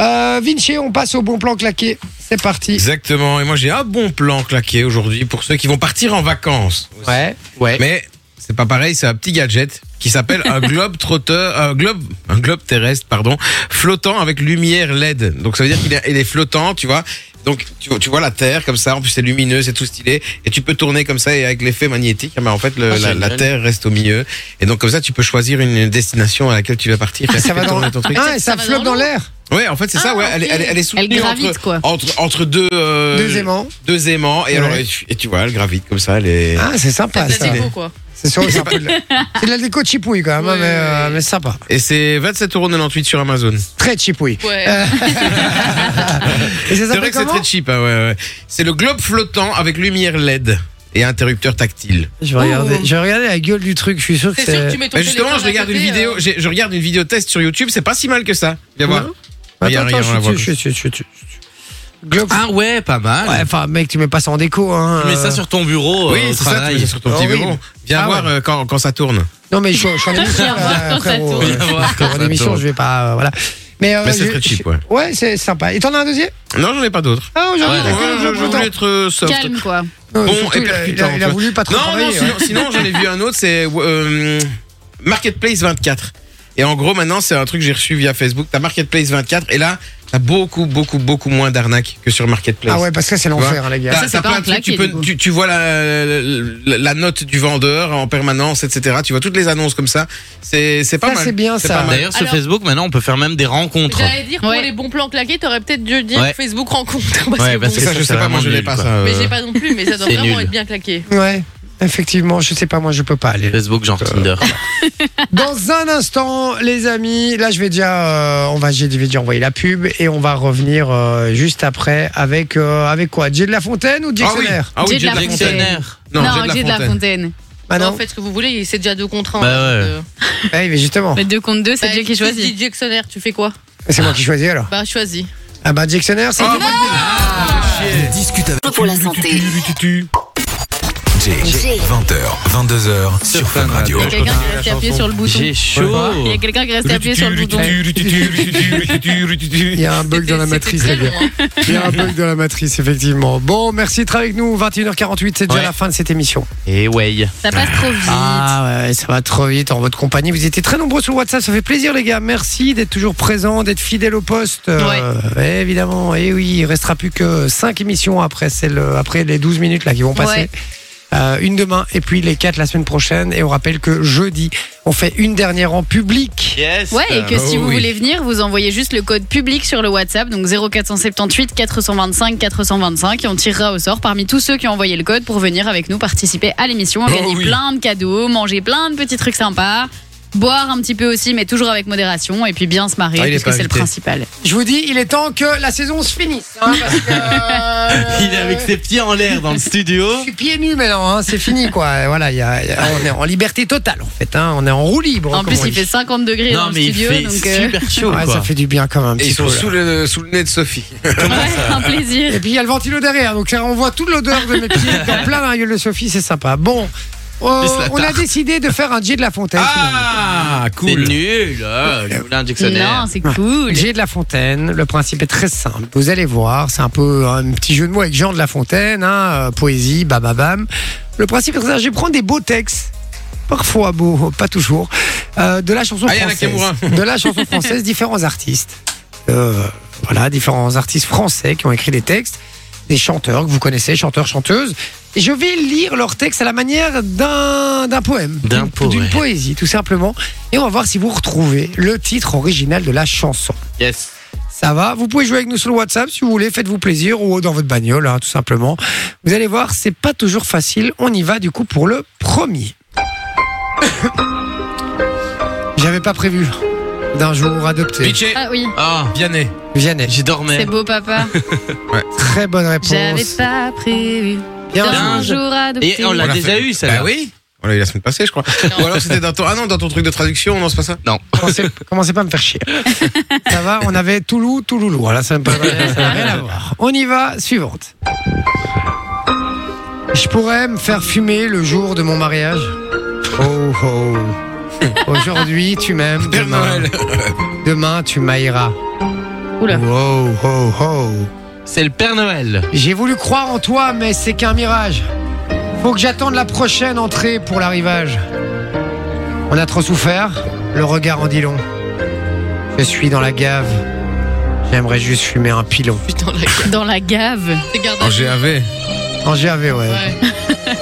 S3: Euh, Vinci, on passe au bon plan claqué. C'est parti.
S7: Exactement. Et moi, j'ai un bon plan claqué aujourd'hui pour ceux qui vont partir en vacances.
S4: Ouais. Ouais.
S7: Mais c'est pas pareil, c'est un petit gadget qui s'appelle
S3: *laughs*
S7: un globe trotteur, un globe, un globe terrestre, pardon, flottant avec lumière LED. Donc ça veut dire qu'il est, il est flottant, tu vois. Donc tu, vois- tu vois la Terre comme ça, en plus c'est lumineux, c'est tout stylé, et tu peux tourner comme ça et avec l'effet magnétique, eh ben, en fait le-
S4: Ah,
S7: la,
S4: génial.
S7: la Terre reste au milieu. Et donc comme ça tu peux choisir une destination à laquelle tu vas partir. Et
S3: Ça va
S7: après,
S3: dans,
S7: tourner ton truc.
S3: Ah, et
S6: Ça
S3: ça
S6: va
S3: flotte
S6: dans
S3: dans
S6: l'eau.
S3: l'air.
S7: Ouais, en fait c'est ça.
S6: Ah,
S7: Ouais, elle, est-
S6: ok.
S7: elle, est- elle est soutenue
S5: Elle gravite
S7: entre,
S5: quoi.
S7: entre entre deux euh,
S3: Deux aimants.
S7: deux aimants.
S3: Ouais.
S7: Et alors et tu, et tu vois, elle gravite comme ça, elle est.
S3: Ah, c'est sympa
S6: T'as de
S3: ça.
S6: la déco, quoi.
S3: C'est sûr,
S6: *laughs*
S3: c'est un peu de la- c'est de la déco chipouille quand même, hein,
S6: Oui,
S3: mais,
S6: oui,
S3: euh,
S6: oui.
S3: mais sympa.
S7: Et c'est 27,98€ sur Amazon.
S3: Très chipouille.
S4: Euh,
S6: Ouais.
S3: Et ça
S7: C'est vrai
S3: s'appelle
S7: que c'est
S3: comment
S7: très cheap. hein, ouais, ouais. C'est le globe flottant avec lumière LED et interrupteur tactile.
S3: Je vais regarder. Je vais regarder la gueule du truc. Je suis sûr que
S6: Oh. C'est sûr que tu
S3: c'est.
S6: mets ton
S7: Bah, justement,
S6: téléphone
S7: je
S6: à
S7: regarde une
S6: côté,
S7: vidéo.
S6: euh,
S7: j'ai- Je regarde une vidéo test sur YouTube. C'est pas si mal que ça. Viens voir.
S3: Non.
S7: Regarde,
S3: Attends,
S7: regarde, on la
S3: attends,
S7: voit
S3: je suis dessus, je suis dessus, je suis dessus.
S6: *laughs*
S3: Globe-
S4: Ah ouais, pas mal.
S3: Ouais, enfin, mec, tu mets pas ça en déco. Hein,
S4: Tu mets
S3: euh.
S4: ça sur ton bureau
S7: Oui,
S4: euh, au
S7: c'est ça. tu
S4: travail.
S7: mets ça sur ton petit
S3: Horrible.
S7: bureau. Viens
S3: Ah
S7: voir
S3: ouais.
S7: euh, quand, quand ça tourne.
S3: Non, mais je suis je suis en émission.
S5: Viens voir
S3: euh,
S5: quand ça
S3: frérot,
S5: tourne.
S3: euh,
S4: Viens voir
S3: je suis
S4: quand
S3: En
S4: ça
S3: émission,
S4: tourne.
S3: je vais pas. euh, Voilà. Mais, euh,
S7: Mais c'est
S3: je-
S7: très cheap,
S3: je-
S7: ouais.
S3: Ouais, c'est sympa. Et t'en as un deuxième
S7: Non, j'en ai pas d'autres.
S3: Ah, aujourd'hui,
S4: Ouais,
S3: t'as
S7: Ouais,
S3: que le
S7: je,
S3: jeu
S7: je
S3: flottant.
S7: voulais être euh, soft.
S5: Calme quoi.
S3: Non,
S7: Bon
S3: surtout,
S7: et
S3: il a- il
S7: percutant,
S3: a- il a
S7: tu vois.
S3: voulu pas trop
S7: Non, non,
S3: travailler. hein.
S7: sinon,
S3: ouais.
S7: sinon, j'en ai vu un autre, c'est euh, Marketplace 24. Et en gros, maintenant, c'est un truc que j'ai reçu via Facebook. T'as Marketplace 24, et là, t'as beaucoup, beaucoup, beaucoup moins d'arnaques que sur Marketplace.
S3: Ah ouais, parce que c'est l'enfer, hein, les
S7: T'as-
S3: gars.
S5: Ça, c'est
S7: t'as
S5: pas
S7: plein
S5: un
S7: de trucs,
S5: claqué,
S7: tu, peux-
S5: du coup.
S7: tu- tu vois la, la- la note du vendeur en permanence, etc. Tu vois toutes les annonces comme ça. C'est c'est pas
S3: Ça,
S7: mal.
S3: c'est bien
S7: pas
S3: ça.
S7: mal.
S4: D'ailleurs, sur
S6: Alors-
S4: Facebook, maintenant, on peut faire même des rencontres.
S6: J'allais dire pour
S5: Ouais.
S6: les bons plans claqués, t'aurais peut-être dû dire
S4: Ouais.
S6: Facebook rencontre. parce
S4: Ouais,
S6: que
S4: parce
S6: bon,
S7: Ça,
S4: que
S7: je sais
S4: c'est
S7: pas, moi
S4: vraiment
S7: je l'ai
S4: nul,
S7: pas
S4: quoi.
S7: ça.
S6: mais j'ai
S7: euh.
S6: pas non plus, mais ça doit
S4: C'est
S6: vraiment
S4: nul.
S6: être bien claqué.
S3: Ouais. Effectivement, je sais pas, moi je peux pas aller. là.
S4: Facebook, genre Tinder.
S3: Dans un instant, les amis, là je vais déjà, euh, on va, j'ai je vais déjà envoyer la pub et on va revenir euh, juste après avec euh, avec quoi Jay de la Fontaine ou
S7: Ah oui,
S3: Dictionnaire
S7: ah oui,
S5: J'ai de
S7: j'ai
S5: la fontaine.
S4: Dictionnaire.
S7: Non, j'ai
S5: j'ai
S7: de la fontaine. *laughs*
S5: fontaine.
S3: Ah non,
S6: en fait, ce que vous voulez, c'est déjà deux contre un.
S4: Bah
S6: hein,
S4: ouais.
S6: donc, euh,
S3: Eh, mais justement,
S5: Mais deux contre deux, c'est
S6: bah,
S5: Dieu qui
S6: si je
S5: choisit.
S6: dis Jacksonaire, tu fais quoi
S3: c'est moi qui choisis alors.
S6: Bah, choisis.
S3: Ah bah Dictionnaire, c'est
S7: Ah,
S2: Discute avec
S1: Pour la santé.
S2: Jay. 20h, 22h sur Fun Radio.
S5: Il y a quelqu'un qui reste appuyé sur le bouton.
S4: J'ai chaud.
S5: Il y a quelqu'un qui reste appuyé sur le bouton. *laughs*
S3: il y a un bug dans la
S6: C'était-
S3: matrice,
S6: c'était
S3: les
S6: très
S3: gars.
S6: long, hein.
S3: Il y a un bug dans la matrice, effectivement. Bon, merci d'être avec nous. 21h48, c'est déjà
S4: Ouais.
S3: la fin de cette émission.
S4: Et ouais.
S5: Ça passe trop vite.
S3: Ah ouais, ça va trop vite en votre compagnie. Vous étiez très nombreux sur le WhatsApp, ça fait plaisir les gars. Merci d'être toujours présents, d'être fidèles au poste. ouais, Évidemment, et oui, il restera plus que 5 émissions après, celle, après les 12 minutes là qui vont passer.
S5: Ouais.
S3: Euh, une demain et puis les 4 la semaine prochaine. Et on rappelle que jeudi, on fait une dernière en public.
S4: Yes.
S5: Ouais, et que si
S7: oh
S5: vous
S7: oui.
S5: voulez venir, vous envoyez juste le code public sur le WhatsApp, donc 0478 425 425, et on tirera au sort parmi tous ceux qui ont envoyé le code pour venir avec nous participer à l'émission, gagner
S7: oui.
S5: plein de cadeaux, manger plein de petits trucs sympas, boire un petit peu aussi, mais toujours avec modération, et puis bien se marier,
S7: Ah, il est
S5: parce
S7: pas
S5: que c'est le
S7: invité.
S5: principal.
S3: Je vous dis, il est temps que la saison se finisse. hein, parce que, euh,
S4: *laughs* Il est avec ses pieds en l'air
S5: *laughs*
S4: dans le studio.
S3: Je suis pieds nus maintenant, hein, c'est fini quoi. Et Voilà, il y a- il y a- on est en liberté totale en fait, hein, on est en roue libre.
S5: En
S3: comme
S5: plus,
S3: on
S5: il
S3: dit.
S5: fait 50 degrés dans
S4: Non,
S5: le
S4: mais il
S5: studio,
S4: fait
S5: donc euh, *laughs*
S4: super chaud.
S3: Ouais, ça
S4: quoi.
S3: fait du bien quand même. un
S7: Et
S3: petit
S7: ils sont
S3: peu, là.
S7: sous le, sous le nez de Sophie.
S5: *laughs* ouais, un plaisir.
S3: Et puis il y a le ventilo derrière, donc ça, on voit toute l'odeur de mes pieds dans plein la gueule de Sophie, c'est sympa. Bon, euh,
S4: Plus la
S3: on a
S4: tarte.
S3: décidé de faire un J de la Fontaine.
S7: Ah,
S4: C'est
S7: cool.
S4: nul, *laughs* euh, le moulin à dictionnaire.
S5: Non, c'est cool.
S3: J'ai de la Fontaine, le principe est très simple. Vous allez voir, c'est un peu un petit jeu de mots avec Jean de la Fontaine, hein, euh, poésie, bam bam bam. Le principe est très simple. Je vais prendre des beaux textes, parfois beaux, pas toujours, euh, de la chanson
S4: Ah,
S7: Allez, Alain
S3: française.
S7: Camoura.
S3: De la chanson
S4: *laughs*
S3: française, différents artistes. Euh, voilà, différents artistes français qui ont écrit des textes, des chanteurs que vous connaissez, chanteurs, chanteuses. Et je vais lire leurs textes à la manière d'un d'un poème,
S4: D'un
S3: d'une- d'une
S4: poème.
S3: poésie, tout simplement. Et on va voir si vous retrouvez le titre original de la chanson.
S4: Yes.
S3: Ça va. Vous pouvez jouer avec nous sur le WhatsApp si vous voulez. Faites-vous plaisir ou dans votre bagnole, hein, tout simplement. Vous allez voir, c'est pas toujours facile. On y va du coup pour le premier. *coughs* J'avais pas prévu d'un jour adopté.
S7: Pitché.
S5: Ah oui,
S7: Ah, Vianney.
S3: Vianney.
S4: J'y
S5: c'est
S4: dormais.
S5: beau, papa.
S3: Très bonne
S5: J'avais
S3: réponse.
S5: pas prévu
S3: Bien joué.
S5: d'un jour adopté.
S4: Et on l'a
S7: l'a
S4: déjà
S7: fait.
S4: eu,
S7: Bah
S4: celle-là.
S7: oui. On l'a eu la semaine passée, je crois. Ou alors c'était dans ton, ah non, dans ton truc de traduction, non, c'est pas ça.
S4: Non.
S3: Commencez, commencez pas à me faire chier. Ça va, on avait Toulouse, Touloulou. Voilà, ça n'a
S5: *laughs*
S3: pas- ça n'a
S7: Euh,
S3: rien à voir. On y va, suivante. Je pourrais me faire fumer le jour de mon mariage. Oh oh. *laughs* Aujourd'hui, tu m'aimes.
S7: Père
S3: Demain,
S7: Noël.
S3: demain, tu m'ailleras.
S5: Oula.
S3: Oh oh oh.
S4: C'est le Père Noël.
S3: J'ai voulu croire en toi, mais c'est qu'un mirage. Faut que j'attende la prochaine entrée pour l'arrivage. On a trop souffert, le regard en dit long. Je suis dans la gave. J'aimerais juste fumer un pilon.
S6: Putain, la
S5: Dans la gave.
S6: c'est gardé.
S7: En GAV.
S3: En GAV, ouais.
S6: Ouais.
S3: *laughs*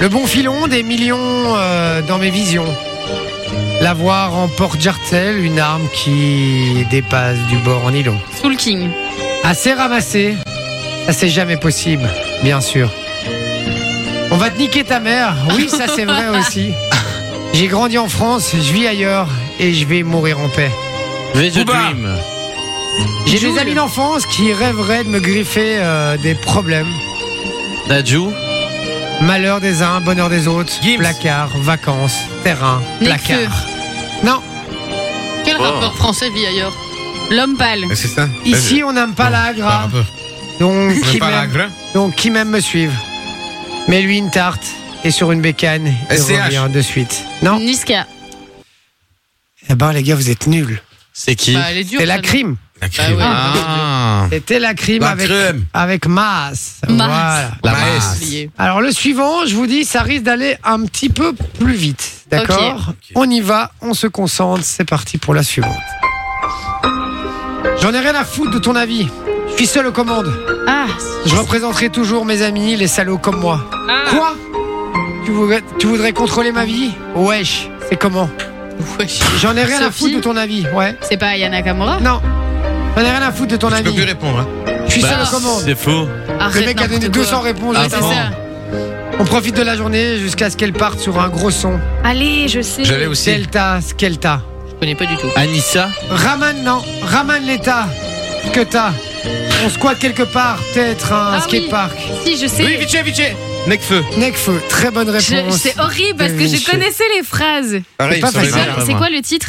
S3: Le bon filon, des millions euh, dans mes visions. L'avoir en porte-jartel, une arme qui dépasse du bord en nylon.
S5: Soul King.
S3: Assez ramassé, ça c'est jamais possible, bien sûr. On va te niquer ta mère, oui ça c'est vrai aussi. J'ai grandi en France, je vis ailleurs et je vais mourir en paix.
S4: The
S7: Booba.
S4: Dream.
S3: J'ai
S5: Jules.
S3: des amis d'enfance qui rêveraient de me griffer euh, des problèmes.
S4: Dajou.
S3: Malheur des uns, bonheur des autres,
S7: Gims.
S3: placard, vacances, terrain,
S5: Nekfeu.
S3: placard. Non,
S6: Quel rappeur français vit ailleurs
S5: L'homme pâle.
S7: C'est ça.
S3: ici on n'aime pas la
S7: Par
S3: agra,
S7: un peu.
S3: donc
S7: On
S3: qui
S7: aime pas la
S3: m'aime-
S7: gra-
S3: donc qui m'aime me suivre. Mais lui une tarte et sur une bécane, il
S7: SCH.
S3: revient de suite. Non
S5: Niska.
S3: Eh ben les gars, vous êtes nuls.
S4: C'est qui
S6: Bah, Elle est dure.
S3: C'était la
S6: celle-là.
S3: crime.
S7: La crime.
S6: ouais.
S4: Ah.
S3: C'était la crime
S7: La
S3: avec,
S7: crème.
S3: avec Maas.
S5: Maas.
S3: Voilà.
S4: La
S7: Maes.
S4: masse.
S6: Oublié.
S3: Alors le suivant, je vous dis, ça risque d'aller un petit peu plus vite. D'accord On y va, on se concentre, c'est parti pour la suivante. J'en ai rien à foutre de ton avis. Je suis seul aux commandes.
S5: Ah,
S3: Je représenterai toujours mes amis, les salauds comme moi.
S5: Ah.
S3: Quoi tu voudrais, tu voudrais contrôler ma vie Wesh, c'est comment
S6: Wesh.
S3: J'en ai rien à
S5: Sophie
S3: foutre de ton avis, ouais.
S5: c'est pas Ayana Kamura.
S3: Non, j'en ai rien à foutre de ton
S7: Tu peux
S3: avis.
S7: plus répondre. hein.
S3: Je suis
S4: Bah,
S3: seul aux commandes.
S4: C'est faux.
S5: Bah, Arrête
S3: Le mec a donné
S5: n'importe quoi.
S3: 200 réponses.
S4: Ah,
S5: Ouais, c'est
S3: justement.
S5: ça.
S3: On profite de la journée jusqu'à ce qu'elle parte sur un gros son.
S5: Allez, je sais.
S7: J'avais aussi.
S3: Delta, Skelta.
S6: Je connais pas du tout.
S4: Anissa.
S3: Ramène, non. Ramène l'état que t'as. On squatte quelque part, peut-être un
S5: Ah oui.
S3: skatepark.
S5: Si, je sais.
S7: Oui, Viche, Viche. Necfeu.
S3: Necfeu, très bonne
S5: Je- oh.
S3: réponse.
S5: C'est horrible parce que je
S3: Vinci.
S5: connaissais les phrases.
S7: Pareil,
S3: pas
S7: il s'en
S3: facile.
S7: est-
S4: pas
S5: C'est
S4: moi.
S5: quoi le titre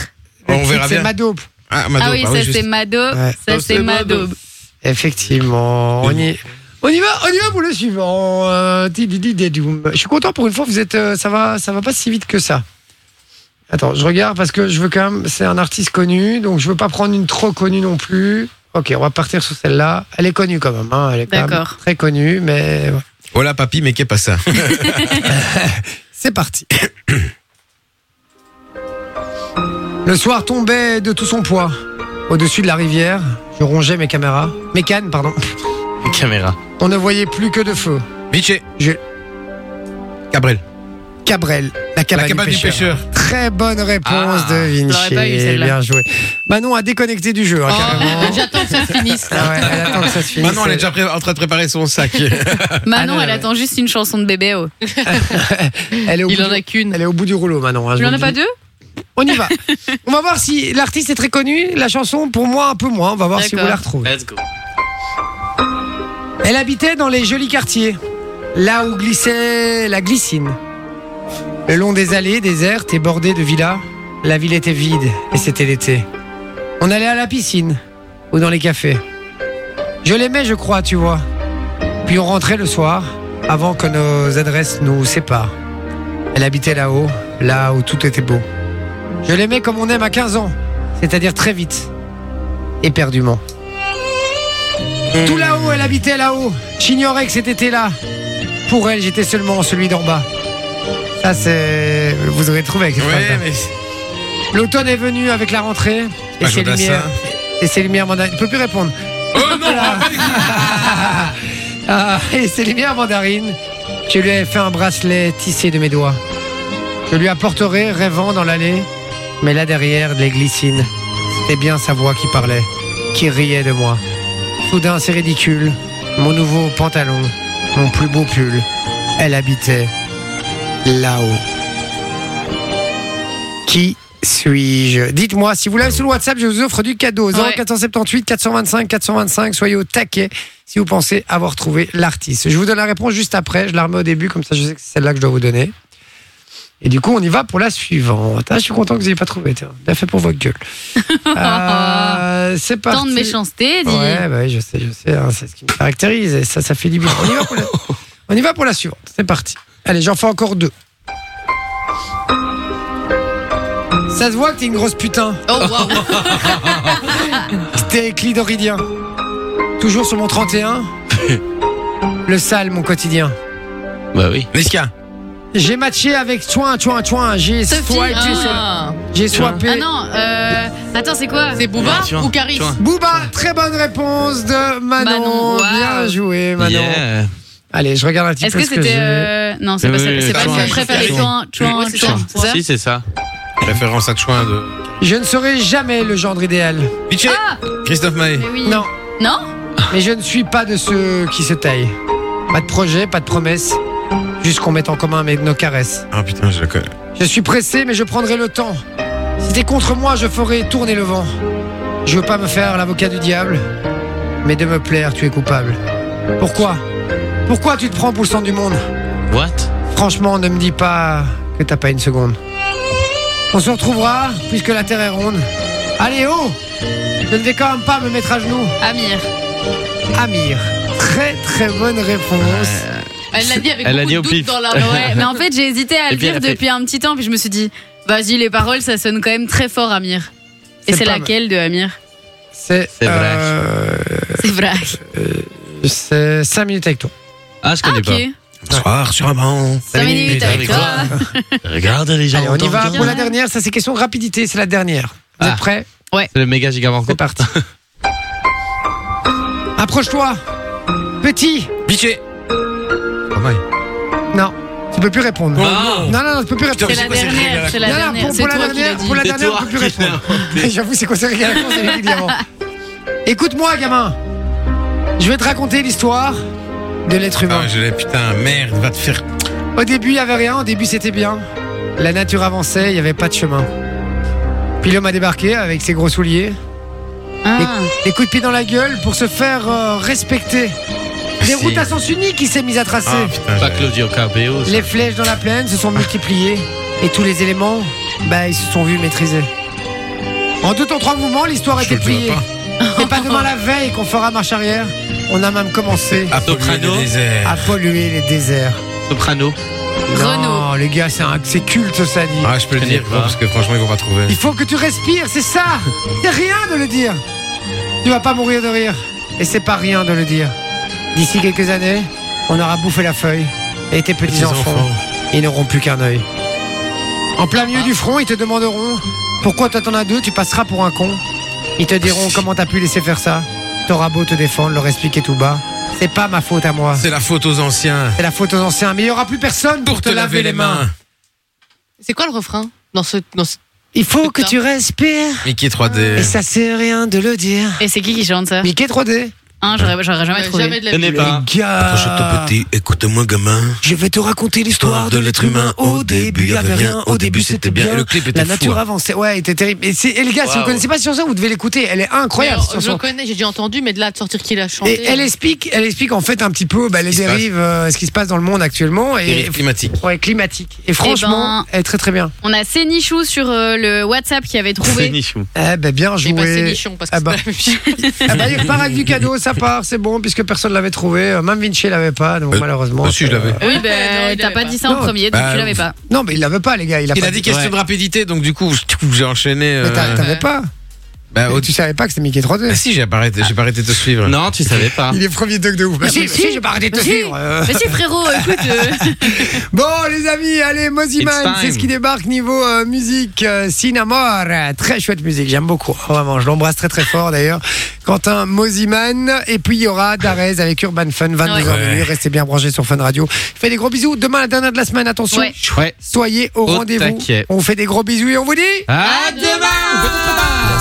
S3: Le
S7: On
S3: titre,
S7: verra bien.
S3: C'est Madobe.
S7: Ah, Mado,
S5: Ah oui,
S7: bah
S5: ça
S7: juste.
S5: c'est Mado,
S3: Ouais.
S5: ça c'est Mado.
S3: Effectivement, on y... on y va, on y va pour le suivant. Euh, di- di- di- di- doum. Je suis content pour une fois, vous êtes, euh, ça va, ça va pas si vite que ça. Attends, je regarde parce que je veux quand même, c'est un artiste connu, donc je veux pas prendre une trop connue non plus. Ok, on va partir sur celle-là. Elle est connue quand même, hein, elle est quand même
S5: D'accord.
S3: très connue, mais ouais.
S7: Hola, Oh, papy, mais qu'est-ce pas ça
S3: c'est parti. le soir tombait de tout son poids. Au-dessus de la rivière, je rongeais mes caméras, mes cannes, pardon.
S4: Caméra.
S3: On ne voyait plus que de feu.
S7: Viche.
S3: Je-
S7: Cabrel.
S3: Cabrel, la cabane,
S7: La cabane
S3: du, pêcheur.
S7: Très
S3: Bonne réponse
S7: Ah,
S3: de
S5: l'aurais
S3: Vinci.
S5: pas eu, celle-là.
S3: Bien joué. Manon a déconnecté du jeu, hein, carrément.
S6: J'attends que ça finisse.
S3: Ah ouais, elle attend que ça se finisse.
S7: Maintenant, elle est déjà pré- en train de préparer son sac.
S5: Manon,
S3: Ah, non,
S5: elle
S3: ouais.
S5: attend juste une chanson de bébé. oh.
S3: Elle est au,
S6: Il
S3: bout,
S6: en
S3: du-
S6: a qu'une.
S3: elle est au bout du rouleau, Manon. hein, je
S5: Il en
S3: vous
S5: a
S3: le
S5: pas
S3: dis.
S5: deux
S3: On y va. On va voir si l'artiste est très connu, la chanson pour moi un peu moins. On va voir si vous
S5: D'accord.
S3: la retrouvez.
S4: Let's go.
S3: Elle habitait dans les jolis quartiers, là où glissait la glycine. Le long des allées désertes et bordées de villas, la ville était vide et c'était l'été. On allait à la piscine ou dans les cafés. Je l'aimais, je crois, tu vois. Puis on rentrait le soir avant que nos adresses nous séparent. Elle habitait là-haut, là où tout était beau. Je l'aimais comme on aime à 15 ans, c'est-à-dire très vite, éperdument. Tout là-haut, elle habitait là-haut. J'ignorais que c'était là. Pour elle, j'étais seulement celui d'en bas. Ça, c'est. Vous aurez trouvé avec cette phrase-là.
S7: Ouais, mais.
S3: L'automne est venu avec la rentrée et
S7: pas
S3: ses
S7: Bah, Jodassin.
S3: lumières. Et ses lumières mandarines. Il peut plus répondre.
S7: Oh non
S3: *laughs* Ah, et ses lumières mandarines. Je lui ai fait un bracelet tissé de mes doigts. Je lui apporterai, rêvant dans l'allée. Mais là derrière, les glycines. C'était bien sa voix qui parlait, qui riait de moi. Soudain, c'est ridicule. Mon nouveau pantalon, mon plus beau pull. Elle habitait là-haut. Qui suis-je Dites-moi, si vous l'avez sur le WhatsApp, je vous offre du cadeau. 0478 425 425, soyez au taquet si vous pensez avoir trouvé l'artiste. Je vous donne la réponse juste après, je la remets au début, comme ça je sais que c'est celle-là que je dois vous donner. Et du coup, on y va pour la suivante. Ah, je suis content que vous n'ayez pas trouvé, tiens. Bien fait pour votre
S5: *laughs*
S3: gueule. Euh, c'est parti.
S5: Tant de méchanceté, dis.
S3: Ouais, bah oui, je sais, je sais, hein, c'est ce qui me caractérise. Et ça, ça fait du bien. On y va pour
S5: *laughs*
S3: la, on y va pour la suivante. C'est parti. Allez, j'en fais encore deux. Ça se voit que t'es une grosse putain.
S6: Oh, waouh.
S3: T'es clitoridien. Toujours sur mon
S5: *laughs*
S3: 31. Le sale, mon quotidien.
S4: Bah oui.
S7: Niska
S3: J'ai matché avec Tchouin, Tchouin, Tchouin. J'ai
S5: Sophie,
S3: swipé.
S5: ah.
S3: J'ai swappé.
S5: Ah non, euh, attends, c'est quoi
S6: C'est Booba
S4: Ouais, tu vois,
S6: ou Caris
S4: tu vois.
S3: Booba, très bonne réponse de Manon.
S5: Manon, waouh.
S3: Bien joué, Manon.
S4: Yeah.
S3: Allez, je regarde un petit
S5: Est-ce
S3: peu
S5: que
S3: ce que
S5: c'était.
S3: j'ai.
S5: euh, Non, c'est pas
S4: Oui,
S5: ça.
S4: oui,
S5: C'est pas
S4: oui,
S5: le
S4: oui,
S5: préféré.
S4: oui.
S5: Chouin, chouin,
S6: Oui, c'est
S5: chouin.
S6: ça.
S5: C'est ça
S4: Si, c'est ça.
S7: Référence à Chouin de.
S3: Je ne serai jamais le genre idéal.
S7: Michel Christophe Maé.
S5: Mais oui.
S3: Non,
S5: Non
S3: mais je ne suis pas de ceux qui se taillent. Pas de projet, pas de promesse. Juste qu'on mette en commun mes- nos caresses.
S7: Ah putain, je le connais.
S3: Je suis pressé, mais je prendrai le temps. Si t'es contre moi, je ferai tourner le vent. Je veux pas me faire l'avocat du diable, mais de me plaire, tu es coupable. Pourquoi Pourquoi tu te prends pour le centre du monde
S4: What
S3: Franchement, ne me dis pas que t'as pas une seconde. On se retrouvera puisque la terre est ronde. Allez, oh Je ne vais quand même pas me mettre à genoux.
S5: Amir.
S3: Amir. Très très bonne réponse.
S6: Elle l'a dit avec
S4: Elle l'a dit
S6: beaucoup de
S4: au
S6: doute
S4: pif.
S6: dans la
S5: Ouais, mais en fait, j'ai hésité à
S4: Et
S5: le
S4: puis, elle
S5: dire
S4: a fait-
S5: depuis un petit temps, puis je me suis dit, vas-y, les paroles, ça sonne quand même très fort, Amir. Et
S3: C'est
S5: c'est
S3: pas
S5: laquelle de Amir
S3: C'est
S4: C'est vrai.
S3: euh,
S5: C'est vrai.
S3: c'est 5 minutes avec toi.
S4: Ah, je
S5: Ah,
S4: connais
S5: ok.
S7: Soir sur un banc.
S5: 5 minutes avec toi.
S4: pas. Regarde les gens.
S3: Allez, on y
S4: entends
S3: va
S4: bien.
S3: pour la dernière. Ça, c'est question de rapidité. C'est la dernière. Vous
S4: Ah.
S3: êtes
S4: *laughs*
S3: prêts
S4: C'est le méga giga
S3: C'est
S4: banco.
S3: parti. Approche-toi. Petit.
S7: Biché Pas mal.
S3: Non, tu peux plus répondre.
S4: Ah.
S3: Non, non, non, tu peux plus répondre.
S5: C'est la dernière, c'est la
S3: Non, non,
S5: dernière.
S3: pour,
S5: C'est
S3: pour la
S5: toi qui l'as
S3: dernière,
S5: dit.
S3: pour la
S4: C'est
S3: dernière,
S4: toi
S3: on peut plus
S4: qui l'as
S3: répondre. J'avoue, c'est quoi ça Régalation, c'est Émilie Diamant. Écoute-moi, gamin. Je vais te raconter l'histoire de l'être humain.
S7: Ah, je l'ai, putain, merde, va te faire.
S3: Au début, il n'y avait rien. Au début, c'était bien. La nature avançait, il n'y avait pas de chemin. Puis l'homme a débarqué avec ses gros souliers,
S5: Ah.
S3: des coups de pied dans la gueule pour se faire euh, respecter. Des
S4: Si.
S3: routes à sens unique qui s'est mise à tracer.
S7: Ah putain,
S4: *laughs* Pas
S7: j'avais-
S4: Claudio Cabello. ça.
S3: Les flèches dans la plaine se sont multipliées et tous les éléments, bah, ils se sont vus maîtrisés. En deux temps trois mouvements, l'histoire
S7: Je
S3: était
S7: le vois
S3: pliée.
S7: pas.
S3: C'est pas demain la veille qu'on fera marche arrière. On a même commencé
S7: À polluer
S4: Soprano.
S7: le désert.
S3: à polluer les déserts.
S4: Soprano.
S3: Non, les gars, c'est un- c'est culte ça dit.
S7: Ah, je peux le
S4: Je connais
S7: dire,
S4: pas.
S7: parce que franchement, ils vont pas trouver.
S3: Il faut que tu respires, c'est ça. C'est rien de le dire. Tu vas pas mourir de rire. Et c'est pas rien de le dire. D'ici quelques années, on aura bouffé la feuille et tes petits, enfants. Ah. ils n'auront plus qu'un œil. En plein milieu du front, ils te demanderont pourquoi toi t'en as deux, tu passeras pour un con. Ils te diront comment t'as pu laisser faire ça. T'auras beau te défendre, leur expliquer tout bas. C'est pas ma faute à moi.
S7: C'est la faute aux anciens.
S3: C'est la faute aux anciens, mais il y aura plus personne pour, te, laver, les mains.
S6: C'est quoi le refrain dans ce, dans ce-
S3: Il faut que
S6: Putain.
S3: tu respires.
S7: Mickey
S3: Et
S7: 3D.
S3: ça sert rien de le dire.
S5: Et c'est qui qui chante ça
S3: Mickey 3D.
S5: Hein, J'aurais j'aurais jamais trouvé.
S6: Jamais de la
S4: Je connais
S6: vie.
S4: pas.
S3: Les gars,
S7: petit, écoute-moi, gamin.
S3: je vais te raconter l'histoire de l'être humain. Au début, il y avait rien. Au début, c'était bien.
S7: Et le clip était
S3: La
S7: fou,
S3: nature
S7: hein.
S3: avançait. Ouais, elle était terrible. Et, c'est- et les gars, si vous
S4: Waouh.
S3: connaissez pas cette chanson, vous devez l'écouter. Elle est
S6: Mais
S3: incroyable. cette
S6: alors, Je
S3: chanson.
S6: connais, j'ai déjà entendu, mais de là de sortir qui l'a chanté.
S3: Et elle explique, elle explique en fait un petit peu bah, les
S7: qui se passe.
S3: dérives, euh, ce qui se passe dans le monde actuellement et
S7: Dérive climatique.
S3: ouais, climatique.
S6: Eh
S3: Et franchement,
S5: ben-
S3: elle est très très bien.
S5: On a Sénichou sur euh, le WhatsApp qui avait
S4: C'est
S5: trouvé.
S4: nichou.
S3: Eh ben bien
S6: J'ai passé
S3: joué.
S6: nichon parce que
S3: Ah
S6: c'est
S3: bah.
S6: pas la même chose.
S3: Eh ben, il repart avec du cadeau, ça sa part, c'est bon, puisque personne ne l'avait trouvé. Euh, Même Vinci ne l'avait pas, donc
S7: Euh,
S3: malheureusement.
S7: bah si, je
S3: euh,
S7: l'avais.
S5: *laughs* Oui, ben
S6: Non, il
S5: t'as
S6: l'avait
S5: pas
S6: pas.
S5: dit ça en
S3: Non,
S5: premier, donc
S7: bah,
S5: tu l'avais pas.
S3: Non, mais il l'avait pas, les gars. Il a,
S7: Il
S3: pas
S7: a dit question
S4: Ouais.
S7: de rapidité, donc du coup, *laughs* j'ai enchaîné.
S3: Mais t'a-
S7: euh,
S3: t'avais pas.
S7: bah,
S3: Et
S7: au-
S3: Ah, oh, tu savais pas que c'était Mickey 3D.
S7: Ah si, j'ai pas arrêté, j'ai pas arrêté de te suivre.
S4: Non, tu savais pas.
S3: Il est premier doc de ouf. Bah, si,
S5: mais
S3: si,
S5: si,
S3: j'ai pas arrêté de te
S5: mais si.
S3: suivre. euh.
S5: Mais si, frérot, écoute. euh,
S3: *laughs* Bon, les amis, allez, Moziman,
S4: It's
S3: c'est
S4: time.
S3: ce qui débarque niveau euh, musique. euh, Cinnamore, euh, très chouette musique, j'aime beaucoup. hein, Vraiment, je l'embrasse très très fort d'ailleurs. Quentin Moziman, et puis il y aura Darez avec Urban Fun, 22h
S7: Ouais.
S3: minuit. Restez bien branchés sur Fun Radio. Je fais des gros bisous. Demain, la dernière de la semaine, attention.
S5: Ouais.
S4: Ouais.
S3: Soyez au,
S4: Au
S3: rendez-vous.
S4: taquet.
S3: On vous fait des gros bisous et on vous dit.
S4: À demain
S5: demain